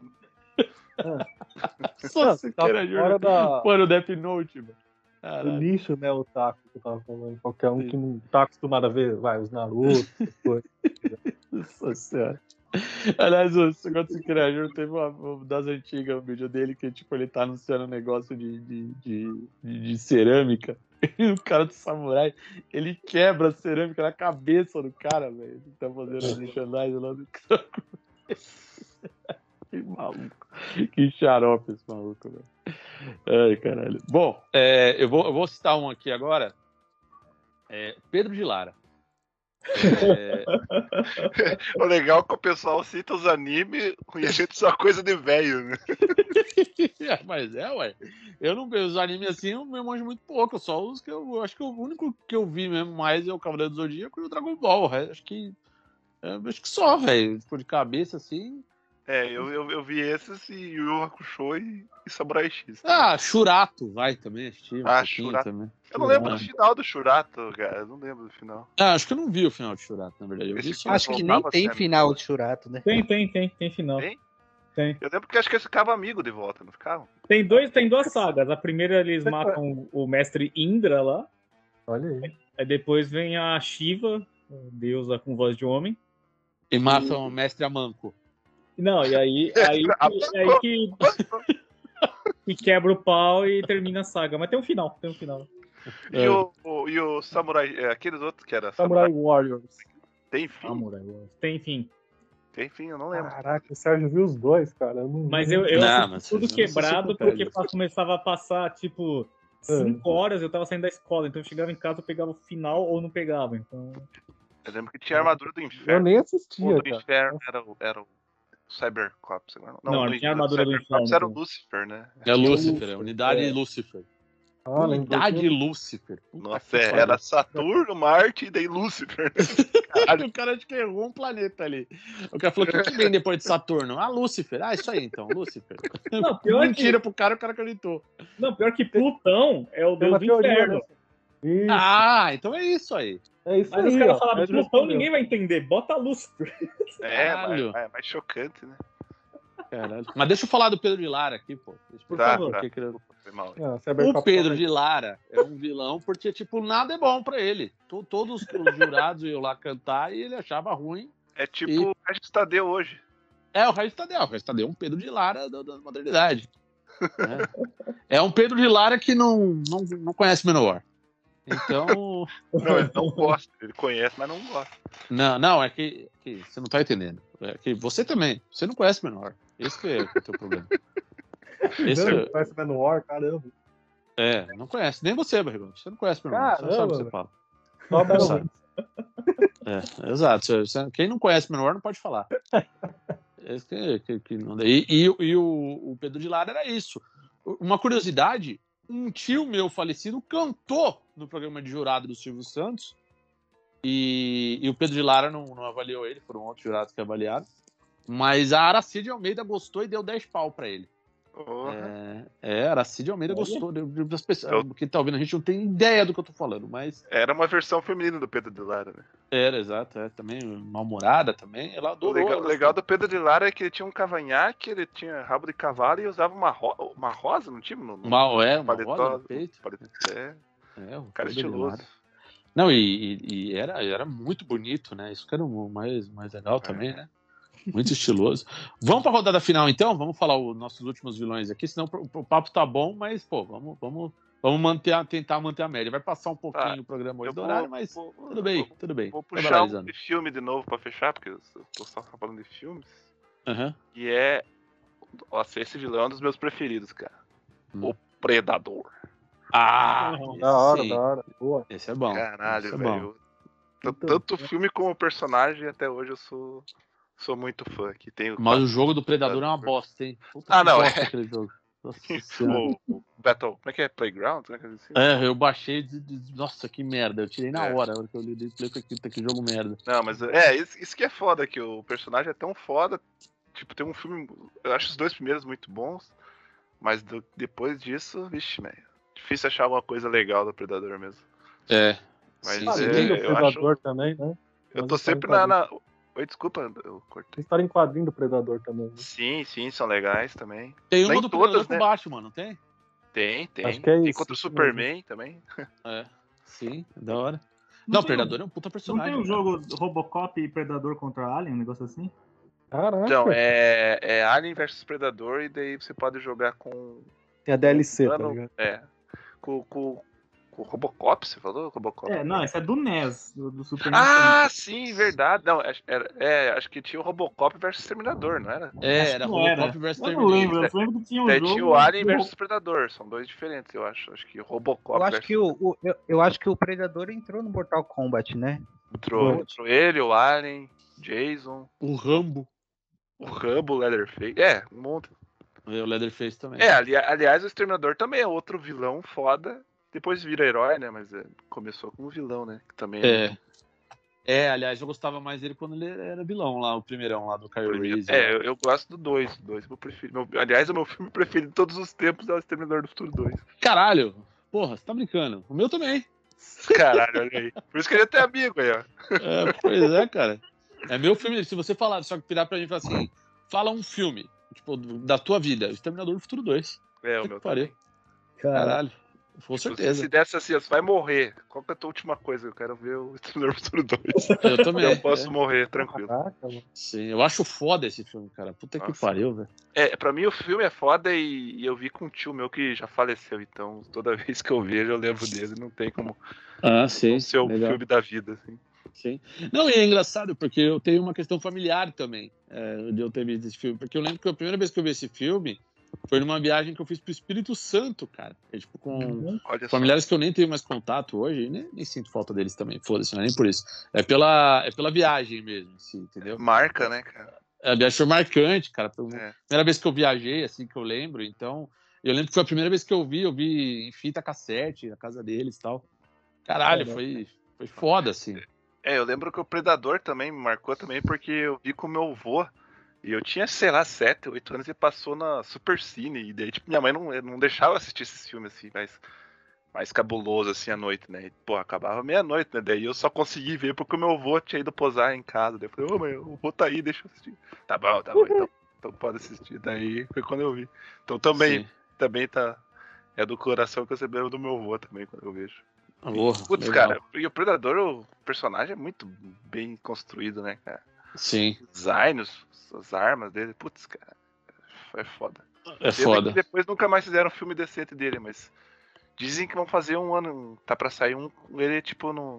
Speaker 2: Só Siqueira
Speaker 1: Tá Fora
Speaker 2: Júnior.
Speaker 1: da,
Speaker 2: Mano, o Death Note, mano.
Speaker 1: do
Speaker 2: Caralho.
Speaker 1: nicho, né, o taco que eu tava falando. Qualquer um que não tá acostumado a ver, vai, os Naruto.
Speaker 2: Nossa senhora. Aliás, o Segundo Siqueira Júnior teve uma, uma das antigas, um vídeo dele que tipo, ele tá anunciando um negócio de, de, de, de- de cerâmica. <laughs> E o cara do samurai, ele quebra a cerâmica na cabeça do cara, velho. Que tá fazendo as merchandising lá do <laughs> Que maluco. Que xarope esse maluco, velho. Ai, caralho. Bom, é, eu, vou, eu vou citar um aqui agora. É, Pedro de Lara. É,
Speaker 5: <laughs> O legal é que o pessoal cita os animes e a gente só coisa de velho, né?
Speaker 2: É, <laughs> Mas é, ué. Eu não vejo os animes assim, eu me manjo muito pouco. Só os que eu. Acho que o único que eu vi mesmo mais é o Cavaleiro do Zodíaco e o Dragon Ball. é, Acho que. é, acho que só, velho. Tipo, de cabeça assim.
Speaker 5: É, eu, eu, eu vi esses e Yu Yu Hakusho e, e Samurai X.
Speaker 2: Ah, Churato, vai também. Assisti um
Speaker 5: Ah,
Speaker 2: pouquinho
Speaker 5: Churato.
Speaker 2: também.
Speaker 5: eu não lembro do final do Shurato, cara. Eu não lembro do final.
Speaker 2: Ah, acho que eu não vi o final de Churato, na verdade. Eu vi
Speaker 5: Esse é
Speaker 2: só.
Speaker 4: Acho que nem
Speaker 5: Voltava
Speaker 4: tem
Speaker 5: sendo-
Speaker 4: final de Churato, né?
Speaker 3: Tem, tem, tem, tem final.
Speaker 5: Tem?
Speaker 3: Tem.
Speaker 5: Eu lembro que acho que eles ficavam amigos de volta, não ficavam?
Speaker 3: Tem, dois, tem duas sagas. A primeira eles matam o mestre Indra lá.
Speaker 1: Olha aí.
Speaker 3: Aí depois vem a Shiva, deusa com voz de homem.
Speaker 2: E matam o Mestre Amanco.
Speaker 3: Não, e
Speaker 5: <laughs>
Speaker 3: aí, aí, que, aí que, que quebra o pau e termina a saga. Mas tem um final, tem um final.
Speaker 5: E, o, o- e o Samurai, é, aqueles outros que era
Speaker 1: Samurai
Speaker 5: Samurai,
Speaker 1: Warriors.
Speaker 5: tem fim?
Speaker 2: É
Speaker 3: Tem fim.
Speaker 5: Tem fim, eu não lembro.
Speaker 1: Caraca, o Sérgio viu os dois, cara. eu não-
Speaker 3: Mas eu, eu
Speaker 2: Não,
Speaker 3: assisti
Speaker 2: mas
Speaker 3: tudo
Speaker 2: vocês não
Speaker 3: quebrado
Speaker 2: se
Speaker 3: porque
Speaker 2: comparem.
Speaker 3: pa- começava a passar, tipo,
Speaker 6: É.
Speaker 3: cinco horas eu tava saindo da escola. Então eu chegava em casa, eu pegava o final ou não pegava. Então,
Speaker 5: Eu lembro que tinha a armadura do
Speaker 1: eu
Speaker 5: inferno.
Speaker 1: nem
Speaker 5: O
Speaker 1: assistia,
Speaker 5: do
Speaker 1: cara.
Speaker 5: inferno era o, era o Cybercops. agora
Speaker 3: Não,
Speaker 5: o
Speaker 3: não
Speaker 5: do-
Speaker 3: tinha a armadura do
Speaker 5: Cybercops
Speaker 3: inferno,
Speaker 5: Era o
Speaker 3: então.
Speaker 5: Lucifer, né?
Speaker 2: É Lúcifer, é
Speaker 1: Lúcifer,
Speaker 2: Unidade
Speaker 1: é.
Speaker 2: Lúcifer.
Speaker 1: Ah, lembrou
Speaker 2: Unidade
Speaker 1: que-
Speaker 2: Lúcifer. Puta que
Speaker 5: Nossa, é,
Speaker 2: pariu.
Speaker 5: era Saturno, Marte e daí Lúcifer.
Speaker 2: <laughs> o cara acho que errou um planeta ali. O cara falou: o que, que vem depois de Saturno? Ah, Lúcifer. Ah, isso aí então, Lúcifer.
Speaker 3: não, pior que,
Speaker 2: Mentira pro cara, o cara acreditou.
Speaker 3: não, pior que Plutão é o
Speaker 1: Tem uma
Speaker 3: deus do
Speaker 1: teoria, né?
Speaker 3: inferno.
Speaker 1: Isso,
Speaker 2: Ah, então é isso aí.
Speaker 1: é isso
Speaker 3: Mas
Speaker 1: aí.
Speaker 3: os caras
Speaker 1: ó.
Speaker 3: falaram
Speaker 1: Mas
Speaker 3: Plutão,
Speaker 1: respondeu.
Speaker 3: ninguém vai entender. Bota a Lúcifer.
Speaker 5: <laughs> É,
Speaker 2: Caralho.
Speaker 5: mas, mas é mais chocante, né?
Speaker 2: Caralho. Mas deixa eu falar do Pedro de Lara aqui, pô. Deixa eu
Speaker 5: Por
Speaker 2: falar
Speaker 5: favor.
Speaker 2: porque que ele- é.
Speaker 5: Foi mal.
Speaker 1: Ah,
Speaker 2: O
Speaker 1: Cybercop-
Speaker 2: Pedro de Lara é um vilão porque, tipo, nada é bom pra ele. To- Todos os jurados iam lá cantar e ele achava ruim.
Speaker 5: É tipo o Regis Tadeu hoje.
Speaker 2: É o Regis Tadeu. O Regis Tadeu é um Pedro de Lara da, da modernidade. É. É um Pedro de Lara que não, não, não conhece Menor. Então,
Speaker 5: Não, ele não gosta. Ele conhece, mas não gosta.
Speaker 2: Não, não, é que, que você não tá entendendo. É que você também, você não conhece menor. Esse que é o teu problema. Esse
Speaker 1: Não,
Speaker 2: é,
Speaker 1: Parece menor, caramba.
Speaker 2: é, não conhece. Nem você, Barrigão. Você não conhece menor. Você não sabe o que você fala.
Speaker 1: Só pra
Speaker 2: sabe. É, exato. Você- você- quem não conhece menor não pode falar. Esse que- que- que não dá. E, e- e o, o Pedro de Lara era isso. Uma curiosidade: um tio meu falecido cantou no programa de jurado do Silvio Santos. E, e o Pedro de Lara não, não avaliou ele, foram outros jurados que avaliaram. Mas a Aracide Almeida gostou e deu 10 pau pra ele.
Speaker 5: Porra.
Speaker 2: É, é, a Aracide Almeida
Speaker 3: Olha.
Speaker 2: gostou. deu- deu- das pessoas, que tá ouvindo a gente não tem ideia do que eu tô falando, mas
Speaker 5: Era uma versão feminina do Pedro de Lara, né?
Speaker 2: era, exato. É, também mal-humorada também. Ela
Speaker 5: O
Speaker 2: adorou.
Speaker 5: legal, o
Speaker 2: ela-
Speaker 5: legal do Pedro de Lara é que ele tinha um cavanhaque, ele tinha rabo de cavalo e usava uma, ro- uma rosa, não tinha? No, no
Speaker 2: Mal, é, uma
Speaker 5: paletó,
Speaker 2: roda no peito.
Speaker 5: paletó, é.
Speaker 2: É, o
Speaker 5: Cara
Speaker 2: todo
Speaker 5: estiloso.
Speaker 2: animado. Não, e, e- e era, era muito bonito, né? Isso que era o mais, mais
Speaker 5: É.
Speaker 2: legal também, né? Muito estiloso. Vamos para a rodada final, então? Vamos falar os nossos últimos vilões aqui, senão o, o papo tá bom, mas, pô, vamos, vamos, vamos manter a- tentar manter a média. Vai passar um pouquinho o programa hoje
Speaker 5: Tá, eu
Speaker 2: do
Speaker 5: vou-
Speaker 2: horário, mas
Speaker 5: vou-
Speaker 2: tudo bem, Tá
Speaker 5: vou-
Speaker 2: tudo bem.
Speaker 5: Vou
Speaker 2: Vai
Speaker 5: puxar um
Speaker 2: paralisando.
Speaker 5: de filme de novo pra fechar, porque eu tô só falando de filmes.
Speaker 2: Aham.
Speaker 5: E é. Nossa, esse vilão é um dos meus preferidos, cara.
Speaker 2: Hum.
Speaker 5: O Predador.
Speaker 2: Ah,
Speaker 1: Da hora,
Speaker 2: esse, sim.
Speaker 1: da hora. Boa.
Speaker 2: esse é bom.
Speaker 5: Caralho,
Speaker 2: esse é bom.
Speaker 5: velho. T-
Speaker 2: Então,
Speaker 5: Tanto
Speaker 2: é.
Speaker 5: filme como personagem, até hoje eu sou, sou muito fã. Que tem o,
Speaker 2: Mas o jogo do Predador é uma bosta, hein? Puta
Speaker 5: Ah,
Speaker 2: que
Speaker 5: não,
Speaker 2: bosta aquele jogo.
Speaker 5: <laughs>
Speaker 2: Nossa Senhora.
Speaker 5: o, o Battle. Como é que é? Playground? Como é que é assim?
Speaker 2: É, eu baixei e disse, nossa, que merda. Eu tirei na
Speaker 5: É.
Speaker 2: hora, a hora que eu li o display, eu falei, puta, que jogo merda.
Speaker 5: Não, mas é, isso, isso que é foda, que o personagem é tão foda. Tipo, tem um filme. Eu acho os dois primeiros muito bons. Mas do- depois disso, vixe, velho. Difícil achar alguma coisa legal do Predador mesmo.
Speaker 2: É.
Speaker 5: Mas
Speaker 2: Sim,
Speaker 1: Ah,
Speaker 2: sim.
Speaker 1: Além do
Speaker 5: eu
Speaker 1: Predador também, né?
Speaker 5: Eu
Speaker 1: Mas
Speaker 5: tô
Speaker 1: isso aí
Speaker 5: sempre
Speaker 1: tá
Speaker 5: na. na... Oi, desculpa, eu
Speaker 1: Tem
Speaker 5: cortei.
Speaker 1: história em quadrinho do Predador também. né?
Speaker 5: Sim, sim, são legais também.
Speaker 2: Tem uma
Speaker 5: Nem
Speaker 2: do
Speaker 5: todas,
Speaker 2: Predador com
Speaker 5: né?
Speaker 2: Batman, não tem?
Speaker 5: Tem, tem.
Speaker 1: Acho que é
Speaker 5: tem
Speaker 1: isso,
Speaker 5: contra o
Speaker 1: isso mesmo.
Speaker 5: Superman também.
Speaker 2: É. Sim, da hora. Não, o
Speaker 6: tem um-
Speaker 2: Predador é um puta
Speaker 6: Não
Speaker 2: personagem.
Speaker 6: tem um
Speaker 2: cara.
Speaker 6: jogo Robocop e Predador contra Alien, um negócio assim?
Speaker 1: Caraca.
Speaker 5: Então, é, é Alien versus Predador, e daí você pode jogar com.
Speaker 1: Tem a DLC, tá
Speaker 5: Mano,
Speaker 1: ligado?
Speaker 5: É. Com, com, com o Robocop, você falou? Robocop.
Speaker 6: É, não, esse é do NES, do, do Super
Speaker 5: Ah, sim, verdade. Não, acho- era, é, acho que tinha o Robocop versus Terminador, não era?
Speaker 2: É, era
Speaker 6: Não era.
Speaker 2: Robocop vs
Speaker 6: Eu não lembro,
Speaker 2: Terminator.
Speaker 6: eu lembro que tinha um
Speaker 5: Daí
Speaker 6: jogo.
Speaker 5: tinha o Alien
Speaker 6: do-
Speaker 5: versus Predador, são dois diferentes, eu acho. Acho que o Robocop
Speaker 4: Eu acho
Speaker 5: versus
Speaker 4: que o, o- eu, eu acho que o Predador entrou no Mortal Kombat, né?
Speaker 5: entrou, entrou ele, o Alien, Jason,
Speaker 2: O Rambo.
Speaker 5: o Rambo, o Leatherface. É, um monte.
Speaker 2: É, O Leatherface também.
Speaker 5: É, ali- aliás, o Exterminador também é outro vilão foda. Depois vira herói, né? Mas é, começou como vilão, né? Que também é.
Speaker 2: É. É, aliás, eu gostava mais dele quando ele era vilão lá, o primeirão lá do Kyle Reese.
Speaker 5: É, eu, eu gosto do 2. dois, é meu preferido. Meu- aliás, o meu filme preferido de todos os tempos é o Exterminador do Futuro 2.
Speaker 2: Caralho! Porra, você tá brincando. O meu também.
Speaker 5: <laughs> Caralho, olha aí. Por isso que ele é até amigo aí, ó.
Speaker 2: É, pois é, cara. É meu filme. Se você falar, só que virar pra mim e falar assim, fala um filme, tipo, do- da tua vida, Exterminador do Futuro 2.
Speaker 5: É, o
Speaker 2: Puta
Speaker 5: meu.
Speaker 2: que pariu.
Speaker 1: Cara,
Speaker 2: Caralho. Com
Speaker 5: Tipo,
Speaker 2: certeza.
Speaker 5: Se desse assim, ó, você vai morrer. Qual que é a tua última coisa? Eu quero ver o Exterminador do Futuro 2.
Speaker 2: Eu também.
Speaker 5: Eu posso
Speaker 2: é.
Speaker 5: morrer, tranquilo.
Speaker 1: caraca, mano.
Speaker 2: Sim, eu acho foda esse filme, cara. Puta que
Speaker 5: Nossa.
Speaker 2: pariu, velho.
Speaker 5: É, pra mim o filme é foda e, e eu vi com um tio meu que já faleceu, então toda <laughs> vez que eu vejo eu lembro dele, não tem como
Speaker 2: Ah, sim.
Speaker 5: não ser o filme da vida, assim.
Speaker 2: Sim. Não, e é engraçado, porque eu tenho uma questão familiar também é, de eu ter visto esse filme. Porque eu lembro que a primeira vez que eu vi esse filme foi numa viagem que eu fiz pro Espírito Santo, cara. É, tipo, com
Speaker 5: Olha só.
Speaker 2: familiares que eu nem tenho mais contato hoje, e nem, nem sinto falta deles também, foda-se, não é nem por isso. É pela, é pela viagem mesmo, assim, entendeu?
Speaker 5: Marca, né, cara?
Speaker 2: A viagem foi marcante, cara. Foi a
Speaker 5: É.
Speaker 2: primeira vez que eu viajei, assim, que eu lembro. Então, eu lembro que foi a primeira vez que eu vi, eu vi em fita cassete, na casa deles e tal. Caralho,
Speaker 1: Caraca.
Speaker 2: foi, foi foda, assim.
Speaker 5: É, eu lembro que o Predador também me marcou também, porque eu vi com meu avô. E eu tinha, sei lá, 7, 8 anos e passou na Super Cine. E daí, tipo, minha mãe não, não deixava eu assistir esses filmes assim, mais, mais cabuloso assim à noite, né? E, pô, acabava meia-noite, né? Daí eu só consegui ver porque o meu avô tinha ido posar em casa. Daí eu falei, ô mãe, o avô tá aí, deixa eu assistir. Tá bom, tá bom, então, então pode assistir. Daí foi quando eu vi. Então também,
Speaker 2: Sim.
Speaker 5: também tá. É do coração que eu recebo do meu avô também, quando eu vejo.
Speaker 2: Porra,
Speaker 5: Putz,
Speaker 2: Ah, legal.
Speaker 5: cara, e o Predador, o personagem é muito bem construído, né, cara?
Speaker 2: Sim,
Speaker 5: O Design, os- as armas dele, putz, cara, é foda.
Speaker 2: é
Speaker 5: Pena que
Speaker 2: foda.
Speaker 5: depois nunca mais fizeram um filme decente dele, mas dizem que vão fazer um ano, tá pra sair um, ele é tipo no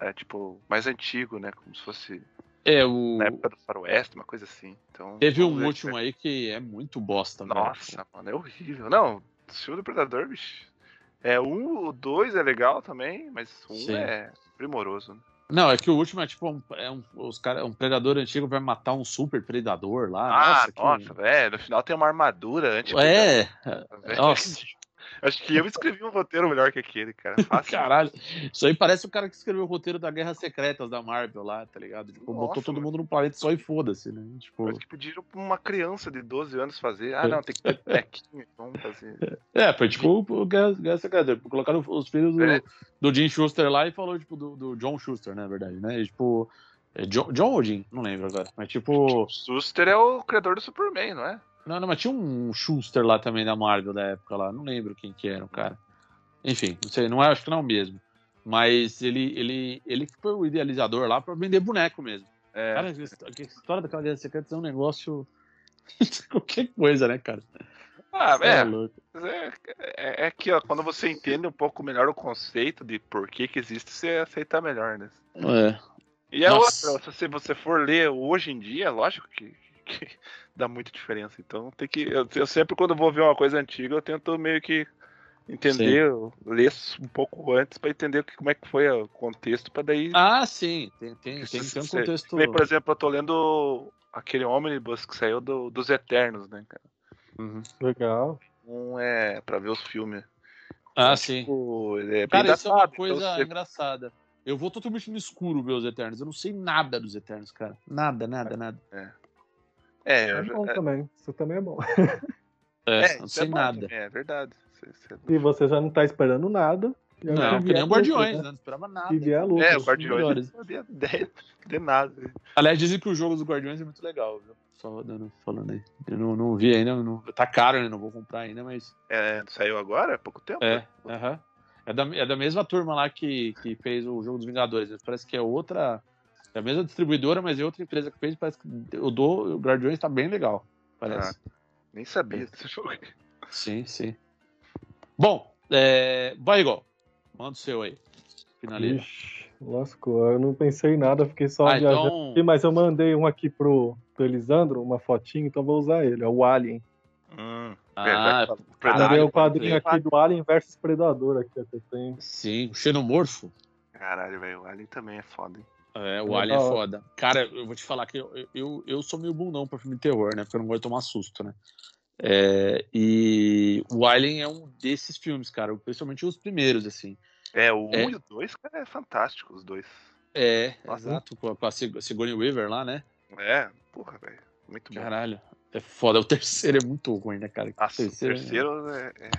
Speaker 5: é tipo mais antigo, né, como se fosse
Speaker 2: É, o...
Speaker 5: na época do faroeste, uma coisa assim. Então,
Speaker 2: Teve
Speaker 5: né, vamos
Speaker 2: um
Speaker 5: ver
Speaker 2: último
Speaker 5: se-
Speaker 2: aí que é muito bosta, velho.
Speaker 5: Nossa, mano, é horrível. Não, o filme do Predador, bicho. É um, o dois é legal também, mas um
Speaker 2: Sim.
Speaker 5: é primoroso, né?
Speaker 2: Não, é que o último é tipo um, é um, os cara, um predador antigo vai matar um super predador lá.
Speaker 5: Ah,
Speaker 2: que-
Speaker 5: nossa, tipo, velho. No final tem uma armadura antes.
Speaker 2: É, nossa.
Speaker 5: <laughs> Acho que eu escrevi um roteiro melhor que aquele,
Speaker 2: <laughs>
Speaker 5: cara. Fácil.
Speaker 2: Caralho, isso aí parece o cara que escreveu o roteiro da Guerra Secretas da Marvel lá, tá ligado? Tipo, botou
Speaker 5: Nossa,
Speaker 2: todo
Speaker 5: mano.
Speaker 2: mundo no planeta só e foda-se, né? Tipo,
Speaker 5: Acho que pediram pra uma criança de 12 anos fazer. Ah, não, tem
Speaker 2: <laughs>
Speaker 5: que ter bonequinho. Vamos fazer.
Speaker 2: é, foi tipo o Guerra, Guerra Secretas. tipo, Colocaram os filhos
Speaker 5: É.
Speaker 2: do, do Jim Schuster lá e falou, tipo, do, do John Schuster, na verdade, né? E, tipo, é John, John ou Jim? Não lembro agora. Mas tipo.
Speaker 5: O Suster é o criador do Superman, não é?
Speaker 2: Não, não, mas tinha um Schuster lá também da Marvel da época lá. Não lembro quem que era o cara. Enfim, não sei, não é, acho que não é o mesmo. Mas ele, ele, ele que foi o idealizador lá pra vender boneco mesmo.
Speaker 5: É,
Speaker 2: Cara, a história da Cavaleira Secreta é um negócio. <laughs> Qualquer coisa, né, cara?
Speaker 5: ah,
Speaker 2: É
Speaker 5: é,
Speaker 2: louco.
Speaker 5: Mas É, é, é que ó, quando você entende um pouco melhor o conceito de por que, que existe, você aceita melhor, né?
Speaker 2: É.
Speaker 5: E a
Speaker 2: Nossa.
Speaker 5: outra, se você for ler hoje em dia, lógico que, que <laughs> dá muita diferença. Então tem que. Eu, eu sempre quando vou ver uma coisa antiga, eu tento meio que entender, ler um pouco antes pra entender o que- como é que foi o contexto, pra daí.
Speaker 2: Ah, sim. Tem, tem, tem, tem um
Speaker 5: Você-
Speaker 2: contexto.
Speaker 5: Por exemplo, eu tô lendo aquele ônibus que saiu do- dos Eternos, né, cara?
Speaker 1: Legal.
Speaker 5: Um é pra ver os filmes.
Speaker 2: Ah, sim.
Speaker 5: Tipo, ele é bem
Speaker 2: Cara, isso é uma
Speaker 5: datado, então
Speaker 2: coisa
Speaker 5: você-
Speaker 2: engraçada. Eu vou totalmente no escuro ver os Eternos. Eu não sei nada dos Eternos, cara. Nada, nada, nada.
Speaker 5: É,
Speaker 1: É
Speaker 5: eu já-
Speaker 1: bom também. Isso também é bom.
Speaker 2: É, eu não
Speaker 5: isso é
Speaker 2: sei
Speaker 5: bom
Speaker 2: nada.
Speaker 5: também, É verdade. Você- você- é
Speaker 1: E você já não tá esperando nada. E aí
Speaker 2: Não,
Speaker 1: se
Speaker 2: que nem
Speaker 1: vier
Speaker 2: o Guardiões,
Speaker 1: lucro,
Speaker 2: né? Não esperava nada.
Speaker 1: Se vier assim. lucro.
Speaker 5: É, o
Speaker 2: os
Speaker 5: Guardiões
Speaker 2: melhores.
Speaker 5: não sabia de, de nada.
Speaker 2: Aliás, dizem que o jogo dos Guardiões é muito legal, viu? Só dando, falando aí. Eu não, não vi ainda, não, tá caro, né? Não vou comprar ainda, mas.
Speaker 5: É, saiu agora? Há pouco tempo?
Speaker 2: É, aham. é, da, é da mesma turma lá que, que fez o jogo dos Vingadores. né? Parece que é outra. É a mesma distribuidora, mas é outra empresa que fez. Parece que o do o Guardiões tá bem legal. Parece.
Speaker 5: Nem
Speaker 2: É.
Speaker 5: sabia desse jogo.
Speaker 2: Sim, sim. Bom, é... Barrigol, manda o seu aí. Finaliza.
Speaker 1: Ixi, lascou. Eu não pensei em nada, fiquei só
Speaker 2: Ah,
Speaker 1: viajando.
Speaker 2: então.
Speaker 1: aqui, Mas eu mandei um aqui pro, pro Elisandro, uma fotinha, então vou usar ele. É o Alien.
Speaker 5: Hum,
Speaker 2: Ah,
Speaker 5: Caralho,
Speaker 1: Mandei o
Speaker 2: caralho,
Speaker 1: quadrinho
Speaker 2: pode
Speaker 1: aqui do Alien versus Predador aqui, ó, que eu tenho.
Speaker 2: Sim, o xenomorfo.
Speaker 5: caralho, velho. O Alien também é foda, hein?
Speaker 2: É, o
Speaker 1: É
Speaker 2: Alien é
Speaker 1: da hora.
Speaker 2: foda. Cara, eu vou te falar que eu, eu, eu sou meio bundão pra filme de terror, né? Porque eu não gosto de tomar susto, né? É, e o Alien é um desses filmes, cara. Principalmente os primeiros, assim.
Speaker 5: É, o 1
Speaker 2: É.
Speaker 5: e o 2, cara, é fantástico, os dois.
Speaker 2: É,
Speaker 5: Nossa.
Speaker 2: exato. Com a, com a Sig- Sigourney Weaver lá, né?
Speaker 5: É, porra, velho. Muito bom.
Speaker 2: Caralho. É foda. O terceiro é muito ruim, né, cara?
Speaker 5: Nossa, o terceiro é, é-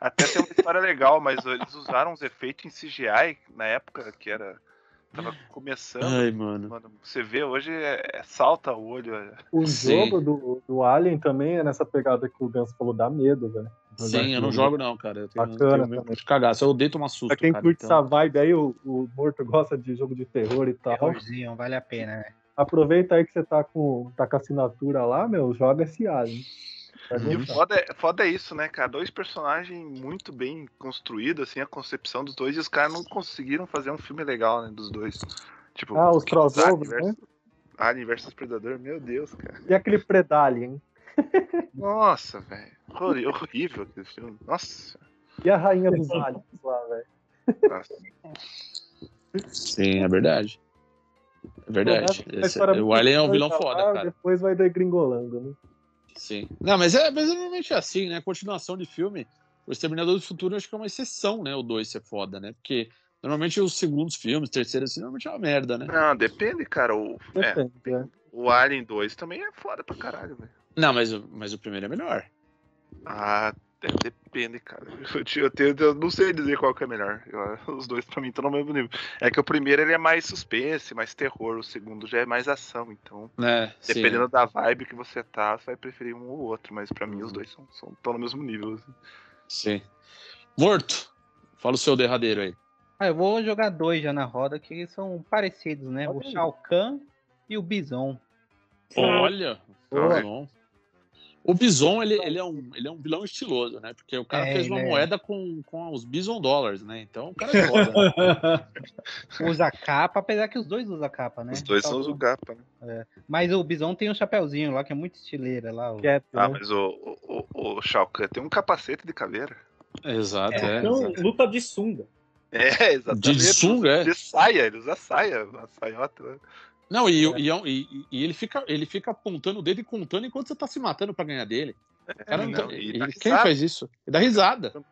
Speaker 5: Até tem uma história legal, mas eles usaram os efeitos em CGI na época que era. Tava começando.
Speaker 2: Ai, mano.
Speaker 5: Mano, você vê hoje, é- é- salta o olho. é-
Speaker 1: O
Speaker 2: Sim.
Speaker 1: jogo do, do Alien também é nessa pegada que o Ganso falou, dá medo, velho. Jogar
Speaker 2: Sim, eu não
Speaker 1: aquilo.
Speaker 2: jogo, não, cara. Eu tenho,
Speaker 1: Bacana
Speaker 2: tenho medo
Speaker 1: também.
Speaker 2: de cagar. Só eu odeio tomar susto.
Speaker 1: Pra quem
Speaker 2: cara,
Speaker 1: curte
Speaker 2: então. É,
Speaker 1: essa vibe aí, o, o Morto gosta de jogo de terror e tal.
Speaker 4: Terrorzinho, vale a pena, né?
Speaker 1: Aproveita aí que você tá com, tá com a assinatura lá, meu, joga esse Alien. Vai
Speaker 2: Uhum.
Speaker 5: E o
Speaker 1: gostar.
Speaker 5: foda é, foda é isso, né, cara? Dois personagens muito bem construídos, assim, a concepção dos dois, e os caras não conseguiram fazer um filme legal, né, dos dois. Tipo,
Speaker 1: Ah, os
Speaker 5: Alien
Speaker 1: crossovers, né?
Speaker 5: versus, Alien versus Predador, meu Deus, cara.
Speaker 1: E aquele Predalien.
Speaker 5: Nossa, velho. Horri- Horrível aquele filme. Nossa.
Speaker 1: E a Rainha dos Aliens lá, velho.
Speaker 5: nossa.
Speaker 2: Sim, é verdade. É
Speaker 1: Começa
Speaker 2: verdade.
Speaker 1: com a
Speaker 2: Esse-
Speaker 1: história
Speaker 2: o
Speaker 1: muito
Speaker 2: Alien é um vilão
Speaker 1: doida lá,
Speaker 2: foda, cara. É.
Speaker 1: Depois vai degringolando, né?
Speaker 2: Sim. Não, mas é, mas é normalmente assim, né? Continuação de filme, o Exterminador do Futuro eu acho que é uma exceção, né? O 2 ser foda, né? Porque normalmente os segundos filmes, terceiros, assim, normalmente é uma merda, né?
Speaker 5: Não, depende, cara. O, é,
Speaker 1: Depende, né?
Speaker 2: Ah,
Speaker 5: o Alien 2 também é foda pra caralho, velho.
Speaker 2: Não, mas, o- mas o primeiro é melhor.
Speaker 5: Ah, é, depende, cara. <laughs> Eu, te- eu, tenho- eu não sei dizer qual que é melhor. Eu- <laughs> os dois pra mim estão no mesmo nível. É que o primeiro ele é mais suspense, mais terror, o segundo já é mais ação, então.
Speaker 2: Né? Sim.
Speaker 5: Dependendo da vibe que você tá, você vai preferir um ou outro, mas pra mim os dois estão são, tão no mesmo nível. assim.
Speaker 2: Sim. Morto. Fala o seu derradeiro aí.
Speaker 4: Ah, eu vou jogar dois já na roda, que são parecidos, né?
Speaker 1: Olha
Speaker 4: O
Speaker 1: aí.
Speaker 4: Shao Kahn e o Bison.
Speaker 2: Olha,
Speaker 5: Olha.
Speaker 2: Bison. O Bison, ele, ele, é um, ele é um vilão estiloso, né? Porque o cara
Speaker 4: É,
Speaker 2: fez uma
Speaker 4: ele é.
Speaker 2: moeda com, com os Bison Dollars, né? Então o cara é foda. né?
Speaker 4: Usa capa, apesar que os dois usam capa,
Speaker 2: É,
Speaker 4: né?
Speaker 5: Os dois
Speaker 2: tá
Speaker 5: são os Ugapa, né?
Speaker 4: Mas o Bison tem um chapéuzinho lá, que é muito estileira lá. o-
Speaker 2: é-
Speaker 1: Cap,
Speaker 5: Ah,
Speaker 1: né?
Speaker 5: mas o, o, o, o Shao Kahn tem um capacete de caveira.
Speaker 2: <laughs> Exato, é.
Speaker 3: Então,
Speaker 2: exato.
Speaker 3: luta de sunga.
Speaker 5: <laughs> É, exatamente.
Speaker 2: De sunga, é.
Speaker 5: De saia, ele usa saia, uma saiota. né?
Speaker 2: Não, e, e é um- e- e ele, fica, ele fica apontando o dedo e contando enquanto você tá se matando pra ganhar dele. Cara, não
Speaker 5: É, não,
Speaker 2: tem-
Speaker 5: e
Speaker 2: ele- quem
Speaker 5: dá risada. Então,
Speaker 2: faz isso? Ele dá risada. Com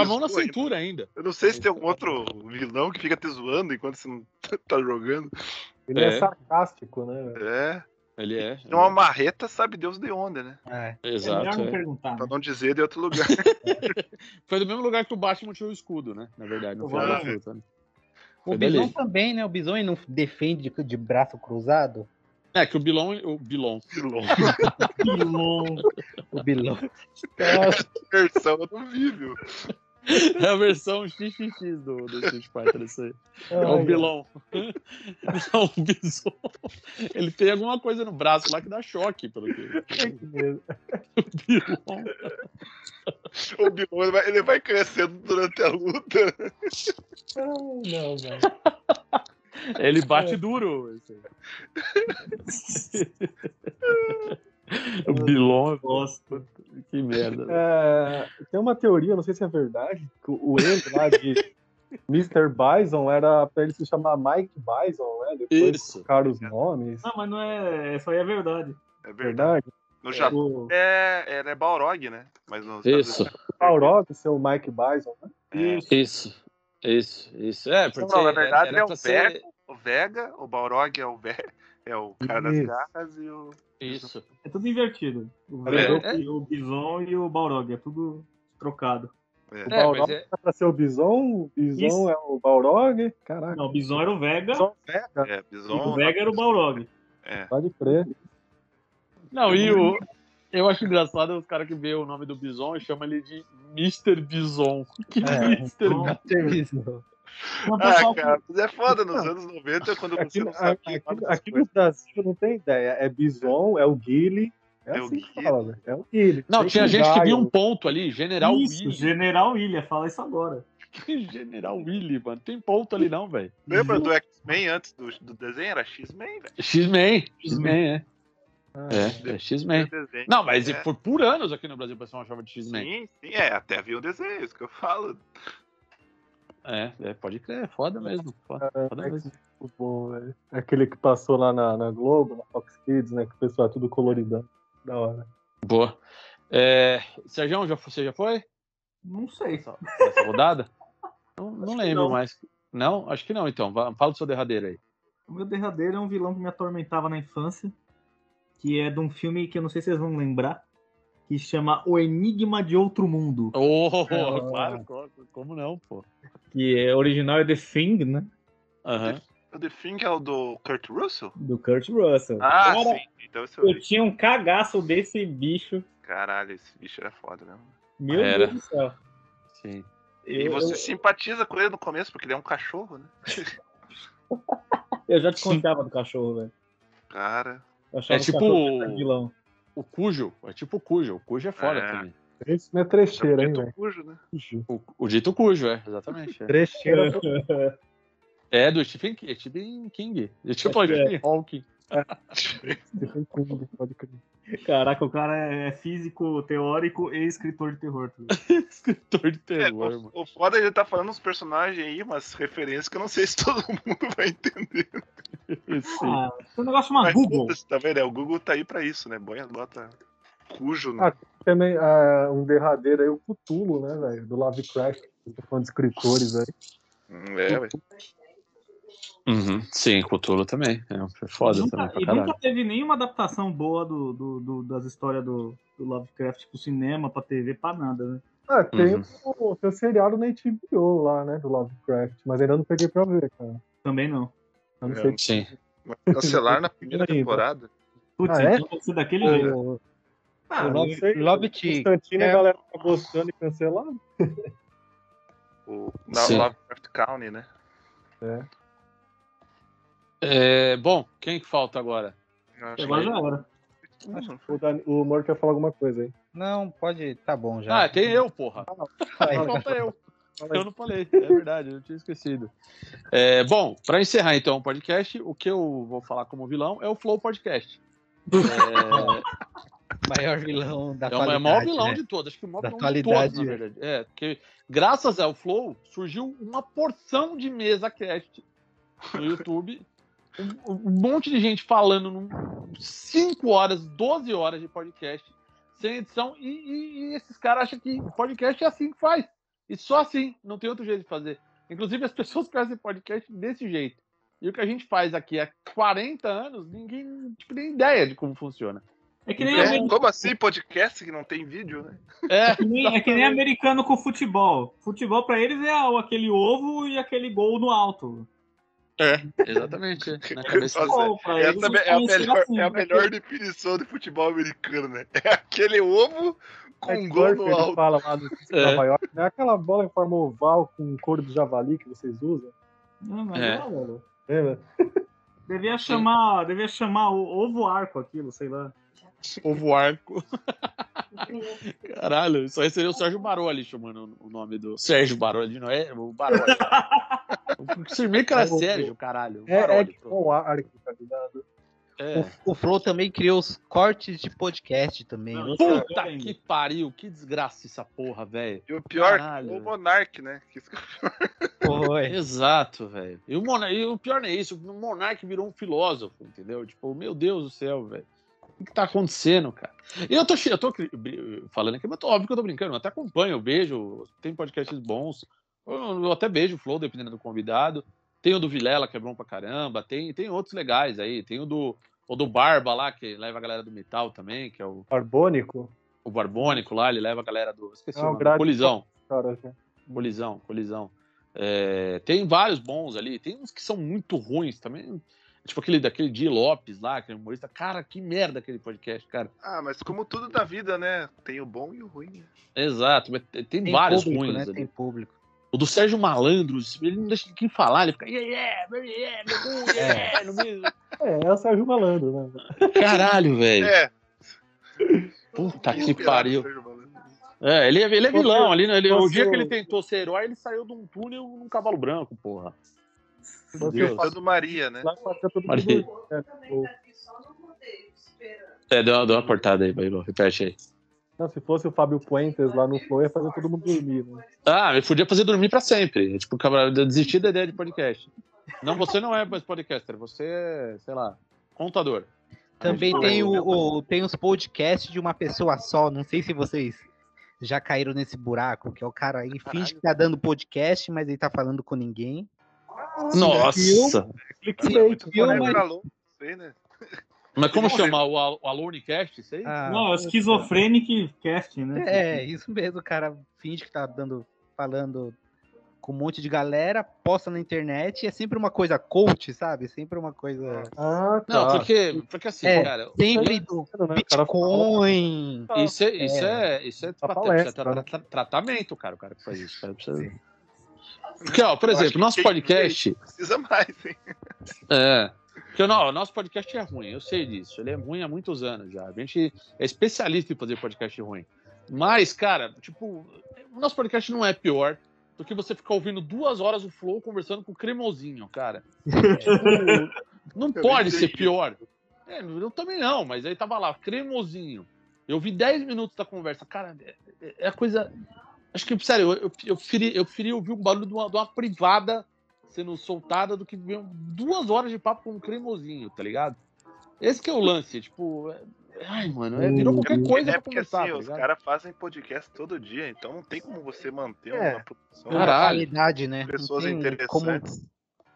Speaker 2: a mão na
Speaker 5: Isso, pô,
Speaker 2: cintura ainda.
Speaker 5: Eu não sei se tem algum outro vilão que fica te zoando enquanto você não <laughs> tá jogando.
Speaker 1: Ele é,
Speaker 2: É.
Speaker 1: sarcástico, né? velho?
Speaker 5: É.
Speaker 2: Ele é.
Speaker 5: Tem uma marreta, sabe Deus de onde, né?
Speaker 4: É.
Speaker 6: É melhor
Speaker 2: Exato.
Speaker 6: não
Speaker 2: é.
Speaker 6: perguntar.
Speaker 5: Pra
Speaker 6: Né?
Speaker 5: não dizer de outro <laughs> lugar.
Speaker 2: Foi do mesmo lugar que o Batman tirou o escudo, né? Na verdade, no final
Speaker 5: Ah,
Speaker 2: da
Speaker 5: é.
Speaker 2: fruta. né?
Speaker 4: O
Speaker 2: Foi
Speaker 4: Bison
Speaker 2: dele.
Speaker 4: também, né? O Bison ele não defende de, de braço cruzado.
Speaker 2: É que o Bilon. O Bilon.
Speaker 5: Vilão.
Speaker 6: Pilon.
Speaker 4: O Bilon.
Speaker 2: <laughs>
Speaker 5: Versão, eu não vi, viu?
Speaker 2: É a versão XXX do, do Street Fighter, isso aí. <laughs> É
Speaker 1: Ai,
Speaker 2: o vilão. <laughs> É o bison. Ele tem alguma coisa no braço lá que dá choque, pelo
Speaker 1: É
Speaker 2: que.
Speaker 1: que medo.
Speaker 2: Vilão.
Speaker 5: O Bilão ele vai, ele vai crescendo durante a luta.
Speaker 1: Ai, não, velho.
Speaker 2: Ele
Speaker 1: É.
Speaker 2: bate duro.
Speaker 1: <laughs>
Speaker 2: esse. o Bilon é bosta. Que merda.
Speaker 1: um É, tem uma teoria, não sei se é verdade, que o Endo lá de
Speaker 2: <laughs>
Speaker 1: Mr. Bison era pra ele se chamar Mike Bison, né? Depois
Speaker 2: Isso.
Speaker 1: trocaram os nomes.
Speaker 6: Não, mas não é. Isso aí é verdade.
Speaker 5: É
Speaker 1: Verdade.
Speaker 5: verdade. No Japão
Speaker 1: O
Speaker 5: é, era Balrog, né? Mas nos Estados
Speaker 2: Isso,
Speaker 5: Unidos
Speaker 1: Balrog ser o Mike Bison, né?
Speaker 5: É.
Speaker 2: isso, isso, isso. É, porque.
Speaker 5: Não, na verdade
Speaker 2: era
Speaker 5: é o
Speaker 2: pra ser-
Speaker 5: Vega, o Vega, o Balrog é o Vega, é o cara das
Speaker 1: Isso.
Speaker 5: garras e o.
Speaker 2: Isso.
Speaker 6: É tudo invertido. O
Speaker 5: É.
Speaker 6: Vedok, o Bison e o Balrog. É tudo trocado.
Speaker 5: É.
Speaker 2: É, mas
Speaker 1: Balrog
Speaker 2: é,
Speaker 1: era pra ser o tá Bison, o Bison
Speaker 6: Isso.
Speaker 1: é o Balrog. Caraca.
Speaker 6: Não, o Bison era o Vega.
Speaker 1: Só Vega,
Speaker 5: É,
Speaker 6: e
Speaker 5: Bison.
Speaker 6: O Vega era o Balrog.
Speaker 5: É.
Speaker 1: pode crer.
Speaker 2: <laughs> Não, e o. Eu acho engraçado os caras que vê o nome do Bison e chamam ele de Mr. Bison. <laughs> Que
Speaker 4: É.
Speaker 2: Mr.
Speaker 1: um
Speaker 2: Bison.
Speaker 4: Terminou.
Speaker 6: Mas,
Speaker 5: Ah,
Speaker 6: pessoal,
Speaker 5: cara, mas é foda nos anos 90 quando
Speaker 1: Aqui,
Speaker 5: você não sabe é
Speaker 1: aqui-
Speaker 5: falar dessas
Speaker 1: aqui no
Speaker 5: coisas.
Speaker 1: Brasil não tem ideia. É Bison, é o Guile. É,
Speaker 5: É o
Speaker 1: assim que
Speaker 5: Guile.
Speaker 1: fala, né? É o Guile.
Speaker 2: Não,
Speaker 1: Tem
Speaker 2: tinha gente que
Speaker 1: Gaio.
Speaker 2: viu um ponto ali, General
Speaker 6: isso,
Speaker 2: <laughs> Willy.
Speaker 6: General Ilha, fala isso agora.
Speaker 2: Que General Willy, mano. Tem ponto ali não, velho.
Speaker 5: Lembra do X-Men antes do, do desenho? Era X-Men, velho.
Speaker 2: X-Men. X-Men, é.
Speaker 1: Ah,
Speaker 2: É, é X-Men.
Speaker 5: Era desenho.
Speaker 2: Não, mas
Speaker 5: É.
Speaker 2: por, por anos aqui no Brasil o pessoal achava de X-Men.
Speaker 5: Sim, sim, é, até havia um desenho, isso que eu falo.
Speaker 2: É, é, pode crer, é foda mesmo. Foda, foda
Speaker 1: é
Speaker 2: mesmo.
Speaker 1: muito bom, velho. Aquele que passou lá na, na Globo, na Fox Kids, né? Que o pessoal é tudo coloridão. Da hora.
Speaker 2: Boa. É, Sérgio, já, você já foi?
Speaker 6: Não sei.
Speaker 2: Essa, essa rodada? Não, não lembro
Speaker 6: não.
Speaker 2: mais. Não? Acho que não, então. Va- Fala do seu derradeiro aí.
Speaker 6: O meu derradeiro é um vilão que me atormentava na infância, que é de um filme que eu não sei se vocês vão lembrar, que chama O Enigma de Outro Mundo.
Speaker 2: Oh,
Speaker 1: Ah.
Speaker 2: claro, co- como não, pô.
Speaker 3: Que é original é The Thing, né?
Speaker 2: Aham.
Speaker 5: O The Thing é o do Kurt Russell?
Speaker 3: Do Kurt Russell.
Speaker 5: Ah,
Speaker 3: Cara,
Speaker 5: sim. Então esse eu
Speaker 3: eu
Speaker 5: vi.
Speaker 3: tinha um cagaço desse bicho.
Speaker 5: Caralho, esse bicho era foda mesmo.
Speaker 3: Meu
Speaker 2: Era.
Speaker 3: Deus do céu.
Speaker 2: Sim.
Speaker 5: E
Speaker 3: Eu-
Speaker 5: você simpatiza com ele no começo, porque ele é um cachorro, né?
Speaker 3: Eu já desconfiava do cachorro, velho.
Speaker 5: Cara.
Speaker 3: Eu achava
Speaker 2: É
Speaker 3: o
Speaker 2: tipo
Speaker 3: cachorro
Speaker 2: o-
Speaker 3: era vilão.
Speaker 2: O Cujo, é tipo o Cujo. O Cujo é fora
Speaker 5: É.
Speaker 2: também.
Speaker 1: Esse não é
Speaker 5: é um
Speaker 1: trecheira, hein,
Speaker 5: dito
Speaker 1: velho?
Speaker 5: cujo, né?
Speaker 1: Fugiu.
Speaker 2: O, o dito Cujo, é, exatamente. é.
Speaker 4: <laughs>
Speaker 1: Trecheira.
Speaker 2: É, do Stephen King. Stephen King. Eu tinha
Speaker 3: É.
Speaker 2: falado Stephen Hawking. <laughs>
Speaker 1: Stephen King, pode crer.
Speaker 6: Caraca, o cara é físico, teórico e escritor de terror. tá ligado?
Speaker 2: Escritor de
Speaker 5: É,
Speaker 2: terror, mano.
Speaker 5: o, o foda é ele tá falando uns personagens aí, umas referências que eu não sei <laughs> se todo mundo vai entender.
Speaker 2: Sim.
Speaker 6: <laughs> Ah, esse negócio chama
Speaker 5: Mas
Speaker 6: Google.
Speaker 5: foda-se, tá vendo? É, O Google tá aí pra isso, né? Boia bota cujo, né?
Speaker 1: Ah, Também ah, um derradeiro aí, o Cthulhu, né, velho? Do Lovecraft. Você tá falando de escritores aí.
Speaker 5: Hum, é, ué.
Speaker 2: Uhum. Sim, Cthulhu também. É foda
Speaker 6: E nunca-
Speaker 2: também pra
Speaker 6: e
Speaker 2: caralho.
Speaker 6: nunca teve nenhuma adaptação boa do, do- do- das histórias do, do Lovecraft pro cinema, pra TV, pra nada, né?
Speaker 1: Ah, tem, o, tem o seriado na HBO lá, né? Do Lovecraft. Mas ainda não peguei pra ver, cara.
Speaker 6: Também não.
Speaker 1: Eu não
Speaker 5: É,
Speaker 1: sei.
Speaker 2: Sim.
Speaker 5: Mas Cancelaram na primeira
Speaker 1: Ainda.
Speaker 5: temporada.
Speaker 6: Putz,
Speaker 1: Ah, é?
Speaker 6: então vai ser daquele
Speaker 1: O-
Speaker 6: jeito.
Speaker 1: o
Speaker 5: Ah,
Speaker 1: não sei.
Speaker 4: Lobit,
Speaker 1: Constantino,
Speaker 4: é-
Speaker 1: a galera tá gostando e cancelando.
Speaker 5: O, na
Speaker 2: Sim.
Speaker 5: Lovecraft County, né?
Speaker 2: É, bom, quem que falta agora?
Speaker 5: Eu acho
Speaker 6: Agora
Speaker 5: que- é
Speaker 6: já era.
Speaker 5: Uhum.
Speaker 1: O, Dan, o Moro quer falar alguma coisa aí.
Speaker 4: Não, pode. Tá bom já.
Speaker 2: Ah, tem eu, porra.
Speaker 4: <laughs> Vai.
Speaker 2: Falta eu. Eu não falei, é verdade, eu tinha esquecido. É, bom, para encerrar então o podcast, o que eu vou falar como vilão é o Flow <laughs> Podcast. É,
Speaker 4: <laughs> Maior vilão da
Speaker 2: é o
Speaker 4: atualidade.
Speaker 2: maior vilão
Speaker 4: né?
Speaker 2: de todos, acho que o maior
Speaker 4: Da
Speaker 2: vilão de todos, na
Speaker 4: atualidade.
Speaker 2: verdade. É, porque graças ao Flow surgiu uma porção de mesa cast no YouTube. Um, um monte de gente falando num 5 horas, 12 horas de podcast sem edição, e, e- e esses caras acham que podcast é assim que faz. E só assim, não tem outro jeito de fazer. Inclusive, as <laughs> pessoas fazem podcast desse jeito. E o que a gente faz aqui há 40 anos, ninguém tipo, tem ideia de como funciona.
Speaker 6: É que nem,
Speaker 5: É,
Speaker 6: amer-
Speaker 5: como assim podcast que não tem vídeo, né?
Speaker 2: <laughs> É,
Speaker 6: que nem- é que nem americano com futebol. Futebol pra eles é o- aquele ovo e aquele gol no alto.
Speaker 2: <laughs> exatamente. é. Na
Speaker 5: Nossa,
Speaker 2: cabeça do...
Speaker 6: Futebol pra eles
Speaker 5: Essa é a
Speaker 6: conhecido
Speaker 5: melhor,
Speaker 6: assim,
Speaker 5: é
Speaker 6: né?
Speaker 5: a <laughs> melhor definição de futebol americano, né? É aquele ovo
Speaker 1: Red
Speaker 7: Congou
Speaker 1: Surfer,
Speaker 7: Um no
Speaker 1: ele
Speaker 7: alto.
Speaker 1: fala lá do
Speaker 2: É.
Speaker 1: Nova York, né? Aquela bola em forma oval com couro de javali que vocês usam.
Speaker 6: Não, mas
Speaker 2: É.
Speaker 6: é, velho.
Speaker 1: Lembra?
Speaker 6: Devia chamar, devia chamar o ovo arco aquilo, sei lá.
Speaker 2: Ovo Arco. Caralho, isso aí seria o Sérgio Baroli chamando o nome do. Sérgio Baroli, não é? O Baroli. O que se meio que era Sérgio, é caralho.
Speaker 1: É, é
Speaker 2: Baroli,
Speaker 1: tipo um arco, tá ligado?
Speaker 2: é.
Speaker 4: O, o Flow também criou os cortes de podcast também.
Speaker 6: Não,
Speaker 4: né?
Speaker 2: Puta que pariu, que desgraça essa porra, velho.
Speaker 5: E o pior,
Speaker 2: Caralho.
Speaker 5: o Monark, né? Que isso que eu
Speaker 1: É.
Speaker 4: Foi.
Speaker 2: Exato, velho. E, o Mona- e o pior não é isso, o Monark virou um filósofo, entendeu? Tipo, meu Deus do céu, velho. O que tá acontecendo, cara? E eu tô, che- eu tô cri- bri- falando aqui, mas tô, óbvio que eu tô brincando. Eu até acompanho, eu vejo. Tem podcasts bons. Eu, eu até beijo o Flow, dependendo do convidado. Tem o do Vilela, que é bom pra caramba. Tem, tem outros legais aí. Tem o do, o do Barba lá, que leva a galera do metal também, que é o,
Speaker 1: Arbônico?
Speaker 2: o Barbônico lá. Ele leva a galera do. Esqueci
Speaker 1: É,
Speaker 2: o
Speaker 1: o
Speaker 2: nome.
Speaker 1: Grade-
Speaker 2: Colisão.
Speaker 1: Cara, assim. já.
Speaker 2: Colisão, colisão. É, tem vários bons ali, tem uns que são muito ruins também. Tipo aquele daquele Di Lopes lá, aquele humorista. Cara, que merda aquele podcast, cara.
Speaker 5: Ah, mas como tudo na vida, né? Tem o bom e o ruim. né?
Speaker 2: Exato, mas tem, tem
Speaker 4: Tem
Speaker 2: vários
Speaker 4: público,
Speaker 2: ruins
Speaker 4: né?
Speaker 2: ali.
Speaker 4: Tem público.
Speaker 2: O do Sérgio Malandros, ele não deixa ninguém falar, ele fica. Yeah, yeah, yeah, meu Deus, yeah, no meio.
Speaker 1: É, é o Sérgio Malandro, né?
Speaker 2: Caralho, velho.
Speaker 5: É.
Speaker 2: Puta Tá que
Speaker 5: Esperado,
Speaker 2: pariu.
Speaker 5: Sérgio Malandro.
Speaker 2: É, ele é, ele é vilão ali, né? Ele- o
Speaker 1: Você-
Speaker 2: dia que ele tentou ser herói, ele saiu de um túnel num cavalo branco, porra. Meu
Speaker 1: Você
Speaker 2: Deus.
Speaker 1: faz
Speaker 5: Cantando Maria, né?
Speaker 1: lá e passa todo
Speaker 2: Mas-
Speaker 1: mundo. né? O-
Speaker 2: É, deu uma, deu uma cortada aí, Bailo. Repete aí.
Speaker 1: Não, se fosse o Fábio Puentes lá no Flow, ia fazer todo mundo dormir, né?
Speaker 2: Ah, eu podia fazer dormir pra sempre. É Tipo, cabra- eu desisti da ideia de podcast. Não, você não é mais podcaster, você é, sei lá, contador.
Speaker 4: Também
Speaker 2: Mas,
Speaker 4: tem,
Speaker 2: pô,
Speaker 4: o, o- tem os podcasts de uma pessoa só. Não sei se vocês já caíram nesse buraco, que é o cara ele finge que tá dando podcast, mas ele tá falando com ninguém.
Speaker 2: Nossa!
Speaker 5: Cara, muito
Speaker 4: viu,
Speaker 5: bom, né,
Speaker 4: mas-
Speaker 5: pra aluno, não sei, né?
Speaker 2: Mas como chamar o, Al- o Alonecast? Isso aí?
Speaker 4: Ah,
Speaker 6: Não, é o Schizophrenic Cast, né?
Speaker 4: é, isso mesmo, o cara finge que tá dando, falando com um monte de galera, posta na internet, e é sempre uma coisa coach, sabe? Sempre uma coisa.
Speaker 1: Ah, tá.
Speaker 2: não, porque, porque assim,
Speaker 4: É,
Speaker 2: cara.
Speaker 4: Sempre do
Speaker 1: Né? O cara fala-
Speaker 4: Bitcoin.
Speaker 2: Isso é, isso é, isso é tra-
Speaker 1: palestra,
Speaker 2: tra- tra-
Speaker 1: né?
Speaker 2: tra- tratamento, cara, o cara que faz isso. Cara, precisa... Porque, ó, por exemplo, nosso
Speaker 5: que-
Speaker 2: podcast.
Speaker 5: Precisa mais, hein?
Speaker 2: É. Porque não, o nosso podcast é ruim, eu sei disso. Ele é ruim há muitos anos já. A gente é especialista em fazer podcast ruim. Mas, cara, tipo, o nosso podcast não é pior do que você ficar ouvindo duas horas o Flow conversando com o Cremosinho, cara. Tipo,
Speaker 5: <laughs>
Speaker 2: não
Speaker 5: nem
Speaker 2: pode
Speaker 5: sei
Speaker 2: ser
Speaker 5: disso.
Speaker 2: pior. É, eu também não, mas aí tava lá, Cremosinho. Eu vi 10 minutos da conversa. Cara, é- é, é a coisa. Acho que, sério, eu, eu, eu, preferi, eu preferi ouvir um barulho de uma, de uma privada sendo soltada do que ver um- duas horas de papo com um cremosinho, tá ligado? Esse que é o lance, tipo. é- Ai, mano, é, virou qualquer coisa
Speaker 5: É
Speaker 2: pra
Speaker 5: porque
Speaker 2: conversar,
Speaker 5: assim,
Speaker 2: tá
Speaker 5: os
Speaker 2: ligado?
Speaker 5: caras fazem podcast todo dia, então não tem como você manter
Speaker 1: É.
Speaker 5: uma produção.
Speaker 2: Caralho.
Speaker 4: Qualidade, né? Não
Speaker 5: Pessoas
Speaker 4: tem
Speaker 5: interessantes.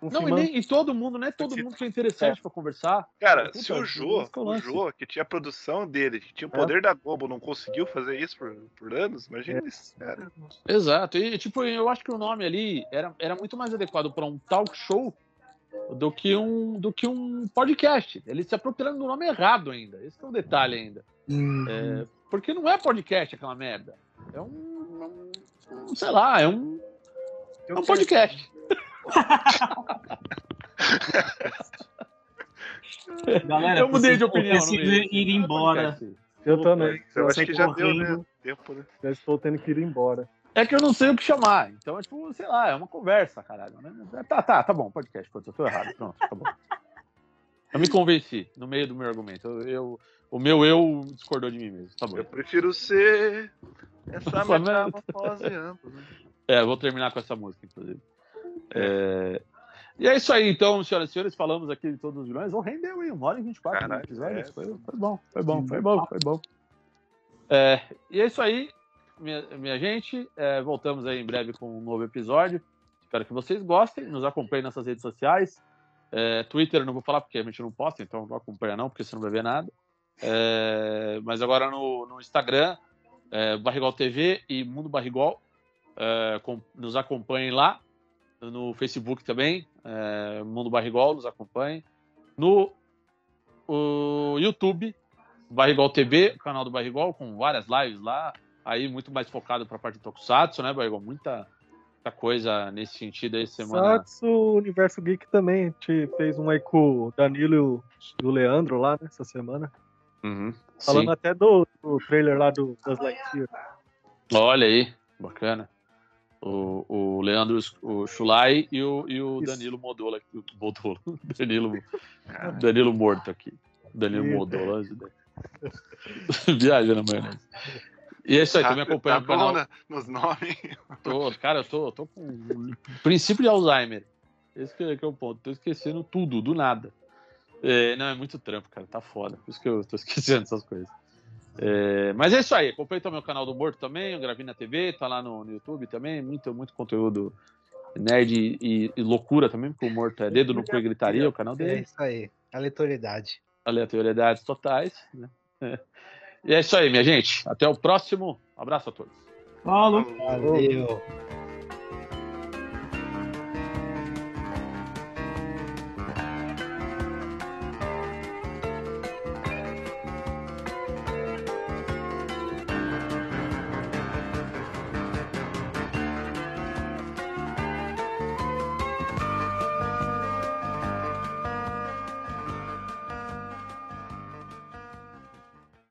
Speaker 1: um
Speaker 2: Não, e,
Speaker 1: filmando-
Speaker 2: nem- e todo mundo, não é todo mundo que é interessante pra conversar.
Speaker 5: Cara,
Speaker 2: Puta,
Speaker 5: se o Jô,
Speaker 2: esse que é o
Speaker 5: o
Speaker 2: lance.
Speaker 5: Jô, que tinha a produção dele, que tinha o
Speaker 1: É.
Speaker 5: poder da Globo, não conseguiu fazer isso por, por anos, imagina isso, cara.
Speaker 2: Exato. E, tipo, eu acho que o nome ali era, era muito mais adequado pra um talk show do que um, do que um podcast. Eles se apropriaram do nome errado ainda. Esse que é o detalhe ainda. É, porque não é podcast aquela merda. É um. é um- sei lá, é um. É um podcast.
Speaker 6: Galera,
Speaker 2: Eu mudei
Speaker 6: preciso-
Speaker 2: de opinião. É
Speaker 6: preciso
Speaker 2: no meio.
Speaker 6: ir embora.
Speaker 1: Eu também.
Speaker 5: Eu acho
Speaker 6: Você
Speaker 5: que já deu,
Speaker 6: correndo.
Speaker 5: né? Tempo, né?
Speaker 1: Já estou tendo que ir embora.
Speaker 2: É que eu não sei o que chamar. Então, é tipo, sei lá, é uma conversa, caralho. né? Tá, tá, tá bom, podcast. Pô, eu tô errado. Pronto, tá bom. Eu me convenci no meio do meu argumento. Eu, eu- o meu eu discordou de mim mesmo. Tá bom.
Speaker 5: Eu prefiro ser essa
Speaker 2: Nossa,
Speaker 5: metamorfose né? ampla.
Speaker 2: É, eu vou terminar com essa música, inclusive. É, E é isso aí, então, senhoras e senhores. Falamos aqui de todos os vilões. Ou rendeu, hein? Uma hora e 24
Speaker 5: Caralho,
Speaker 2: no episódio.
Speaker 5: é.
Speaker 2: Foi, foi bom, foi bom, foi bom, foi bom. É, e é isso aí, minha, minha gente. É, voltamos aí em breve com um novo episódio. Espero que vocês gostem. Nos acompanhem nessas redes sociais. É, Twitter eu não vou falar porque a gente não posta, então não acompanha não, porque você não vai ver nada. É, mas agora no, no Instagram, é, Barrigol TV e Mundo Barrigol. É, com- nos acompanhem lá. No Facebook também, é, Mundo Barrigol, nos acompanhem. No o YouTube, Barrigol TV, canal do Barrigol, com várias lives lá. aí muito mais focado pra parte de Tokusatsu, né, Barrigol? Muita, muita coisa nesse sentido aí semana.
Speaker 1: Satsu, Universo Geek também. A gente fez um aí com o Danilo e o- e o Leandro lá nessa semana.
Speaker 2: Uhum, sim.
Speaker 1: Falando até do, do trailer lá do, das Lightyear.
Speaker 2: Olha aí, bacana. O, o Leandro o Chulai e o, e o
Speaker 1: Isso.
Speaker 2: Danilo Modola. aqui, o Modola. <laughs> Danilo,
Speaker 5: Ah.
Speaker 2: Danilo Morto aqui. Danilo
Speaker 1: Eita.
Speaker 2: Modola. <laughs> Viaja na maionese. E é isso aí, tu me acompanha
Speaker 5: tá
Speaker 2: no canal.
Speaker 5: bom, né? Nos nomes.
Speaker 2: Tô, cara, eu tô, tô com um princípio de Alzheimer. Esse que, é- que é o ponto. Tô esquecendo tudo, do nada. É, não, é muito trampo, cara. Tá foda. Por isso que eu tô <laughs> esquecendo essas coisas. É, mas é isso aí. Acompanha também o canal do Morto também, o Gravina TV, tá lá no, no YouTube também. Muito, muito conteúdo nerd e, e- e loucura também, porque o Morto é dedo no cu e gritaria, o canal
Speaker 4: É
Speaker 2: dele.
Speaker 4: isso aí. Aleatoriedade.
Speaker 2: Aleatoriedades totais, né? <laughs> E é isso aí, minha gente. Até o próximo. Abraço a todos.
Speaker 6: Falou!
Speaker 4: Valeu.